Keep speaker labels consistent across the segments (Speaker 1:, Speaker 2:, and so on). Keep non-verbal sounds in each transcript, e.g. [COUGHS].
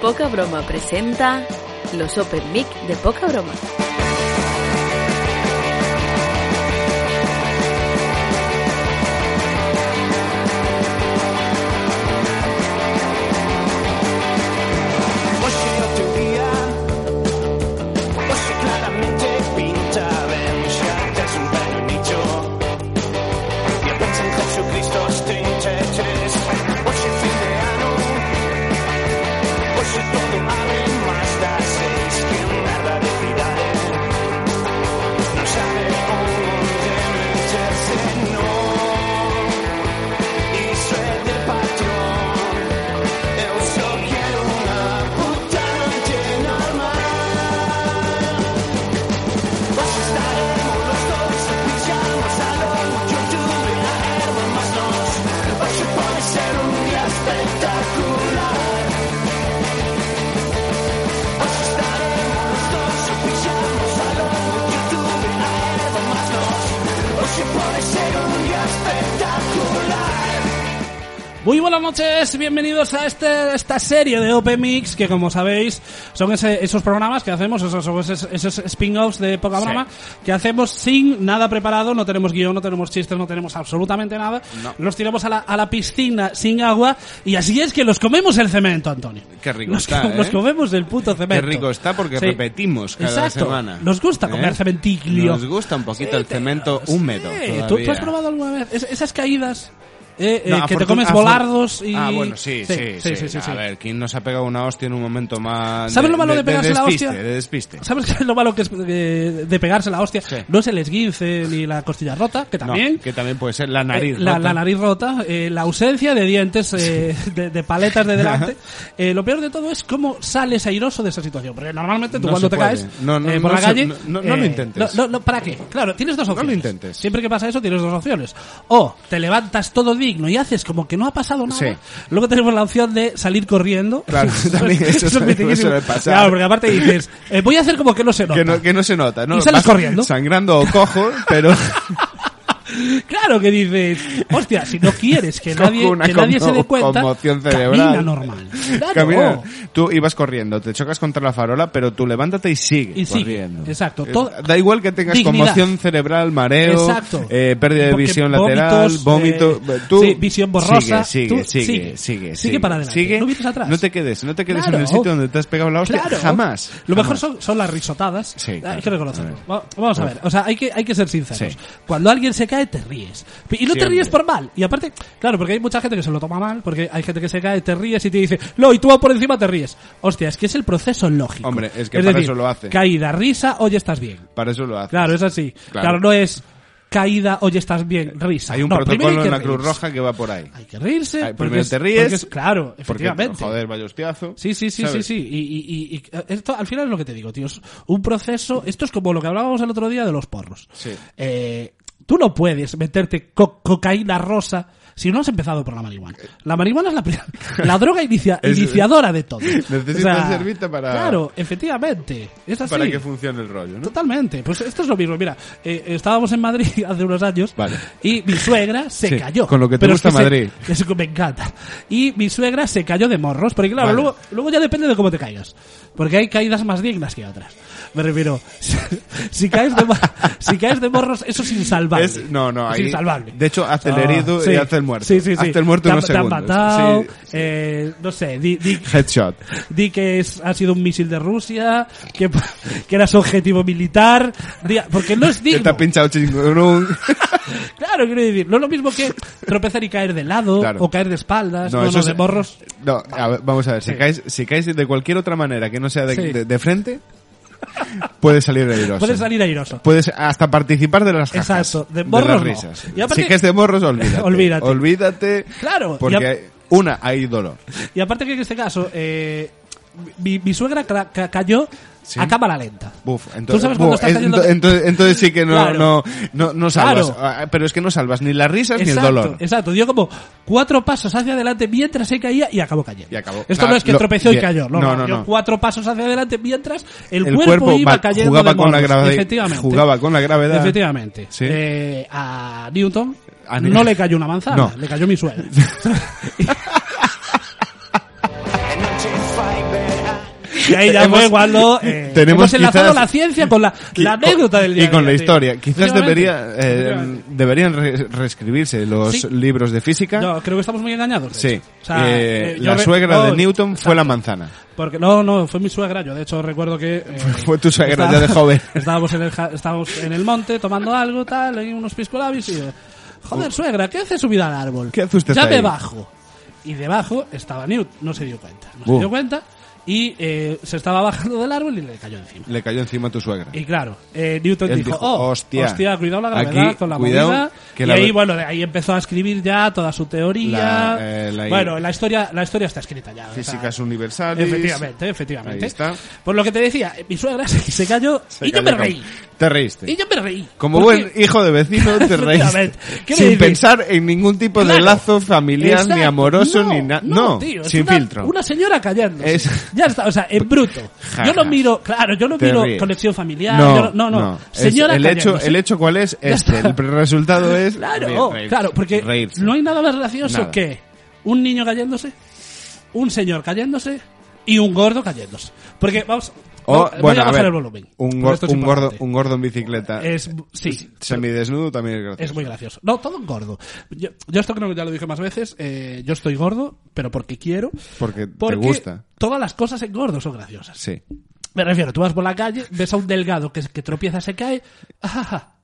Speaker 1: Poca Broma presenta los Open Mic de Poca Broma.
Speaker 2: Pues este Pues
Speaker 3: Muy buenas noches, bienvenidos a este, esta serie de Open Mix que como sabéis son ese- esos programas que hacemos, esos, esos, esos spin-offs de poca broma que hacemos sin nada preparado, no tenemos guión, no tenemos chistes, no tenemos absolutamente nada, los tiramos a la, a la piscina sin agua y así es que los comemos el cemento, Antonio.
Speaker 4: Qué rico
Speaker 3: Nos,
Speaker 4: está,
Speaker 3: co-
Speaker 4: ¿eh?
Speaker 3: nos comemos el puto cemento.
Speaker 4: Qué rico está porque repetimos cada
Speaker 3: Exacto.
Speaker 4: semana. ¿Eh?
Speaker 3: Nos gusta comer cementilio.
Speaker 4: Nos gusta un poquito el cemento
Speaker 3: Sí,
Speaker 4: húmedo.
Speaker 3: ¿Tú,
Speaker 4: todavía.
Speaker 3: tú has probado alguna vez es- esas caídas eh, eh,
Speaker 4: No,
Speaker 3: que
Speaker 4: afortun-
Speaker 3: te comes
Speaker 4: afor-
Speaker 3: bolardos y...
Speaker 4: Ah, bueno, sí, sí,
Speaker 3: sí,
Speaker 4: sí.
Speaker 3: sí, sí.
Speaker 4: A ver, ¿quién nos ha pegado una hostia en un momento más.
Speaker 3: ¿Sabes lo malo de pegarse la
Speaker 4: despiste,
Speaker 3: hostia?
Speaker 4: De despiste.
Speaker 3: ¿Sabes qué es lo malo que es eh, de pegarse la hostia?
Speaker 4: Sí.
Speaker 3: No es el esguince ni la costilla rota, que
Speaker 4: No,
Speaker 3: también...
Speaker 4: que también puede ser la nariz.
Speaker 3: eh, la,
Speaker 4: rota.
Speaker 3: la nariz rota, eh, la ausencia de dientes, eh, de, de paletas de
Speaker 4: [LAUGHS]
Speaker 3: delante. Eh, lo peor de todo es cómo sales airoso de esa situación. Porque normalmente tú
Speaker 4: No
Speaker 3: cuando
Speaker 4: se
Speaker 3: te
Speaker 4: puede.
Speaker 3: caes
Speaker 4: No, no,
Speaker 3: eh,
Speaker 4: no
Speaker 3: por la
Speaker 4: se-
Speaker 3: calle...
Speaker 4: no- no- no lo
Speaker 3: eh,
Speaker 4: intentes.
Speaker 3: no- no, ¿Para qué? Claro, tienes dos opciones.
Speaker 4: intentes.
Speaker 3: Siempre que pasa eso tienes dos opciones. O te levantas todo digno y haces como que no ha pasado nada.
Speaker 4: Sí.
Speaker 3: Luego tenemos la opción de salir corriendo. [LAUGHS]
Speaker 4: Claro, también eso
Speaker 3: es
Speaker 4: suele-
Speaker 3: mitiquísimo.
Speaker 4: suele pasar.
Speaker 3: Claro, porque aparte dices, eh, voy a hacer como que no se nota.
Speaker 4: Que no, que no se nota, ¿no?
Speaker 3: Y sales
Speaker 4: Vas
Speaker 3: corriendo.
Speaker 4: Sangrando o
Speaker 3: [LAUGHS]
Speaker 4: cojo, pero.
Speaker 3: Claro que dices, hostia, si no quieres
Speaker 4: [LAUGHS]
Speaker 3: que
Speaker 4: Cojo
Speaker 3: nadie,
Speaker 4: una
Speaker 3: que nadie se dé
Speaker 4: conmo-
Speaker 3: cuenta,
Speaker 4: conmoción
Speaker 3: camina
Speaker 4: cerebral.
Speaker 3: normal.
Speaker 4: [LAUGHS]
Speaker 3: Claro. Oh,
Speaker 4: Camina. Tú ibas corriendo, te chocas contra la farola, pero tú levántate y sigue.
Speaker 3: Y sigue,
Speaker 4: corriendo.
Speaker 3: exacto.
Speaker 4: Eh,
Speaker 3: Todo-
Speaker 4: da igual que tengas
Speaker 3: Dignidad.
Speaker 4: conmoción cerebral, mareo,
Speaker 3: Exacto.
Speaker 4: eh, pérdida de
Speaker 3: Porque
Speaker 4: visión
Speaker 3: vómitos,
Speaker 4: lateral, vómito.
Speaker 3: eh,
Speaker 4: tú
Speaker 3: sí, visión borrosa.
Speaker 4: Sigue, sigue,
Speaker 3: Tú
Speaker 4: sigue,
Speaker 3: sigue.
Speaker 4: sigue,
Speaker 3: Sigue
Speaker 4: sigue.
Speaker 3: para adelante.
Speaker 4: Sigue.
Speaker 3: No mires atrás.
Speaker 4: No te quedes, no te quedes
Speaker 3: Claro.
Speaker 4: en el sitio donde te has pegado la hostia.
Speaker 3: Claro.
Speaker 4: Jamás.
Speaker 3: Lo mejor
Speaker 4: jamás.
Speaker 3: son, son las risotadas.
Speaker 4: Sí,
Speaker 3: Hay
Speaker 4: claro.
Speaker 3: que reconocerlo.
Speaker 4: A
Speaker 3: Va- Vamos a ver. O sea, hay que, hay que ser sinceros.
Speaker 4: Sí.
Speaker 3: Cuando alguien se cae, te ríes. Y no te
Speaker 4: Siempre.
Speaker 3: ríes por mal. Y aparte, claro, porque hay mucha gente que se lo toma mal, porque hay gente que se cae, te ríes y te dice, no, y tú vas por encima, te ríes. Hostia, es que es el proceso lógico.
Speaker 4: Hombre, es que para
Speaker 3: decir,
Speaker 4: eso lo hace.
Speaker 3: Caída, risa, hoy estás bien.
Speaker 4: Para eso lo haces.
Speaker 3: Claro, es así. Claro,
Speaker 4: Claro.
Speaker 3: no es caída, hoy estás bien, risa.
Speaker 4: Hay un
Speaker 3: No, primero hay
Speaker 4: protocolo
Speaker 3: que
Speaker 4: en la Cruz
Speaker 3: reírse.
Speaker 4: Roja que va por ahí.
Speaker 3: Hay que reírse.
Speaker 4: Ay,
Speaker 3: porque
Speaker 4: primero
Speaker 3: es-
Speaker 4: te ríes,
Speaker 3: porque es- claro,
Speaker 4: Porque,
Speaker 3: efectivamente.
Speaker 4: joder, vaya hostiazo.
Speaker 3: Sí, sí, sí,
Speaker 4: ¿sabes?
Speaker 3: sí, sí. Y, y- y- y, eh, esto al final es lo que te digo, tío. Es un proceso. Esto es como lo que hablábamos el otro día de los porros.
Speaker 4: Sí.
Speaker 3: Eh, tú no puedes meterte co- cocaína rosa si no has empezado por la marihuana. La marihuana es la,
Speaker 4: [LAUGHS]
Speaker 3: pri- la droga inicia-
Speaker 4: Es-
Speaker 3: iniciadora de
Speaker 4: [LAUGHS]
Speaker 3: todo.
Speaker 4: Necesitas servirte para-
Speaker 3: Claro, efectivamente. Es así.
Speaker 4: Para que funcione el rollo, ¿no?
Speaker 3: Totalmente, pues esto es lo mismo. Mira, eh, estábamos en Madrid [LAUGHS] hace unos años
Speaker 4: Vale.
Speaker 3: y mi suegra se
Speaker 4: Sí,
Speaker 3: cayó.
Speaker 4: con lo que te
Speaker 3: Pero [LAUGHS] es
Speaker 4: gusta
Speaker 3: se-
Speaker 4: Madrid.
Speaker 3: eso que me encanta. Y mi suegra se cayó de morros, porque claro,
Speaker 4: Vale.
Speaker 3: luego, luego ya depende de cómo te caigas. Porque hay caídas más dignas que otras. Me refiero, [LAUGHS] si, si caes, de, mo- [LAUGHS] si caes de morros, eso es insalvable.
Speaker 4: Es- no, no,
Speaker 3: Es
Speaker 4: ahí-
Speaker 3: insalvable.
Speaker 4: de hecho, haz el
Speaker 3: Ah,
Speaker 4: herido y
Speaker 3: sí.
Speaker 4: haz el muerto.
Speaker 3: Sí, sí, sí.
Speaker 4: Haz el muerto
Speaker 3: Te
Speaker 4: en
Speaker 3: han-
Speaker 4: unos
Speaker 3: te han
Speaker 4: segundos.
Speaker 3: matado,
Speaker 4: Sí.
Speaker 3: eh, no sé, di- di-
Speaker 4: Headshot.
Speaker 3: Di que es, ha sido un misil de Rusia, que, [LAUGHS] que era su objetivo militar, di- porque no es
Speaker 4: [LAUGHS] Que te
Speaker 3: digno.
Speaker 4: ha pinchado chingurún.
Speaker 3: Claro, quiero decir, no es lo mismo que tropezar y caer de lado,
Speaker 4: Claro.
Speaker 3: o caer de espaldas, no, no,
Speaker 4: eso es-
Speaker 3: de morros.
Speaker 4: No, a ver, vamos a ver. Si, caes, si caes de cualquier otra manera que no sea de,
Speaker 3: Sí.
Speaker 4: de- de frente, puedes salir
Speaker 3: [LAUGHS]
Speaker 4: herido.
Speaker 3: Puede salir airoso.
Speaker 4: Puedes hasta participar de las jajas,
Speaker 3: Exacto, de morros
Speaker 4: las
Speaker 3: no.
Speaker 4: risas.
Speaker 3: Y aparte-
Speaker 4: si caes
Speaker 3: [LAUGHS]
Speaker 4: de morros, olvídate.
Speaker 3: Olvídate.
Speaker 4: Olvídate,
Speaker 3: Claro, y
Speaker 4: Porque,
Speaker 3: ap-
Speaker 4: hay- una, hay dolor.
Speaker 3: Y aparte que en este caso, eh, mi, mi suegra cra- ca- cayó a cámara lenta.
Speaker 4: Buf, entonces,
Speaker 3: ¿Tú sabes cuando
Speaker 4: buf,
Speaker 3: estás
Speaker 4: es-
Speaker 3: cayendo-
Speaker 4: ento- entonces, entonces sí que no,
Speaker 3: Claro.
Speaker 4: no, no, no salvas.
Speaker 3: Claro.
Speaker 4: Ah, Pero es que no salvas ni las risas ni
Speaker 3: Exacto,
Speaker 4: el dolor.
Speaker 3: exacto. Dio como cuatro pasos hacia adelante mientras se caía y acabó cayendo.
Speaker 4: Y acabó.
Speaker 3: Esto
Speaker 4: Claro,
Speaker 3: no es que
Speaker 4: lo-
Speaker 3: tropezó y
Speaker 4: bien.
Speaker 3: cayó. No,
Speaker 4: No,
Speaker 3: no,
Speaker 4: no,
Speaker 3: dio
Speaker 4: no.
Speaker 3: cuatro pasos hacia adelante mientras el,
Speaker 4: El
Speaker 3: cuerpo,
Speaker 4: cuerpo
Speaker 3: iba
Speaker 4: va-
Speaker 3: cayendo.
Speaker 4: jugaba
Speaker 3: de
Speaker 4: con la
Speaker 3: morros.
Speaker 4: gravedad-
Speaker 3: Efectivamente.
Speaker 4: jugaba con la gravedad.
Speaker 3: Efectivamente.
Speaker 4: Sí.
Speaker 3: Eh, a Newton
Speaker 4: A Newton.
Speaker 3: no le cayó una manzana,
Speaker 4: No.
Speaker 3: le
Speaker 4: [LAUGHS]
Speaker 3: cayó mi suegra. Y ahí ya fue
Speaker 4: Hemos-
Speaker 3: cuando eh,
Speaker 4: tenemos
Speaker 3: hemos enlazado
Speaker 4: quizás-
Speaker 3: la ciencia con la, la
Speaker 4: Qui-
Speaker 3: anécdota del día.
Speaker 4: [LAUGHS] Y con
Speaker 3: a
Speaker 4: la
Speaker 3: día, tío.
Speaker 4: historia. Quizás
Speaker 3: Efectivamente.
Speaker 4: debería, eh,
Speaker 3: Efectivamente.
Speaker 4: deberían re- reescribirse los
Speaker 3: Sí.
Speaker 4: libros de física.
Speaker 3: No, creo que estamos muy engañados. de
Speaker 4: sí.
Speaker 3: hecho. O sea,
Speaker 4: Eh,
Speaker 3: eh, yo
Speaker 4: la
Speaker 3: re-
Speaker 4: suegra
Speaker 3: no,
Speaker 4: de Newton fue la manzana.
Speaker 3: Porque no, no, fue mi suegra. Yo de hecho recuerdo que eh,
Speaker 4: Fue tu suegra ya de joven.
Speaker 3: [LAUGHS] Estábamos en el ja- estábamos en el monte tomando algo, tal, y unos piscolabis y eh, joder suegra, ¿qué hace subida al árbol?
Speaker 4: ¿Qué hace usted
Speaker 3: Ya
Speaker 4: ahí?
Speaker 3: me bajo. Y debajo estaba Newt, no se dio cuenta, no
Speaker 4: Uh.
Speaker 3: se dio cuenta y eh, se estaba bajando del árbol y le cayó encima.
Speaker 4: Le cayó encima a tu suegra.
Speaker 3: Y claro, eh, Newton
Speaker 4: Él
Speaker 3: dijo,
Speaker 4: dijo,
Speaker 3: oh,
Speaker 4: hostia,
Speaker 3: hostia, cuidado la gravedad
Speaker 4: aquí,
Speaker 3: con la
Speaker 4: cuidado,
Speaker 3: movida.
Speaker 4: que
Speaker 3: y
Speaker 4: la
Speaker 3: ahí,
Speaker 4: ve-
Speaker 3: bueno, de ahí empezó a escribir ya toda su teoría.
Speaker 4: La, eh, la-
Speaker 3: bueno, la historia, la historia está escrita ya. o sea,
Speaker 4: Físicas universales.
Speaker 3: Efectivamente, efectivamente.
Speaker 4: Ahí está.
Speaker 3: Por lo que te decía, mi suegra se, se cayó
Speaker 4: Se
Speaker 3: y yo
Speaker 4: cayó
Speaker 3: me
Speaker 4: con-
Speaker 3: reí.
Speaker 4: Te reíste.
Speaker 3: Y yo me reí.
Speaker 4: Como
Speaker 3: Porque-
Speaker 4: buen hijo de
Speaker 3: [LAUGHS]
Speaker 4: vecino te reíste.
Speaker 3: Efectivamente. Quiero
Speaker 4: Sin
Speaker 3: decir-
Speaker 4: pensar en ningún tipo de
Speaker 3: Claro.
Speaker 4: lazo familiar, ni
Speaker 3: Exacto.
Speaker 4: amoroso,
Speaker 3: No,
Speaker 4: ni nada.
Speaker 3: No,
Speaker 4: No,
Speaker 3: tío, es
Speaker 4: sin
Speaker 3: una-
Speaker 4: filtro.
Speaker 3: Una señora callándose.
Speaker 4: Es-
Speaker 3: Ya está, o sea, en bruto.
Speaker 4: Ja,
Speaker 3: Yo no
Speaker 4: ja.
Speaker 3: miro, claro, yo no
Speaker 4: Te
Speaker 3: miro
Speaker 4: ríes.
Speaker 3: conexión familiar.
Speaker 4: No,
Speaker 3: yo no, no. no.
Speaker 4: Es-
Speaker 3: Señora
Speaker 4: el hecho,
Speaker 3: callándose.
Speaker 4: el hecho cuál es, este.
Speaker 3: está.
Speaker 4: El resultado es.
Speaker 3: Claro, oh,
Speaker 4: reír, reír,
Speaker 3: claro, porque
Speaker 4: reírse.
Speaker 3: no hay nada más gracioso
Speaker 4: Nada.
Speaker 3: que un niño cayéndose, un señor cayéndose y un gordo cayéndose. Porque vamos,
Speaker 4: O,
Speaker 3: va- voy
Speaker 4: bueno,
Speaker 3: a bajar
Speaker 4: ver,
Speaker 3: el volumen.
Speaker 4: Un,
Speaker 3: porque
Speaker 4: gor-
Speaker 3: esto es
Speaker 4: un gordo,
Speaker 3: importante.
Speaker 4: un gordo en bicicleta.
Speaker 3: Eh, es sí,
Speaker 4: semidesnudo también es gracioso.
Speaker 3: es muy gracioso. No, todo un gordo. Yo, yo esto creo que ya lo dije más veces. eh, yo estoy gordo, pero porque quiero.
Speaker 4: Porque te gusta.
Speaker 3: Todas las cosas en gordo son graciosas.
Speaker 4: Sí.
Speaker 3: Me refiero, tú vas por la calle, ves a un delgado que, que tropieza, se cae. ajaja.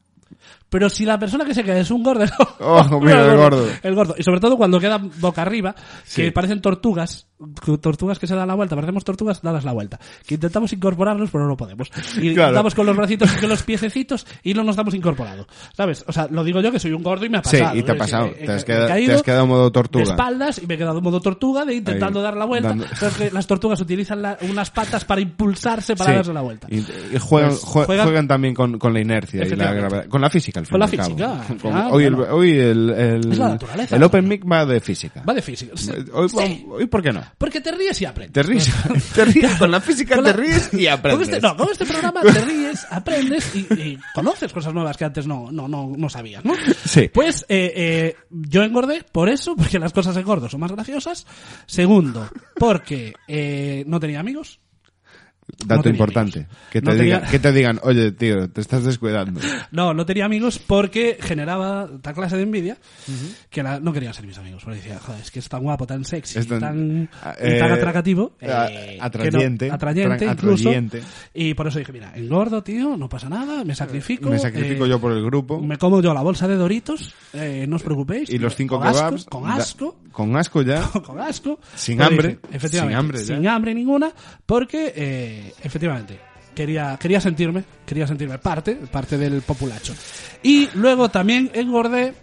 Speaker 3: Pero si la persona que se cae es un gordo. [LAUGHS] ¿no?
Speaker 4: Oh, mira, el gordo.
Speaker 3: El gordo. Y sobre todo cuando quedan boca arriba, que
Speaker 4: Sí.
Speaker 3: parecen tortugas, cu- tortugas que se dan la vuelta, parecemos tortugas dadas la vuelta. Que intentamos incorporarlos, pero no podemos. Y
Speaker 4: Claro.
Speaker 3: damos con los bracitos y con los piececitos y no nos damos incorporado. ¿Sabes? O sea, lo digo yo que soy un gordo y me ha
Speaker 4: Sí,
Speaker 3: pasado.
Speaker 4: y te ha
Speaker 3: ¿eh?
Speaker 4: pasado.
Speaker 3: Sí, he-
Speaker 4: Te has
Speaker 3: he
Speaker 4: quedado- te
Speaker 3: caído
Speaker 4: has quedado modo tortuga.
Speaker 3: De espaldas y me he quedado modo tortuga de intentando
Speaker 4: Ahí,
Speaker 3: dar la vuelta.
Speaker 4: dando-
Speaker 3: Pero es que las tortugas utilizan la- unas patas para impulsarse para
Speaker 4: Sí.
Speaker 3: darse la vuelta.
Speaker 4: Y, y juegan,
Speaker 3: Pues,
Speaker 4: jue-
Speaker 3: juegan-
Speaker 4: juegan, también con, con la inercia y la
Speaker 3: Efectivamente.
Speaker 4: gravedad. Con la física, al fin
Speaker 3: Con la
Speaker 4: y al cabo.
Speaker 3: física, al
Speaker 4: Con-
Speaker 3: final,
Speaker 4: hoy el,
Speaker 3: claro.
Speaker 4: hoy el, el,
Speaker 3: Es la naturaleza,
Speaker 4: el Open
Speaker 3: ¿no?
Speaker 4: Mic va de física.
Speaker 3: Va de física. Sí.
Speaker 4: Hoy,
Speaker 3: Sí.
Speaker 4: hoy, ¿por qué no?
Speaker 3: Porque te ríes y aprendes.
Speaker 4: Te
Speaker 3: [LAUGHS]
Speaker 4: ríes, te ríes con la física,
Speaker 3: Con
Speaker 4: te
Speaker 3: la-
Speaker 4: ríes y
Speaker 3: Con
Speaker 4: aprendes.
Speaker 3: este, no, con este programa te ríes, aprendes y, y conoces cosas nuevas que antes no, no, no, no sabías, ¿no?
Speaker 4: Sí.
Speaker 3: Pues eh, eh, yo engordé por eso, porque las cosas engordo son más graciosas. Segundo, porque eh, no tenía amigos. no
Speaker 4: Dato
Speaker 3: tenía
Speaker 4: importante.
Speaker 3: amigos.
Speaker 4: Que te,
Speaker 3: No tenía-
Speaker 4: digan, que te digan, oye, tío, te estás descuidando.
Speaker 3: No, no tenía amigos porque generaba tal clase de envidia que la- no querían ser mis amigos. Porque decía, joder, es que es tan guapo, tan sexy,
Speaker 4: Es
Speaker 3: tan,
Speaker 4: tan-
Speaker 3: tan,
Speaker 4: eh,
Speaker 3: atractivo. Eh,
Speaker 4: a-
Speaker 3: que
Speaker 4: atrayente,
Speaker 3: no- atrayente
Speaker 4: tra-
Speaker 3: incluso.
Speaker 4: atrayente.
Speaker 3: Y por eso dije, mira, engordo, tío, no pasa nada, me sacrifico.
Speaker 4: Eh, Me sacrifico
Speaker 3: eh,
Speaker 4: yo por el grupo.
Speaker 3: Me como yo la bolsa de doritos, eh, no os preocupéis.
Speaker 4: Y los cinco
Speaker 3: con asco,
Speaker 4: kebabs.
Speaker 3: Con
Speaker 4: da-
Speaker 3: asco.
Speaker 4: Con asco ya.
Speaker 3: [LAUGHS] con asco.
Speaker 4: Sin
Speaker 3: Pero
Speaker 4: hambre,
Speaker 3: dije, efectivamente,
Speaker 4: sin hambre ya.
Speaker 3: sin hambre ninguna, porque eh, efectivamente quería quería sentirme, quería sentirme parte, parte del populacho. Y luego también engordé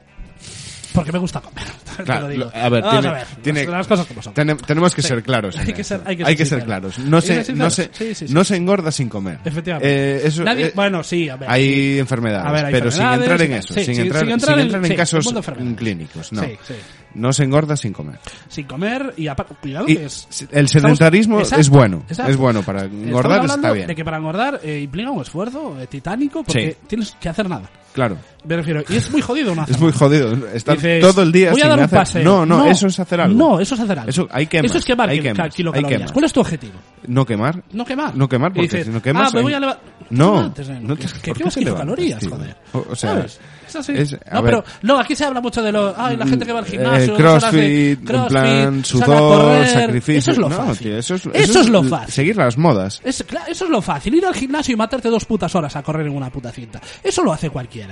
Speaker 3: porque me gusta comer. [LAUGHS] te
Speaker 4: Claro,
Speaker 3: lo digo.
Speaker 4: lo- a ver,
Speaker 3: Vamos
Speaker 4: tiene-
Speaker 3: a ver,
Speaker 4: tiene-
Speaker 3: las, las cosas como son.
Speaker 4: Tenem- tenemos que
Speaker 3: Sí.
Speaker 4: ser claros. en
Speaker 3: Hay que ser-
Speaker 4: esto.
Speaker 3: hay que ser sinceros.
Speaker 4: claros. No
Speaker 3: Hay que
Speaker 4: se,
Speaker 3: ser
Speaker 4: no, se,
Speaker 3: sinceros. Sí, sí, sí.
Speaker 4: no se engorda sin comer.
Speaker 3: Efectivamente.
Speaker 4: Eh, eso,
Speaker 3: Nadie-
Speaker 4: eh,
Speaker 3: bueno, sí, a ver,
Speaker 4: Hay
Speaker 3: sí.
Speaker 4: enfermedades,
Speaker 3: A ver, hay
Speaker 4: pero
Speaker 3: enfermedades,
Speaker 4: sin entrar en
Speaker 3: sí,
Speaker 4: eso,
Speaker 3: sí,
Speaker 4: sin,
Speaker 3: sí,
Speaker 4: entrar,
Speaker 3: sin
Speaker 4: sin
Speaker 3: entrar en-
Speaker 4: entrar en
Speaker 3: sí,
Speaker 4: casos
Speaker 3: mundo de enfermedades.
Speaker 4: clínicos. No,
Speaker 3: Sí, sí.
Speaker 4: no se engorda sin comer.
Speaker 3: Sin comer y aparte, cuidado
Speaker 4: Y
Speaker 3: que es...
Speaker 4: el
Speaker 3: estamos-
Speaker 4: sedentarismo
Speaker 3: Exacto,
Speaker 4: es bueno,
Speaker 3: exacto.
Speaker 4: es bueno para
Speaker 3: Estamos
Speaker 4: engordar, está
Speaker 3: hablando
Speaker 4: bien.
Speaker 3: De que para engordar eh, implica un esfuerzo eh, titánico porque
Speaker 4: Sí.
Speaker 3: tienes que hacer nada.
Speaker 4: Claro,
Speaker 3: Me refiero, y es muy jodido no hacer
Speaker 4: es muy
Speaker 3: nada.
Speaker 4: jodido estar
Speaker 3: Dices,
Speaker 4: todo el día
Speaker 3: voy a
Speaker 4: sin
Speaker 3: dar un
Speaker 4: hacer-
Speaker 3: paseo.
Speaker 4: No, no, eso es hacer algo.
Speaker 3: No, eso es hacer algo.
Speaker 4: Eso- hay quemas,
Speaker 3: Eso es quemar
Speaker 4: hay
Speaker 3: que-
Speaker 4: quemas,
Speaker 3: ca-
Speaker 4: hay
Speaker 3: kilocalorías.
Speaker 4: quemas.
Speaker 3: ¿Cuál es tu objetivo?
Speaker 4: No quemar.
Speaker 3: No quemar.
Speaker 4: No quemar,
Speaker 3: Y
Speaker 4: porque
Speaker 3: dices,
Speaker 4: si no quemas.
Speaker 3: Ah, me
Speaker 4: hay-
Speaker 3: voy a levar...
Speaker 4: No,
Speaker 3: antes, eh,
Speaker 4: no
Speaker 3: que- que
Speaker 4: te- ¿por qué
Speaker 3: quemas
Speaker 4: te levantas,
Speaker 3: kilocalorías,
Speaker 4: tío?
Speaker 3: joder.
Speaker 4: O, o sea,
Speaker 3: ¿Sabes? Es así.
Speaker 4: es- a
Speaker 3: no,
Speaker 4: ver.
Speaker 3: pero no, aquí se habla mucho de lo, ay, la gente que va al gimnasio,
Speaker 4: Eh,
Speaker 3: dos horas de
Speaker 4: crossfit, en plan,
Speaker 3: crossfit, sale a
Speaker 4: sudor,
Speaker 3: correr.
Speaker 4: sacrificio.
Speaker 3: Eso es lo
Speaker 4: No,
Speaker 3: fácil.
Speaker 4: tío, eso es,
Speaker 3: lo
Speaker 4: l-
Speaker 3: fácil.
Speaker 4: Seguir las modas.
Speaker 3: Es- claro, eso es lo fácil, ir al gimnasio y matarte dos putas horas a correr en una puta cinta. Eso lo hace cualquiera.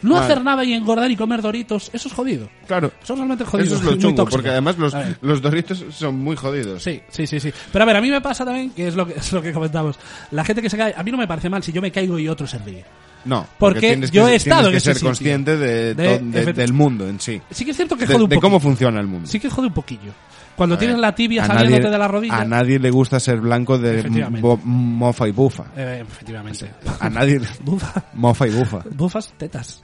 Speaker 3: No
Speaker 4: Vale.
Speaker 3: hacer nada y engordar y comer doritos, eso es jodido.
Speaker 4: Claro.
Speaker 3: Eso es realmente jodido.
Speaker 4: Eso
Speaker 3: [LAUGHS]
Speaker 4: es
Speaker 3: muy
Speaker 4: lo chungo,
Speaker 3: tóxico.
Speaker 4: porque además los,
Speaker 3: A ver.
Speaker 4: los doritos son muy jodidos.
Speaker 3: Sí, sí, sí, sí. Pero a ver, a mí me pasa también, que es lo que, es lo que comentamos, la gente que se cae, a mí no me parece mal si yo me caigo y otro se ríe.
Speaker 4: No,
Speaker 3: Porque
Speaker 4: tienes
Speaker 3: yo
Speaker 4: que,
Speaker 3: he estado
Speaker 4: tienes
Speaker 3: en
Speaker 4: que
Speaker 3: ese
Speaker 4: ser
Speaker 3: sitio.
Speaker 4: consciente de,
Speaker 3: De-
Speaker 4: to- de-
Speaker 3: efecti-
Speaker 4: del mundo en sí.
Speaker 3: Sí que es cierto que
Speaker 4: De,
Speaker 3: jode un
Speaker 4: de
Speaker 3: poquito.
Speaker 4: cómo funciona el mundo.
Speaker 3: Sí que jode un poquillo. Cuando tienes la tibia
Speaker 4: A
Speaker 3: saliéndote
Speaker 4: nadie-
Speaker 3: de la rodilla.
Speaker 4: A nadie le gusta ser blanco de
Speaker 3: Efectivamente.
Speaker 4: bo- mofa y bufa.
Speaker 3: Eh, efectivamente.
Speaker 4: A nadie.
Speaker 3: [LAUGHS] Bufa-
Speaker 4: mofa y bufa.
Speaker 3: bufas, tetas.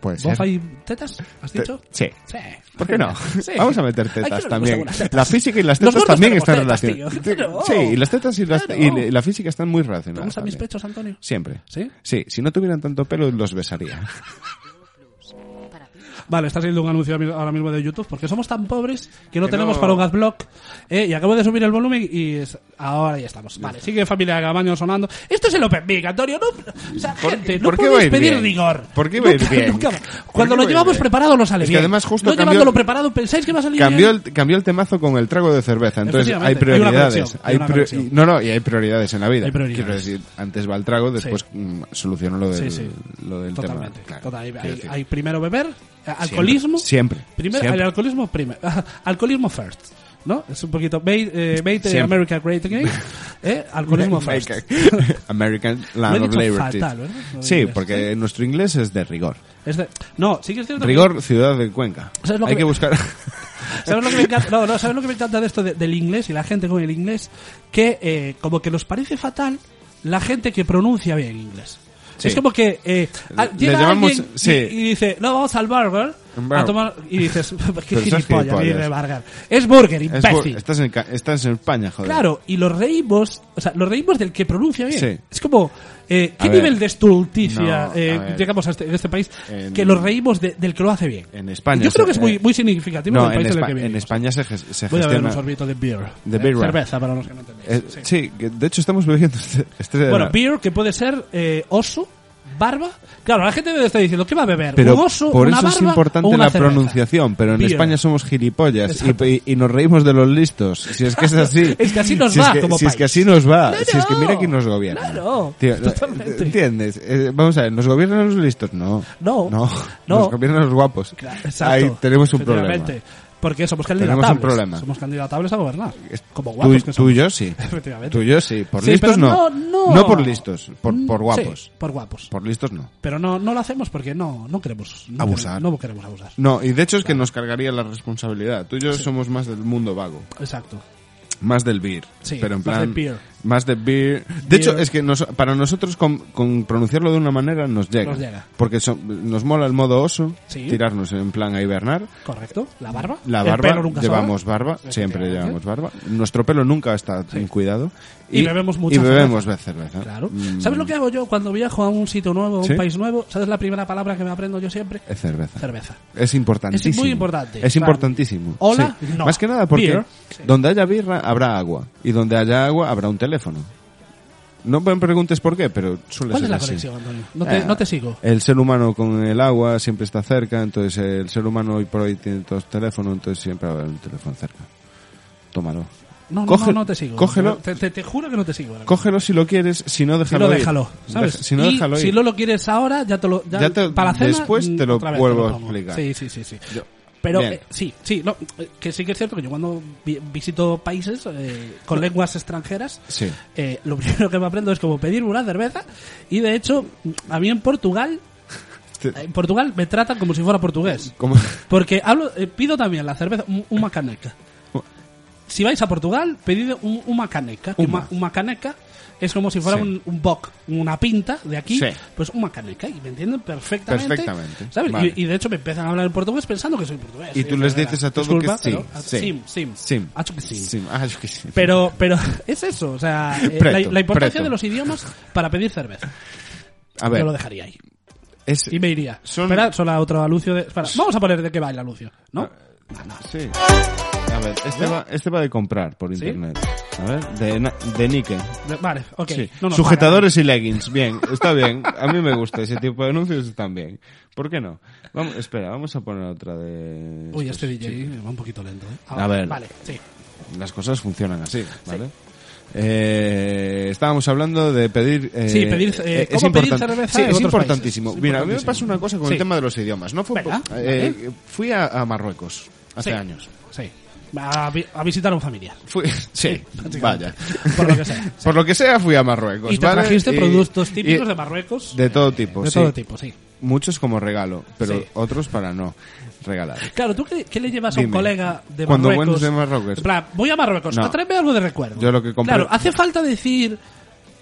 Speaker 4: Puede ser.
Speaker 3: Bufa y tetas, ¿has
Speaker 4: Te-
Speaker 3: dicho?
Speaker 4: Sí.
Speaker 3: Sí.
Speaker 4: ¿Por qué no?
Speaker 3: [LAUGHS] Sí.
Speaker 4: [LAUGHS] Vamos a meter
Speaker 3: Aquí
Speaker 4: tetas
Speaker 3: nos
Speaker 4: también.
Speaker 3: gustan las
Speaker 4: La
Speaker 3: tetas.
Speaker 4: física y las
Speaker 3: Los
Speaker 4: tetas
Speaker 3: gordos
Speaker 4: también
Speaker 3: tenemos
Speaker 4: están
Speaker 3: tetas,
Speaker 4: relacionadas.
Speaker 3: tío. Claro.
Speaker 4: Sí, y las tetas y, las-
Speaker 3: Claro.
Speaker 4: y le- la física están muy
Speaker 3: ¿Te
Speaker 4: relacionadas.
Speaker 3: gustan mis
Speaker 4: también.
Speaker 3: pechos, Antonio?
Speaker 4: Siempre.
Speaker 3: ¿Sí? [LAUGHS]
Speaker 4: Sí, si no tuvieran tanto pelo los besaría.
Speaker 3: Vale, está saliendo un anuncio ahora mismo de YouTube porque somos tan pobres que no
Speaker 4: Que
Speaker 3: tenemos
Speaker 4: no-
Speaker 3: para un adblock. Eh, y acabo de subir el volumen y es- ahora ya estamos. Vale, sigue Familia Gabaño sonando. Esto es el Open Mic, Antonio. No, o sea,
Speaker 4: ¿Por-
Speaker 3: gente,
Speaker 4: por
Speaker 3: no
Speaker 4: qué va a
Speaker 3: podéis
Speaker 4: ir
Speaker 3: pedir
Speaker 4: bien?
Speaker 3: rigor.
Speaker 4: ¿Por qué va a ir
Speaker 3: Nunca-
Speaker 4: bien?
Speaker 3: nunca va.
Speaker 4: ¿Por qué
Speaker 3: Cuando
Speaker 4: va a
Speaker 3: lo
Speaker 4: ir
Speaker 3: llevamos
Speaker 4: bien?
Speaker 3: preparado no sale
Speaker 4: Es que
Speaker 3: bien.
Speaker 4: además justo
Speaker 3: no
Speaker 4: cambió-
Speaker 3: llevándolo preparado pensáis que va a salir
Speaker 4: Cambió
Speaker 3: bien.
Speaker 4: el, cambió el temazo con el trago de cerveza. Entonces hay
Speaker 3: Efectivamente, hay una
Speaker 4: prioridades.
Speaker 3: conexión, hay
Speaker 4: Hay
Speaker 3: una
Speaker 4: pri-
Speaker 3: conexión.
Speaker 4: no, no, y hay prioridades en la vida.
Speaker 3: Hay prioridades.
Speaker 4: Quiero decir, antes va el trago, después mm, soluciono lo del,
Speaker 3: Sí, sí.
Speaker 4: Lo del
Speaker 3: Totalmente.
Speaker 4: tema. Claro,
Speaker 3: total. Hay-
Speaker 4: quiero
Speaker 3: hay,
Speaker 4: decir,
Speaker 3: hay primero beber, eh, alcoholismo.
Speaker 4: siempre,
Speaker 3: Primero,
Speaker 4: siempre.
Speaker 3: El alcoholismo primero. [LAUGHS] alcoholismo first. ¿No? Es un poquito. Bait, eh, bait eh,
Speaker 4: Siempre.
Speaker 3: America Great
Speaker 4: [LAUGHS]
Speaker 3: Again. Eh, alcoholismo first. [LAUGHS]
Speaker 4: American, [LAUGHS] American Land
Speaker 3: Lo he
Speaker 4: of
Speaker 3: dicho
Speaker 4: Liberty.
Speaker 3: fatal, ¿verdad? Lo de
Speaker 4: Sí,
Speaker 3: inglés,
Speaker 4: porque nuestro inglés es de rigor.
Speaker 3: Es de- no, sí que es cierto. que-
Speaker 4: Rigor, ciudad de Cuenca.
Speaker 3: ¿Sabes lo
Speaker 4: Hay
Speaker 3: que
Speaker 4: que
Speaker 3: me- [LAUGHS]
Speaker 4: buscar. [LAUGHS]
Speaker 3: ¿Sabes lo que me encanta? No, no, ¿sabes lo que me encanta de esto de- del inglés y la gente con el inglés? Que eh, como que nos parece fatal la gente que pronuncia bien inglés.
Speaker 4: Sí.
Speaker 3: Es como que eh, a-
Speaker 4: Le
Speaker 3: llega
Speaker 4: llamamos-
Speaker 3: alguien y-
Speaker 4: sí.
Speaker 3: y, dice, no, vamos al burger
Speaker 4: Un
Speaker 3: a
Speaker 4: burger.
Speaker 3: tomar... Y dices, [LAUGHS] qué
Speaker 4: Pero son
Speaker 3: gilipollas, ni
Speaker 4: gilipollas.
Speaker 3: de burger. Es burger,
Speaker 4: Es bu-
Speaker 3: imbécil.
Speaker 4: estás, en, ca- estás en España, joder.
Speaker 3: Claro, y los reímos, o sea, los reímos del que pronuncia bien.
Speaker 4: Sí.
Speaker 3: Es como, eh, ¿qué
Speaker 4: A ver.
Speaker 3: nivel de estulticia
Speaker 4: No,
Speaker 3: eh,
Speaker 4: a ver.
Speaker 3: llegamos a este, en este país
Speaker 4: En-
Speaker 3: que los reímos de- del que lo hace bien?
Speaker 4: En España.
Speaker 3: Yo creo que
Speaker 4: se-
Speaker 3: es muy,
Speaker 4: eh,
Speaker 3: muy significativo
Speaker 4: no,
Speaker 3: del país
Speaker 4: en,
Speaker 3: del
Speaker 4: Espa-
Speaker 3: que
Speaker 4: en
Speaker 3: vivimos.
Speaker 4: España se, ges- se
Speaker 3: Voy a beber
Speaker 4: gestiona.
Speaker 3: un sorbito de beer.
Speaker 4: De
Speaker 3: Eh,
Speaker 4: beer run.
Speaker 3: Cerveza, para los que no entendéis.
Speaker 4: eh,
Speaker 3: sí.
Speaker 4: sí, que de hecho estamos bebiendo [LAUGHS] este, este-
Speaker 3: Bueno, beer que puede ser eh, oso, barba. Claro, la gente debe estar diciendo, ¿qué va a beber?
Speaker 4: pero
Speaker 3: ¿Un oso,
Speaker 4: por
Speaker 3: una
Speaker 4: eso es
Speaker 3: barba o
Speaker 4: importante
Speaker 3: una
Speaker 4: la
Speaker 3: cerveza?
Speaker 4: pronunciación, pero en
Speaker 3: Beer.
Speaker 4: España somos gilipollas y-
Speaker 3: Exacto.
Speaker 4: y, y nos reímos de los listos. Si es que es así.
Speaker 3: [LAUGHS] Es que así nos
Speaker 4: si
Speaker 3: va
Speaker 4: es que,
Speaker 3: como
Speaker 4: Si es que
Speaker 3: país.
Speaker 4: así nos va.
Speaker 3: Claro.
Speaker 4: Si es que mira quién nos gobierna.
Speaker 3: Claro,
Speaker 4: Tío, eh,
Speaker 3: totalmente.
Speaker 4: ¿Entiendes? Eh, vamos a ver, ¿nos gobiernan los listos? No.
Speaker 3: No.
Speaker 4: No.
Speaker 3: No.
Speaker 4: [LAUGHS] Nos gobiernan los guapos.
Speaker 3: Claro, exacto.
Speaker 4: Ahí tenemos un problema.
Speaker 3: Efectivamente. Porque pues somos
Speaker 4: Tenemos un
Speaker 3: candidatables.
Speaker 4: problema.
Speaker 3: Somos candidatables a gobernar. Como
Speaker 4: Tú,
Speaker 3: guapos que
Speaker 4: tú
Speaker 3: somos.
Speaker 4: y yo sí.
Speaker 3: [LAUGHS] Efectivamente.
Speaker 4: Tú y yo sí. Por
Speaker 3: Sí,
Speaker 4: listos
Speaker 3: pero
Speaker 4: no.
Speaker 3: no. Mm,
Speaker 4: por listos. Por, por
Speaker 3: Sí,
Speaker 4: guapos.
Speaker 3: por guapos.
Speaker 4: Por listos no.
Speaker 3: Pero no, no lo hacemos porque no, no queremos no
Speaker 4: Abusar.
Speaker 3: queremos- no queremos abusar.
Speaker 4: No, y de hecho es que nos cargaría la responsabilidad. Tú y yo somos más del mundo vago.
Speaker 3: Exacto.
Speaker 4: Más del beer.
Speaker 3: Sí,
Speaker 4: pero en
Speaker 3: más
Speaker 4: plan,
Speaker 3: del beer.
Speaker 4: Más del beer. De hecho, es que nos- para nosotros con, con pronunciarlo de una manera nos llega.
Speaker 3: Nos llega.
Speaker 4: Porque son- nos mola el modo oso,
Speaker 3: Sí.
Speaker 4: tirarnos en plan a hibernar.
Speaker 3: Correcto. La barba.
Speaker 4: La
Speaker 3: El
Speaker 4: barba,
Speaker 3: pelo nunca sobra.
Speaker 4: llevamos barba, siempre
Speaker 3: Efectivamente.
Speaker 4: llevamos barba. Nuestro pelo nunca está en cuidado.
Speaker 3: Y bebemos mucha
Speaker 4: Y bebemos cerveza.
Speaker 3: Claro.
Speaker 4: Mm,
Speaker 3: ¿Sabes lo que hago yo cuando viajo a un sitio nuevo, a un
Speaker 4: ¿Sí?
Speaker 3: país nuevo? ¿Sabes la primera palabra que me aprendo yo siempre?
Speaker 4: Es cerveza.
Speaker 3: Cerveza.
Speaker 4: Es importantísimo.
Speaker 3: Es muy importante.
Speaker 4: Es
Speaker 3: Claro.
Speaker 4: importantísimo.
Speaker 3: Hola,
Speaker 4: Sí.
Speaker 3: no.
Speaker 4: Más que nada porque
Speaker 3: Beer, sí.
Speaker 4: donde haya birra habrá agua. Y donde haya agua habrá un teléfono. No me preguntes por qué, pero suele
Speaker 3: ¿Cuál
Speaker 4: ser
Speaker 3: es la
Speaker 4: así.
Speaker 3: conexión, Antonio? No te,
Speaker 4: Eh,
Speaker 3: no te sigo.
Speaker 4: El ser humano con el agua siempre está cerca, entonces el ser humano hoy por hoy tiene todos teléfonos, entonces siempre va a haber un teléfono cerca. Tómalo.
Speaker 3: No, no,
Speaker 4: coge-
Speaker 3: no, no te sigo.
Speaker 4: cógelo.
Speaker 3: Te, te- te juro que no te sigo. ahora mismo.
Speaker 4: Cógelo si lo quieres, si no
Speaker 3: Si
Speaker 4: déjalo
Speaker 3: no,
Speaker 4: ir.
Speaker 3: déjalo. ¿sabes?
Speaker 4: Deja- si no
Speaker 3: Y
Speaker 4: déjalo
Speaker 3: si
Speaker 4: ir.
Speaker 3: no lo quieres ahora, ya te lo. Ya,
Speaker 4: Ya te-
Speaker 3: para la cena, mm,
Speaker 4: después te lo
Speaker 3: otra vez
Speaker 4: vuelvo a
Speaker 3: pongo.
Speaker 4: explicar.
Speaker 3: Sí, sí, sí. sí.
Speaker 4: Yo-
Speaker 3: Pero
Speaker 4: Bien.
Speaker 3: eh, sí, sí, no, eh, que sí que es cierto que yo cuando vi- visito países eh, con lenguas extranjeras,
Speaker 4: Sí.
Speaker 3: eh, lo [LAUGHS] primero que me aprendo es como pedirme una cerveza y de hecho a mí en Portugal,
Speaker 4: Te-
Speaker 3: en Portugal me tratan como si fuera portugués.
Speaker 4: como-
Speaker 3: Porque hablo, eh, pido también la cerveza, un- una caneca. Si vais a Portugal, pedid un, una caneca. que
Speaker 4: Uma.
Speaker 3: Una, una caneca es como si fuera
Speaker 4: Sí.
Speaker 3: un, un boc, una pinta de aquí.
Speaker 4: Sí.
Speaker 3: Pues una caneca. Y me entienden perfectamente.
Speaker 4: Perfectamente,
Speaker 3: ¿sabes?
Speaker 4: vale.
Speaker 3: Y, y de hecho me empiezan a hablar en portugués pensando que soy portugués.
Speaker 4: [LAUGHS] Y tú les
Speaker 3: verdad.
Speaker 4: dices a todo
Speaker 3: Disculpa,
Speaker 4: que sí,
Speaker 3: pero- ah,
Speaker 4: sí.
Speaker 3: Sim, sim.
Speaker 4: Sim.
Speaker 3: Acho que sim.
Speaker 4: Sí, ah, yo qué sé.
Speaker 3: Pero, pero es eso. O sea, eh, la,
Speaker 4: Preto,
Speaker 3: la importancia
Speaker 4: preto.
Speaker 3: de los idiomas para pedir cerveza.
Speaker 4: a ver,
Speaker 3: Yo lo dejaría ahí.
Speaker 4: es...
Speaker 3: Y me iría.
Speaker 4: Son-
Speaker 3: Espera, solo otro anuncio de. espera, vamos a poner de qué baila Lucio, ¿no?
Speaker 4: Ah. Sí. A ver, este
Speaker 3: ¿Eh?
Speaker 4: va, este va de comprar por internet. A ver, de, na- de Nike.
Speaker 3: De- Vale, ok.
Speaker 4: Sí.
Speaker 3: No nos
Speaker 4: Sujetadores y leggings. Bien, está bien. A mí me gusta ese tipo de anuncios, están bien. ¿Por qué no? Vamos, espera, vamos a poner otra de...
Speaker 3: pagan. Uy, este DJ va un poquito lento, ¿eh?
Speaker 4: A ver.
Speaker 3: Vale, sí.
Speaker 4: Las cosas funcionan así, ¿vale? Eh, estábamos hablando de pedir eh,
Speaker 3: Sí, pedir, eh,
Speaker 4: es
Speaker 3: cómo pedir
Speaker 4: importan-
Speaker 3: cerveza
Speaker 4: sí,
Speaker 3: en
Speaker 4: es
Speaker 3: otros
Speaker 4: importantísimo
Speaker 3: países.
Speaker 4: mira a mí me
Speaker 3: Importantísimo.
Speaker 4: pasa una cosa con
Speaker 3: Sí.
Speaker 4: el tema de los idiomas no fue
Speaker 3: Venga,
Speaker 4: po- eh, fui a, a Marruecos hace
Speaker 3: Sí.
Speaker 4: años
Speaker 3: Sí. A, vi- a visitar a un familiar.
Speaker 4: fui [LAUGHS] sí
Speaker 3: básicamente.
Speaker 4: vaya
Speaker 3: Por lo que sea.
Speaker 4: [LAUGHS] Por lo que sea, fui a Marruecos.
Speaker 3: Y te
Speaker 4: ¿vale?
Speaker 3: trajiste
Speaker 4: Y-
Speaker 3: productos típicos
Speaker 4: y-
Speaker 3: de Marruecos.
Speaker 4: de todo tipo,
Speaker 3: De
Speaker 4: sí.
Speaker 3: todo tipo, sí.
Speaker 4: Muchos como regalo, pero
Speaker 3: Sí.
Speaker 4: otros para no regalar.
Speaker 3: Claro, ¿tú qué, qué le llevas a un
Speaker 4: Dime.
Speaker 3: colega de
Speaker 4: Cuando
Speaker 3: Marruecos?
Speaker 4: vuelves de Marruecos.
Speaker 3: En plan, voy a Marruecos,
Speaker 4: No.
Speaker 3: a tráeme algo de recuerdo.
Speaker 4: Yo lo que compré-
Speaker 3: Claro, hace falta decir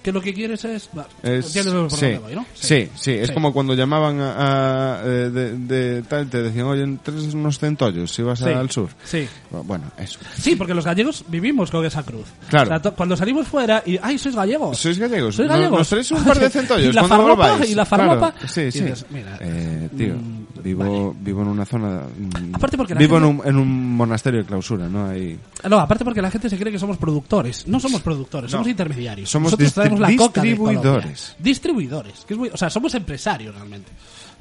Speaker 3: que lo que quieres es... Va,
Speaker 4: Es-
Speaker 3: entiendes por
Speaker 4: sí,
Speaker 3: dónde voy, ¿no?
Speaker 4: sí, sí, es
Speaker 3: Sí.
Speaker 4: como cuando llamaban a, a, eh, de, de tal, te decían, oye, tres unos centollos si vas
Speaker 3: Sí.
Speaker 4: al sur.
Speaker 3: Sí.
Speaker 4: Bueno, eso.
Speaker 3: Sí, porque los gallegos vivimos con esa cruz.
Speaker 4: Claro.
Speaker 3: O sea, to- cuando salimos fuera y, ay, sois gallegos.
Speaker 4: ¿Sois gallegos?
Speaker 3: ¿Sois
Speaker 4: ¿No-
Speaker 3: gallegos?
Speaker 4: ¿Nos traéis un par de centollos
Speaker 3: [LAUGHS] y la
Speaker 4: cuando
Speaker 3: farlopa,
Speaker 4: volváis?
Speaker 3: y la farlopa.
Speaker 4: Claro, Sí,
Speaker 3: Y
Speaker 4: sí.
Speaker 3: dices, mira,
Speaker 4: eh, tío,
Speaker 3: mm,
Speaker 4: vivo, vivo en una zona. mm,
Speaker 3: Aparte porque la
Speaker 4: vivo en,
Speaker 3: gente-
Speaker 4: un, en un monasterio de clausura, ¿no? Ahí.
Speaker 3: No, aparte porque la gente se cree que somos productores. No somos productores, somos intermediarios.
Speaker 4: Somos
Speaker 3: Nosotros traemos la
Speaker 4: distri-
Speaker 3: coca de Colombia.
Speaker 4: distribuidores.
Speaker 3: distribuidores. que es muy- o sea, somos empresarios realmente.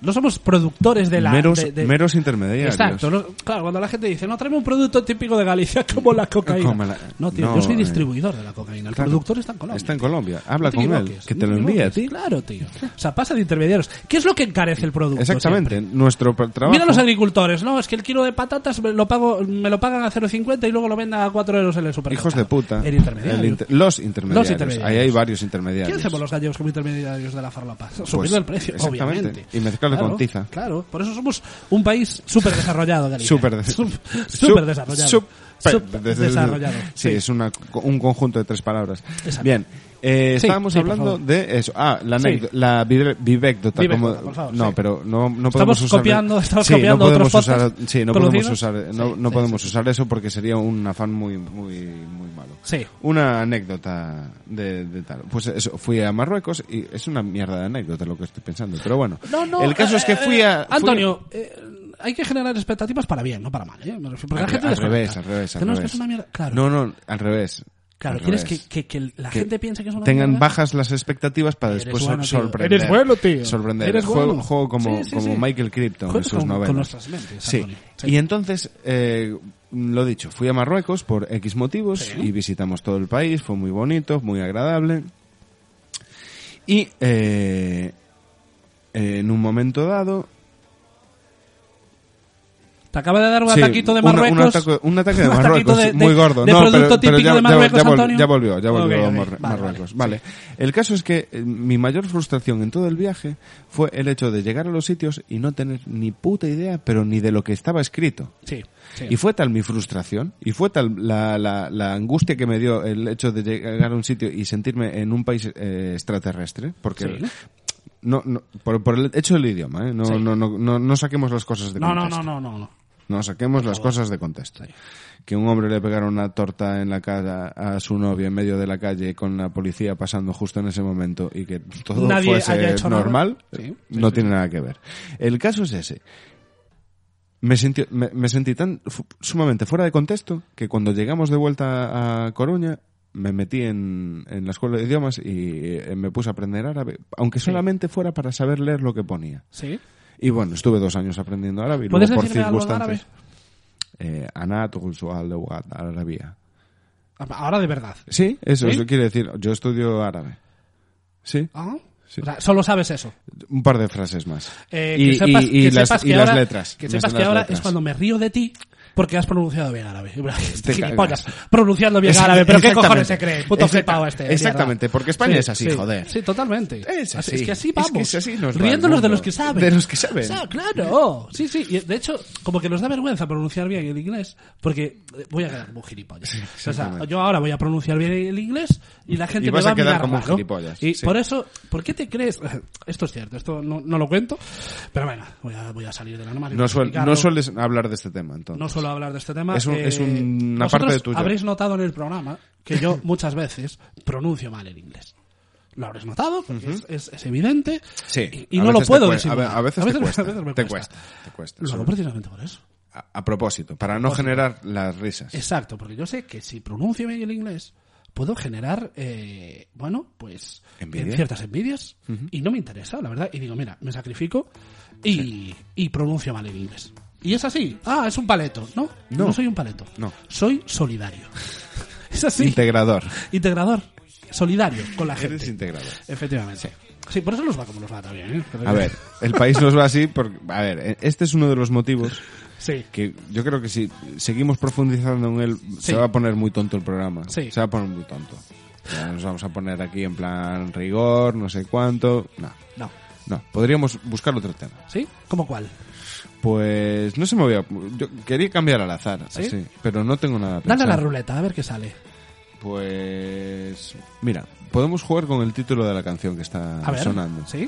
Speaker 3: No somos productores de la...
Speaker 4: meros,
Speaker 3: de- de-
Speaker 4: meros intermediarios.
Speaker 3: Exacto. no- claro, cuando la gente dice, no, tráeme un producto típico de Galicia [LAUGHS] como la cocaína.
Speaker 4: Como la-
Speaker 3: no, tío,
Speaker 4: no,
Speaker 3: yo soy
Speaker 4: eh,
Speaker 3: distribuidor de la cocaína. El
Speaker 4: claro.
Speaker 3: productor está en Colombia.
Speaker 4: Está en Colombia. Habla
Speaker 3: te
Speaker 4: con él,
Speaker 3: equivoques,
Speaker 4: que
Speaker 3: no
Speaker 4: te lo envía a
Speaker 3: equivoques.
Speaker 4: ti.
Speaker 3: Claro, tío. O sea, pasa de intermediarios. ¿Qué es lo que encarece el producto?
Speaker 4: Exactamente.
Speaker 3: siempre?
Speaker 4: Nuestro pr- trabajo.
Speaker 3: Mira los agricultores, no, es que el kilo de patatas me lo, pago, me lo pagan a 0,50 y luego lo venden a 4 euros en el supermercado.
Speaker 4: Hijos de puta.
Speaker 3: El intermediario.
Speaker 4: El inter- los, intermediarios.
Speaker 3: Los intermediarios.
Speaker 4: Ahí hay varios
Speaker 3: ¿Qué
Speaker 4: intermediarios.
Speaker 3: hacemos los gallegos como intermediarios de la farlopa? Subiendo
Speaker 4: Pues,
Speaker 3: el precio,
Speaker 4: exactamente.
Speaker 3: obviamente.
Speaker 4: Y mezclarlo
Speaker 3: Claro,
Speaker 4: con tiza.
Speaker 3: Claro, por eso somos un país súper desarrollado, Galicia.
Speaker 4: Súper
Speaker 3: [LAUGHS]
Speaker 4: de-
Speaker 3: Sup-
Speaker 4: [LAUGHS] sup-
Speaker 3: súper desarrollado.
Speaker 4: súper
Speaker 3: Súper
Speaker 4: des-
Speaker 3: desarrollado.
Speaker 4: Sí, es una- un conjunto de tres palabras.
Speaker 3: Exacto.
Speaker 4: Bien. eh,
Speaker 3: Sí,
Speaker 4: estábamos
Speaker 3: sí, por
Speaker 4: hablando
Speaker 3: favor.
Speaker 4: de eso. Ah, la,
Speaker 3: Sí.
Speaker 4: anécdota- la vive- vivecdota.
Speaker 3: Vivecdota,
Speaker 4: como-
Speaker 3: por favor,
Speaker 4: no,
Speaker 3: sí.
Speaker 4: pero no, no podemos usar.
Speaker 3: copiando- estamos
Speaker 4: sí,
Speaker 3: copiando
Speaker 4: no podemos
Speaker 3: otros
Speaker 4: usar,
Speaker 3: podcasts
Speaker 4: Sí, no podemos,
Speaker 3: conocidos.
Speaker 4: usar, no,
Speaker 3: Sí,
Speaker 4: no
Speaker 3: sí,
Speaker 4: podemos
Speaker 3: sí.
Speaker 4: usar eso porque sería un afán muy, muy, muy malo.
Speaker 3: Sí.
Speaker 4: Una anécdota de, de tal. Pues eso, fui a Marruecos y es una mierda de anécdota lo que estoy pensando, pero bueno.
Speaker 3: No, no,
Speaker 4: el caso es que
Speaker 3: eh,
Speaker 4: fui a.
Speaker 3: eh,
Speaker 4: fui-
Speaker 3: Antonio, eh, hay que generar expectativas para bien, no para mal. ¿eh? Me refiero- Porque
Speaker 4: Al,
Speaker 3: la gente
Speaker 4: al
Speaker 3: desconecta.
Speaker 4: revés, al revés, al
Speaker 3: Que no, es que
Speaker 4: revés.
Speaker 3: es una mierda. Claro,
Speaker 4: No, no, al revés.
Speaker 3: claro
Speaker 4: al
Speaker 3: quieres que,
Speaker 4: revés.
Speaker 3: que, que la
Speaker 4: Que
Speaker 3: gente piense que es una
Speaker 4: Tengan
Speaker 3: mierda.
Speaker 4: bajas las expectativas para después
Speaker 3: bueno, tío.
Speaker 4: sorprender.
Speaker 3: Eres bueno, tío.
Speaker 4: Sorprender.
Speaker 3: Eres
Speaker 4: juego,
Speaker 3: bueno.
Speaker 4: juego como,
Speaker 3: Sí, sí,
Speaker 4: como
Speaker 3: sí.
Speaker 4: Michael Crichton en
Speaker 3: Juega
Speaker 4: sus
Speaker 3: con-
Speaker 4: novelas.
Speaker 3: con nuestras mentes,
Speaker 4: sí.
Speaker 3: Antonio. Sí.
Speaker 4: Y entonces, eh, lo dicho, fui a Marruecos por X motivos y visitamos todo el país. Fue muy bonito, muy agradable. Y eh, en un momento dado,
Speaker 3: Te acaba de dar un
Speaker 4: Sí,
Speaker 3: ataquito de
Speaker 4: una- un
Speaker 3: Marruecos.
Speaker 4: ataque- un ataque de
Speaker 3: Un ataquito
Speaker 4: Marruecos,
Speaker 3: de-
Speaker 4: muy
Speaker 3: de-
Speaker 4: gordo.
Speaker 3: de
Speaker 4: no,
Speaker 3: producto
Speaker 4: pero, pero
Speaker 3: típico
Speaker 4: ya,
Speaker 3: de
Speaker 4: ya-
Speaker 3: Marruecos,
Speaker 4: ya vol-
Speaker 3: Antonio.
Speaker 4: ya volvió, ya volvió
Speaker 3: Ok, ok,
Speaker 4: Mar-
Speaker 3: vale,
Speaker 4: Marruecos. Vale.
Speaker 3: vale.
Speaker 4: El caso es que eh, mi mayor frustración en todo el viaje fue el hecho de llegar a los sitios y no tener ni puta idea, pero ni de lo que estaba escrito.
Speaker 3: Sí, sí.
Speaker 4: Y fue tal mi frustración, y fue tal la, la, la angustia que me dio el hecho de llegar a un sitio y sentirme en un país eh, extraterrestre, porque
Speaker 3: Sí.
Speaker 4: no, no- por, por el hecho del idioma, ¿eh? no,
Speaker 3: Sí.
Speaker 4: no, no, no, no saquemos las cosas de
Speaker 3: no, no,
Speaker 4: contexto.
Speaker 3: no, no, no, no.
Speaker 4: No saquemos las cosas de contexto. Que un hombre le pegara una torta en la cara a su novia en medio de la calle con la policía pasando justo en ese momento y que todo
Speaker 3: Nadie haya
Speaker 4: fuese
Speaker 3: hecho nada.
Speaker 4: normal,
Speaker 3: Sí, sí,
Speaker 4: Eh, no
Speaker 3: sí,
Speaker 4: tiene nada que ver. El caso es ese. Me sentí, me, me sentí tan fu- sumamente fuera de contexto que cuando llegamos de vuelta a Coruña me metí en, en la escuela de idiomas y eh, me puse a aprender árabe, aunque solamente fuera para saber leer lo que ponía.
Speaker 3: Sí.
Speaker 4: Y bueno, estuve dos años aprendiendo árabe y
Speaker 3: ¿Puedes
Speaker 4: luego por
Speaker 3: decirme algo en
Speaker 4: circunstancias. Eh, Anat Ghulsual de Ouad, Arabia.
Speaker 3: Ahora de verdad.
Speaker 4: Sí, eso,
Speaker 3: ¿Sí?
Speaker 4: eso quiere decir, yo estudio árabe. Sí,
Speaker 3: ¿Ah?
Speaker 4: Sí.
Speaker 3: O sea, solo sabes eso.
Speaker 4: un par de frases más.
Speaker 3: Eh,
Speaker 4: y
Speaker 3: que sepas,
Speaker 4: y- y
Speaker 3: que
Speaker 4: las,
Speaker 3: sepas
Speaker 4: y
Speaker 3: que
Speaker 4: las
Speaker 3: ahora-
Speaker 4: letras.
Speaker 3: Que
Speaker 4: me
Speaker 3: sepas
Speaker 4: sé
Speaker 3: que
Speaker 4: las
Speaker 3: ahora
Speaker 4: letras.
Speaker 3: es cuando me río de ti porque has pronunciado bien árabe. [LAUGHS] Este
Speaker 4: Te
Speaker 3: gilipollas.
Speaker 4: cagas.
Speaker 3: Pronunciando bien árabe, pero ¿qué
Speaker 4: Exactamente.
Speaker 3: cojones se cree? Puto
Speaker 4: Exacta-
Speaker 3: flipado este. de
Speaker 4: exactamente,
Speaker 3: mierda.
Speaker 4: porque España
Speaker 3: Sí,
Speaker 4: es así,
Speaker 3: sí.
Speaker 4: joder.
Speaker 3: Sí, totalmente.
Speaker 4: Es
Speaker 3: Así-
Speaker 4: así.
Speaker 3: que así
Speaker 4: Es
Speaker 3: vamos.
Speaker 4: que es así nos va el
Speaker 3: Riéndonos de
Speaker 4: mundo.
Speaker 3: los que saben.
Speaker 4: De los que saben.
Speaker 3: O sea, claro. Sí, sí. Y de hecho, como que nos da vergüenza pronunciar bien el inglés porque eh, voy a quedar como un gilipollas. o sea,
Speaker 4: exactamente.
Speaker 3: yo ahora voy a pronunciar bien el inglés y la gente
Speaker 4: Y vas
Speaker 3: me va
Speaker 4: a quedar
Speaker 3: mirar
Speaker 4: como un
Speaker 3: raro.
Speaker 4: gilipollas,
Speaker 3: Y
Speaker 4: sí.
Speaker 3: por eso, ¿por qué te crees? [LAUGHS] Esto es cierto, esto no, no lo cuento, pero venga, voy a, voy a salir del armario.
Speaker 4: No,
Speaker 3: voy a
Speaker 4: suel-
Speaker 3: explicarlo.
Speaker 4: no sueles hablar de este tema, entonces.
Speaker 3: No suelo hablar de este tema. eh,
Speaker 4: Es un- es un- una
Speaker 3: vosotros
Speaker 4: parte de tuyo.
Speaker 3: Habréis notado en el programa que
Speaker 4: [LAUGHS]
Speaker 3: yo muchas veces pronuncio mal el inglés. Lo habréis notado, porque es- es, es evidente.
Speaker 4: Sí,
Speaker 3: Y, y
Speaker 4: a
Speaker 3: no lo
Speaker 4: veces te
Speaker 3: puedo
Speaker 4: cuesta-
Speaker 3: decir.
Speaker 4: a ve- A veces, te cuesta.
Speaker 3: a veces me
Speaker 4: te cuesta. te cuesta.
Speaker 3: Lo hago precisamente por eso.
Speaker 4: A, a propósito, para no generar las risas.
Speaker 3: Exacto, porque yo sé que si pronuncio bien el inglés, puedo generar, eh, bueno, pues
Speaker 4: Envidia.
Speaker 3: eh, ciertas envidias y no me interesa, la verdad. Y digo, mira, me sacrifico y, y pronuncio mal el inglés. Y es así. Ah, es un paleto. No,
Speaker 4: No.
Speaker 3: no, soy un paleto.
Speaker 4: No.
Speaker 3: Soy solidario. [LAUGHS] es así.
Speaker 4: Integrador.
Speaker 3: Integrador. Solidario con la gente.
Speaker 4: Eres integrador.
Speaker 3: Efectivamente. Sí. por eso nos va como nos va también. ¿eh? Pero-
Speaker 4: A ver, el país nos va así porque, a ver, este es uno de los motivos
Speaker 3: Sí.
Speaker 4: que yo creo que si seguimos profundizando en él
Speaker 3: Sí.
Speaker 4: se va a poner muy tonto el programa.
Speaker 3: Sí.
Speaker 4: Se va a poner muy tonto. Ya nos vamos a poner aquí en plan rigor, no sé cuánto. No,
Speaker 3: No.
Speaker 4: no. Podríamos buscar otro tema.
Speaker 3: ¿Sí? ¿Cómo cuál?
Speaker 4: Pues no se me había... Yo quería cambiar al azar,
Speaker 3: ¿Sí?
Speaker 4: así, pero no tengo nada
Speaker 3: Dale a
Speaker 4: pensado.
Speaker 3: la ruleta, a ver qué sale.
Speaker 4: Pues... Mira, podemos jugar con el título de la canción que está
Speaker 3: A ver,
Speaker 4: sonando.
Speaker 3: ¿Sí?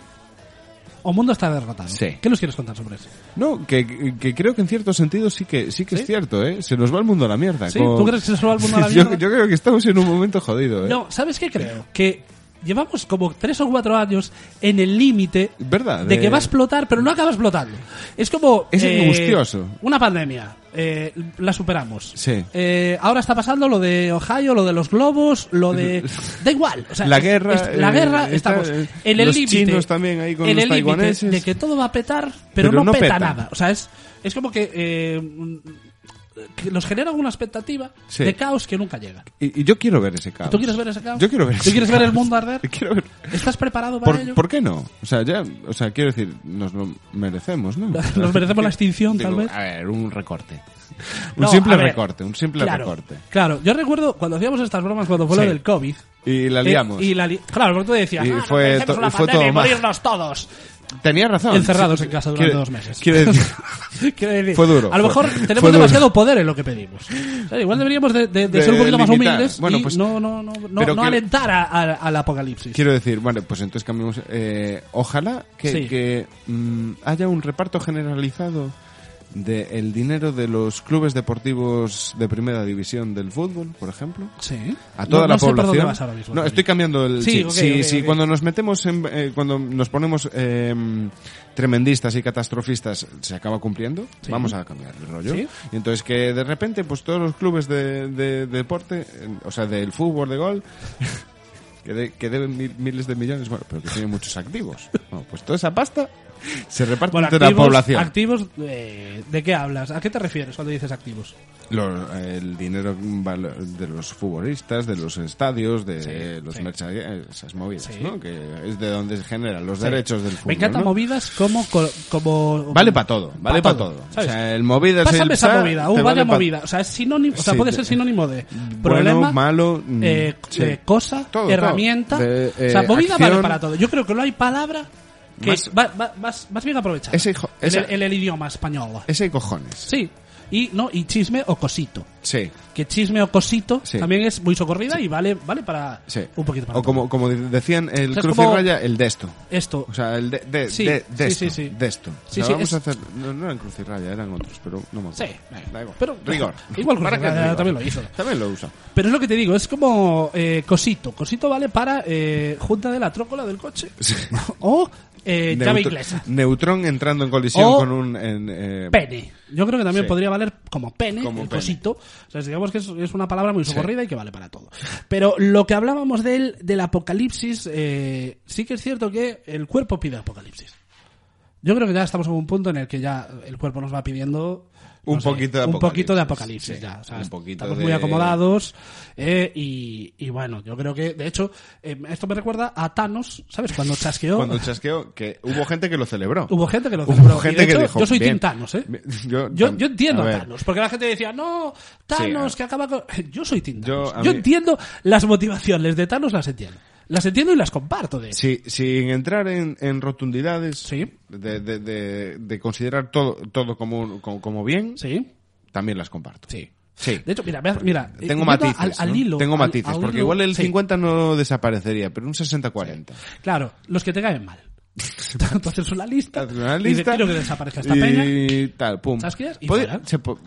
Speaker 3: O Mundo está derrotado.
Speaker 4: Sí.
Speaker 3: ¿Qué nos quieres contar sobre eso?
Speaker 4: No, que, que creo que en cierto sentido sí que sí que es
Speaker 3: ¿Sí?
Speaker 4: cierto, ¿eh? Se nos va el mundo a la mierda.
Speaker 3: ¿Sí?
Speaker 4: con-
Speaker 3: ¿Tú crees que se nos va el mundo a la
Speaker 4: [LAUGHS] Yo-
Speaker 3: mierda?
Speaker 4: Yo, creo que estamos en un momento jodido, ¿eh?
Speaker 3: No, ¿sabes qué creo? Que llevamos como tres o cuatro años en el límite
Speaker 4: ¿Verdad?
Speaker 3: de
Speaker 4: De-
Speaker 3: que va a explotar, pero no acaba explotando. Es como... eh,
Speaker 4: Es angustioso.
Speaker 3: Una pandemia. eh, la superamos.
Speaker 4: Sí.
Speaker 3: Eh, ahora está pasando lo de Ohio, lo de los globos, lo
Speaker 4: [LAUGHS]
Speaker 3: de... Da igual. o sea,
Speaker 4: La guerra,
Speaker 3: es- la
Speaker 4: eh,
Speaker 3: guerra,
Speaker 4: está-
Speaker 3: estamos
Speaker 4: eh,
Speaker 3: en el
Speaker 4: los
Speaker 3: límite.
Speaker 4: chinos también ahí con
Speaker 3: en
Speaker 4: los
Speaker 3: el límite
Speaker 4: taiwaneses.
Speaker 3: de que todo va a petar, pero,
Speaker 4: Pero
Speaker 3: no,
Speaker 4: no
Speaker 3: peta,
Speaker 4: peta.
Speaker 3: nada. O sea, es, es como que... eh, que nos genera una expectativa
Speaker 4: Sí.
Speaker 3: de caos que nunca llega.
Speaker 4: Y, y yo quiero ver ese caos.
Speaker 3: ¿Tú quieres ver ese caos?
Speaker 4: Yo quiero ver
Speaker 3: ¿Tú
Speaker 4: ese
Speaker 3: quieres ver el
Speaker 4: caos.
Speaker 3: mundo arder?
Speaker 4: [LAUGHS] Quiero ver-
Speaker 3: ¿Estás preparado para
Speaker 4: ¿Por,
Speaker 3: ello?
Speaker 4: por qué no? O sea, ya, o sea, quiero decir, nos lo merecemos, ¿no?
Speaker 3: [LAUGHS] Nos merecemos la extinción, tal
Speaker 4: Digo,
Speaker 3: vez.
Speaker 4: A ver,
Speaker 3: [LAUGHS]
Speaker 4: un recorte. Un
Speaker 3: No,
Speaker 4: simple
Speaker 3: a ver,
Speaker 4: recorte, un simple
Speaker 3: claro,
Speaker 4: recorte.
Speaker 3: Claro, yo recuerdo cuando hacíamos estas bromas cuando fue
Speaker 4: Sí.
Speaker 3: lo del COVID.
Speaker 4: Y la
Speaker 3: eh,
Speaker 4: liamos.
Speaker 3: y la li- claro, porque tú decías,
Speaker 4: Y
Speaker 3: "Ah, no,
Speaker 4: fue
Speaker 3: merecemos
Speaker 4: to-
Speaker 3: una
Speaker 4: y fue
Speaker 3: pandemia
Speaker 4: todo
Speaker 3: y
Speaker 4: mal.
Speaker 3: morirnos todos. [LAUGHS]
Speaker 4: Tenía razón.
Speaker 3: Encerrados
Speaker 4: Sí,
Speaker 3: en casa durante
Speaker 4: quiere-
Speaker 3: dos
Speaker 4: [LAUGHS]
Speaker 3: meses. [LAUGHS]
Speaker 4: quiere decir-
Speaker 3: Quiero decir,
Speaker 4: Fue duro,
Speaker 3: A lo
Speaker 4: fue-
Speaker 3: mejor
Speaker 4: fue
Speaker 3: tenemos
Speaker 4: duro.
Speaker 3: demasiado poder en lo que pedimos. O sea, igual deberíamos de, de- de
Speaker 4: De
Speaker 3: ser un poquito más
Speaker 4: limitar.
Speaker 3: humildes
Speaker 4: Bueno,
Speaker 3: y
Speaker 4: pues-
Speaker 3: no, no, no, no,
Speaker 4: pero
Speaker 3: no
Speaker 4: que-
Speaker 3: alentar a- a- al apocalipsis.
Speaker 4: Quiero decir, bueno, pues entonces cambiamos. eh, ojalá que,
Speaker 3: Sí.
Speaker 4: que, mm, haya un reparto generalizado del dinero de los clubes deportivos de primera división del fútbol, por ejemplo.
Speaker 3: Sí.
Speaker 4: A toda
Speaker 3: No-
Speaker 4: la
Speaker 3: no sé por dónde
Speaker 4: población.
Speaker 3: vas ahora mismo,
Speaker 4: no,
Speaker 3: Tony.
Speaker 4: estoy cambiando el.
Speaker 3: Sí,
Speaker 4: Sí,
Speaker 3: ok,
Speaker 4: sí,
Speaker 3: ok,
Speaker 4: sí,
Speaker 3: ok.
Speaker 4: cuando nos metemos en, eh, cuando nos ponemos eh, tremendistas y catastrofistas, se acaba cumpliendo.
Speaker 3: Sí.
Speaker 4: Vamos a cambiar el rollo.
Speaker 3: Sí.
Speaker 4: Y entonces que de repente, pues todos los clubes de, de- de deporte, eh, o sea, del fútbol, de gol. [LAUGHS] Que, de- que deben mil- miles de millones, bueno, pero que tienen muchos
Speaker 3: [LAUGHS]
Speaker 4: activos. Bueno, pues toda esa pasta se reparte
Speaker 3: Bueno,
Speaker 4: entre la población.
Speaker 3: activos, eh, ¿de qué hablas? ¿A qué te refieres cuando dices activos?
Speaker 4: Lo- el dinero valo- de los futbolistas, de los estadios, de
Speaker 3: Sí,
Speaker 4: los
Speaker 3: sí.
Speaker 4: merchandising, esas movidas,
Speaker 3: Sí.
Speaker 4: ¿no? Que es de donde se generan los
Speaker 3: Sí.
Speaker 4: derechos del fútbol.
Speaker 3: Me encantan
Speaker 4: ¿no?
Speaker 3: movidas como... co- como
Speaker 4: Vale para todo, vale para todo. O
Speaker 3: ¿sabes?
Speaker 4: sea, el movida es el
Speaker 3: Pásame esa
Speaker 4: psa,
Speaker 3: movida,
Speaker 4: te
Speaker 3: uh,
Speaker 4: vale
Speaker 3: vaya
Speaker 4: pa-
Speaker 3: movida. O sea, es sinónimo, o sea,
Speaker 4: Sí,
Speaker 3: puede
Speaker 4: de-
Speaker 3: ser sinónimo de
Speaker 4: Bueno,
Speaker 3: problema,
Speaker 4: malo, mm,
Speaker 3: eh,
Speaker 4: sí.
Speaker 3: eh, cosa,
Speaker 4: Todo,
Speaker 3: herramienta.
Speaker 4: todo. De,
Speaker 3: o sea,
Speaker 4: eh,
Speaker 3: movida
Speaker 4: acción.
Speaker 3: vale para todo. Yo creo que no hay palabra que
Speaker 4: Más-
Speaker 3: va, va- más, más bien aprovechada.
Speaker 4: Ese hijo-
Speaker 3: en,
Speaker 4: esa-
Speaker 3: el, en el idioma español.
Speaker 4: Ese y cojones.
Speaker 3: Sí. Y, no, y chisme o cosito.
Speaker 4: Sí.
Speaker 3: Que chisme o cosito
Speaker 4: Sí.
Speaker 3: también es muy socorrida y vale, vale para
Speaker 4: Sí.
Speaker 3: un poquito para
Speaker 4: o
Speaker 3: todo.
Speaker 4: como, como de- decían el
Speaker 3: O sea, es
Speaker 4: cruz
Speaker 3: como-
Speaker 4: y raya, el de esto.
Speaker 3: esto.
Speaker 4: O sea, el de, de,
Speaker 3: Sí,
Speaker 4: de, de
Speaker 3: sí,
Speaker 4: esto.
Speaker 3: sí, sí.
Speaker 4: De esto. O
Speaker 3: Sí,
Speaker 4: sea,
Speaker 3: sí,
Speaker 4: vamos
Speaker 3: es-
Speaker 4: a hacer. No, no eran cruz y raya, eran otros, pero no me
Speaker 3: Sí, eh,
Speaker 4: acuerdo. Da igual.
Speaker 3: pero-
Speaker 4: rigor.
Speaker 3: [LAUGHS] Igual Cruz y
Speaker 4: ¿Para qué el
Speaker 3: Raya
Speaker 4: rigor?
Speaker 3: también lo hizo.
Speaker 4: También lo usa.
Speaker 3: Pero es lo que te digo, es como eh, cosito. Cosito vale para eh, junta de la trócola del coche
Speaker 4: [LAUGHS]
Speaker 3: [LAUGHS] o eh, llave
Speaker 4: Neutro-
Speaker 3: inglesa.
Speaker 4: Neutrón entrando en colisión
Speaker 3: O
Speaker 4: con un. en, eh,
Speaker 3: Pene. Yo creo que también
Speaker 4: Sí.
Speaker 3: podría valer como pene,
Speaker 4: Como
Speaker 3: el
Speaker 4: pene.
Speaker 3: cosito. O sea, digamos que es, es una palabra muy socorrida y que vale para todo. Pero lo que hablábamos del, del apocalipsis, eh, sí que es cierto que el cuerpo pide apocalipsis. Yo creo que ya estamos en un punto en el que ya el cuerpo nos va pidiendo no
Speaker 4: Un poquito de
Speaker 3: un poquito de apocalipsis
Speaker 4: apocalipsis, sí.
Speaker 3: ya. O sea,
Speaker 4: Un poquito
Speaker 3: estamos
Speaker 4: de-
Speaker 3: muy acomodados eh, y, y bueno, yo creo que de hecho eh, esto me recuerda a Thanos, ¿sabes? Cuando chasqueó.
Speaker 4: [LAUGHS] Cuando chasqueó, que hubo gente que lo celebró.
Speaker 3: Hubo gente que lo
Speaker 4: Hubo
Speaker 3: celebró. Y
Speaker 4: gente
Speaker 3: de
Speaker 4: que
Speaker 3: hecho,
Speaker 4: dijo,
Speaker 3: yo soy
Speaker 4: bien.
Speaker 3: Team Thanos, ¿eh?
Speaker 4: Bien, [LAUGHS] yo
Speaker 3: Yo,
Speaker 4: tam-
Speaker 3: yo entiendo
Speaker 4: a
Speaker 3: a,
Speaker 4: ver.
Speaker 3: Thanos, porque la gente decía, no, Thanos,
Speaker 4: Sí, a-
Speaker 3: que acaba con... [LAUGHS] Yo soy Team Thanos.
Speaker 4: Yo,
Speaker 3: Yo,
Speaker 4: a mí-
Speaker 3: entiendo las motivaciones de Thanos, las entiendo. Las entiendo y las comparto, de hecho.
Speaker 4: Sí, sin entrar en, en rotundidades,
Speaker 3: ¿eh? Sí.
Speaker 4: de, de- de- de considerar todo, todo como, un- como, como bien,
Speaker 3: Sí,
Speaker 4: también las comparto.
Speaker 3: sí.
Speaker 4: Sí.
Speaker 3: De hecho, mira, ve- mira. eh,
Speaker 4: Tengo
Speaker 3: yendo
Speaker 4: matices.
Speaker 3: al- al
Speaker 4: ¿no?
Speaker 3: hilo,
Speaker 4: Tengo
Speaker 3: al-
Speaker 4: matices,
Speaker 3: al
Speaker 4: porque
Speaker 3: hilo-
Speaker 4: igual el
Speaker 3: sí.
Speaker 4: 50 no desaparecería, pero un 60-40.
Speaker 3: Claro, los que te caen
Speaker 4: [LAUGHS]
Speaker 3: mal. Tú haces una lista.
Speaker 4: Haces una
Speaker 3: y dices,
Speaker 4: lista
Speaker 3: quiero que desaparezca esta
Speaker 4: y
Speaker 3: peña.
Speaker 4: tal, pum.
Speaker 3: ¿Sabes qué es? Y
Speaker 4: Pod-
Speaker 3: fuera.
Speaker 4: se po-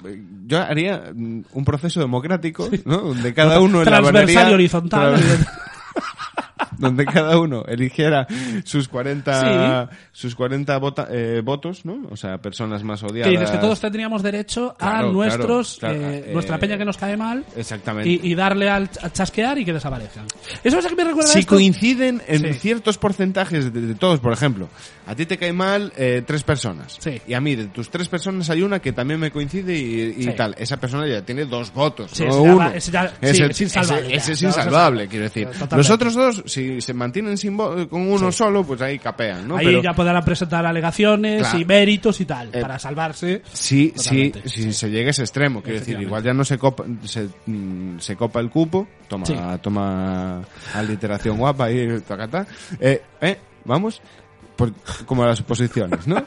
Speaker 4: yo haría mm, un proceso democrático, ¿no? Donde cada uno
Speaker 3: Transversal y
Speaker 4: elaboraría-
Speaker 3: horizontal.
Speaker 4: Tra- [LAUGHS] donde cada uno eligiera sus 40 sus 40 vota- eh, votos, ¿no? O sea, personas
Speaker 3: [LAUGHS]
Speaker 4: más
Speaker 3: Que
Speaker 4: odiadas.
Speaker 3: dices que todos tendríamos derecho a
Speaker 4: Claro, claro,
Speaker 3: nuestros
Speaker 4: claro,
Speaker 3: eh,
Speaker 4: eh,
Speaker 3: nuestra peña que nos cae mal
Speaker 4: Exactamente.
Speaker 3: y, y darle al a chasquear y que desaparezcan. Eso es lo que me recuerda a
Speaker 4: si
Speaker 3: esto.
Speaker 4: coinciden en
Speaker 3: Sí.
Speaker 4: ciertos porcentajes de, de todos, por ejemplo, a ti te cae mal eh, tres personas.
Speaker 3: Sí.
Speaker 4: Y a mí, de tus tres personas, hay una que también me coincide y, y
Speaker 3: Sí.
Speaker 4: tal. Esa persona ya tiene dos votos,
Speaker 3: Sí,
Speaker 4: no
Speaker 3: ese ya
Speaker 4: uno.
Speaker 3: va- ese ya- sí, es insalvable,
Speaker 4: ese-
Speaker 3: ya.
Speaker 4: ese es
Speaker 3: No, eso es-
Speaker 4: insalvable, quiero decir.
Speaker 3: Totalmente.
Speaker 4: Los otros dos, si se mantienen sin vo- con uno
Speaker 3: Sí.
Speaker 4: solo, pues ahí capean, ¿no?
Speaker 3: Ahí
Speaker 4: Pero
Speaker 3: ya podrán presentar alegaciones
Speaker 4: Claro.
Speaker 3: y méritos y tal,
Speaker 4: Eh,
Speaker 3: para salvarse.
Speaker 4: Sí, sí,
Speaker 3: Totalmente,
Speaker 4: si se llega a ese extremo, quiero decir,
Speaker 3: Efectivamente.
Speaker 4: igual ya no se copa, se, mm, se copa el cupo, toma,
Speaker 3: Sí.
Speaker 4: toma aliteración guapa ahí, tacata, eh, eh, vamos, por- como las
Speaker 3: [LAUGHS]
Speaker 4: oposiciones, ¿no?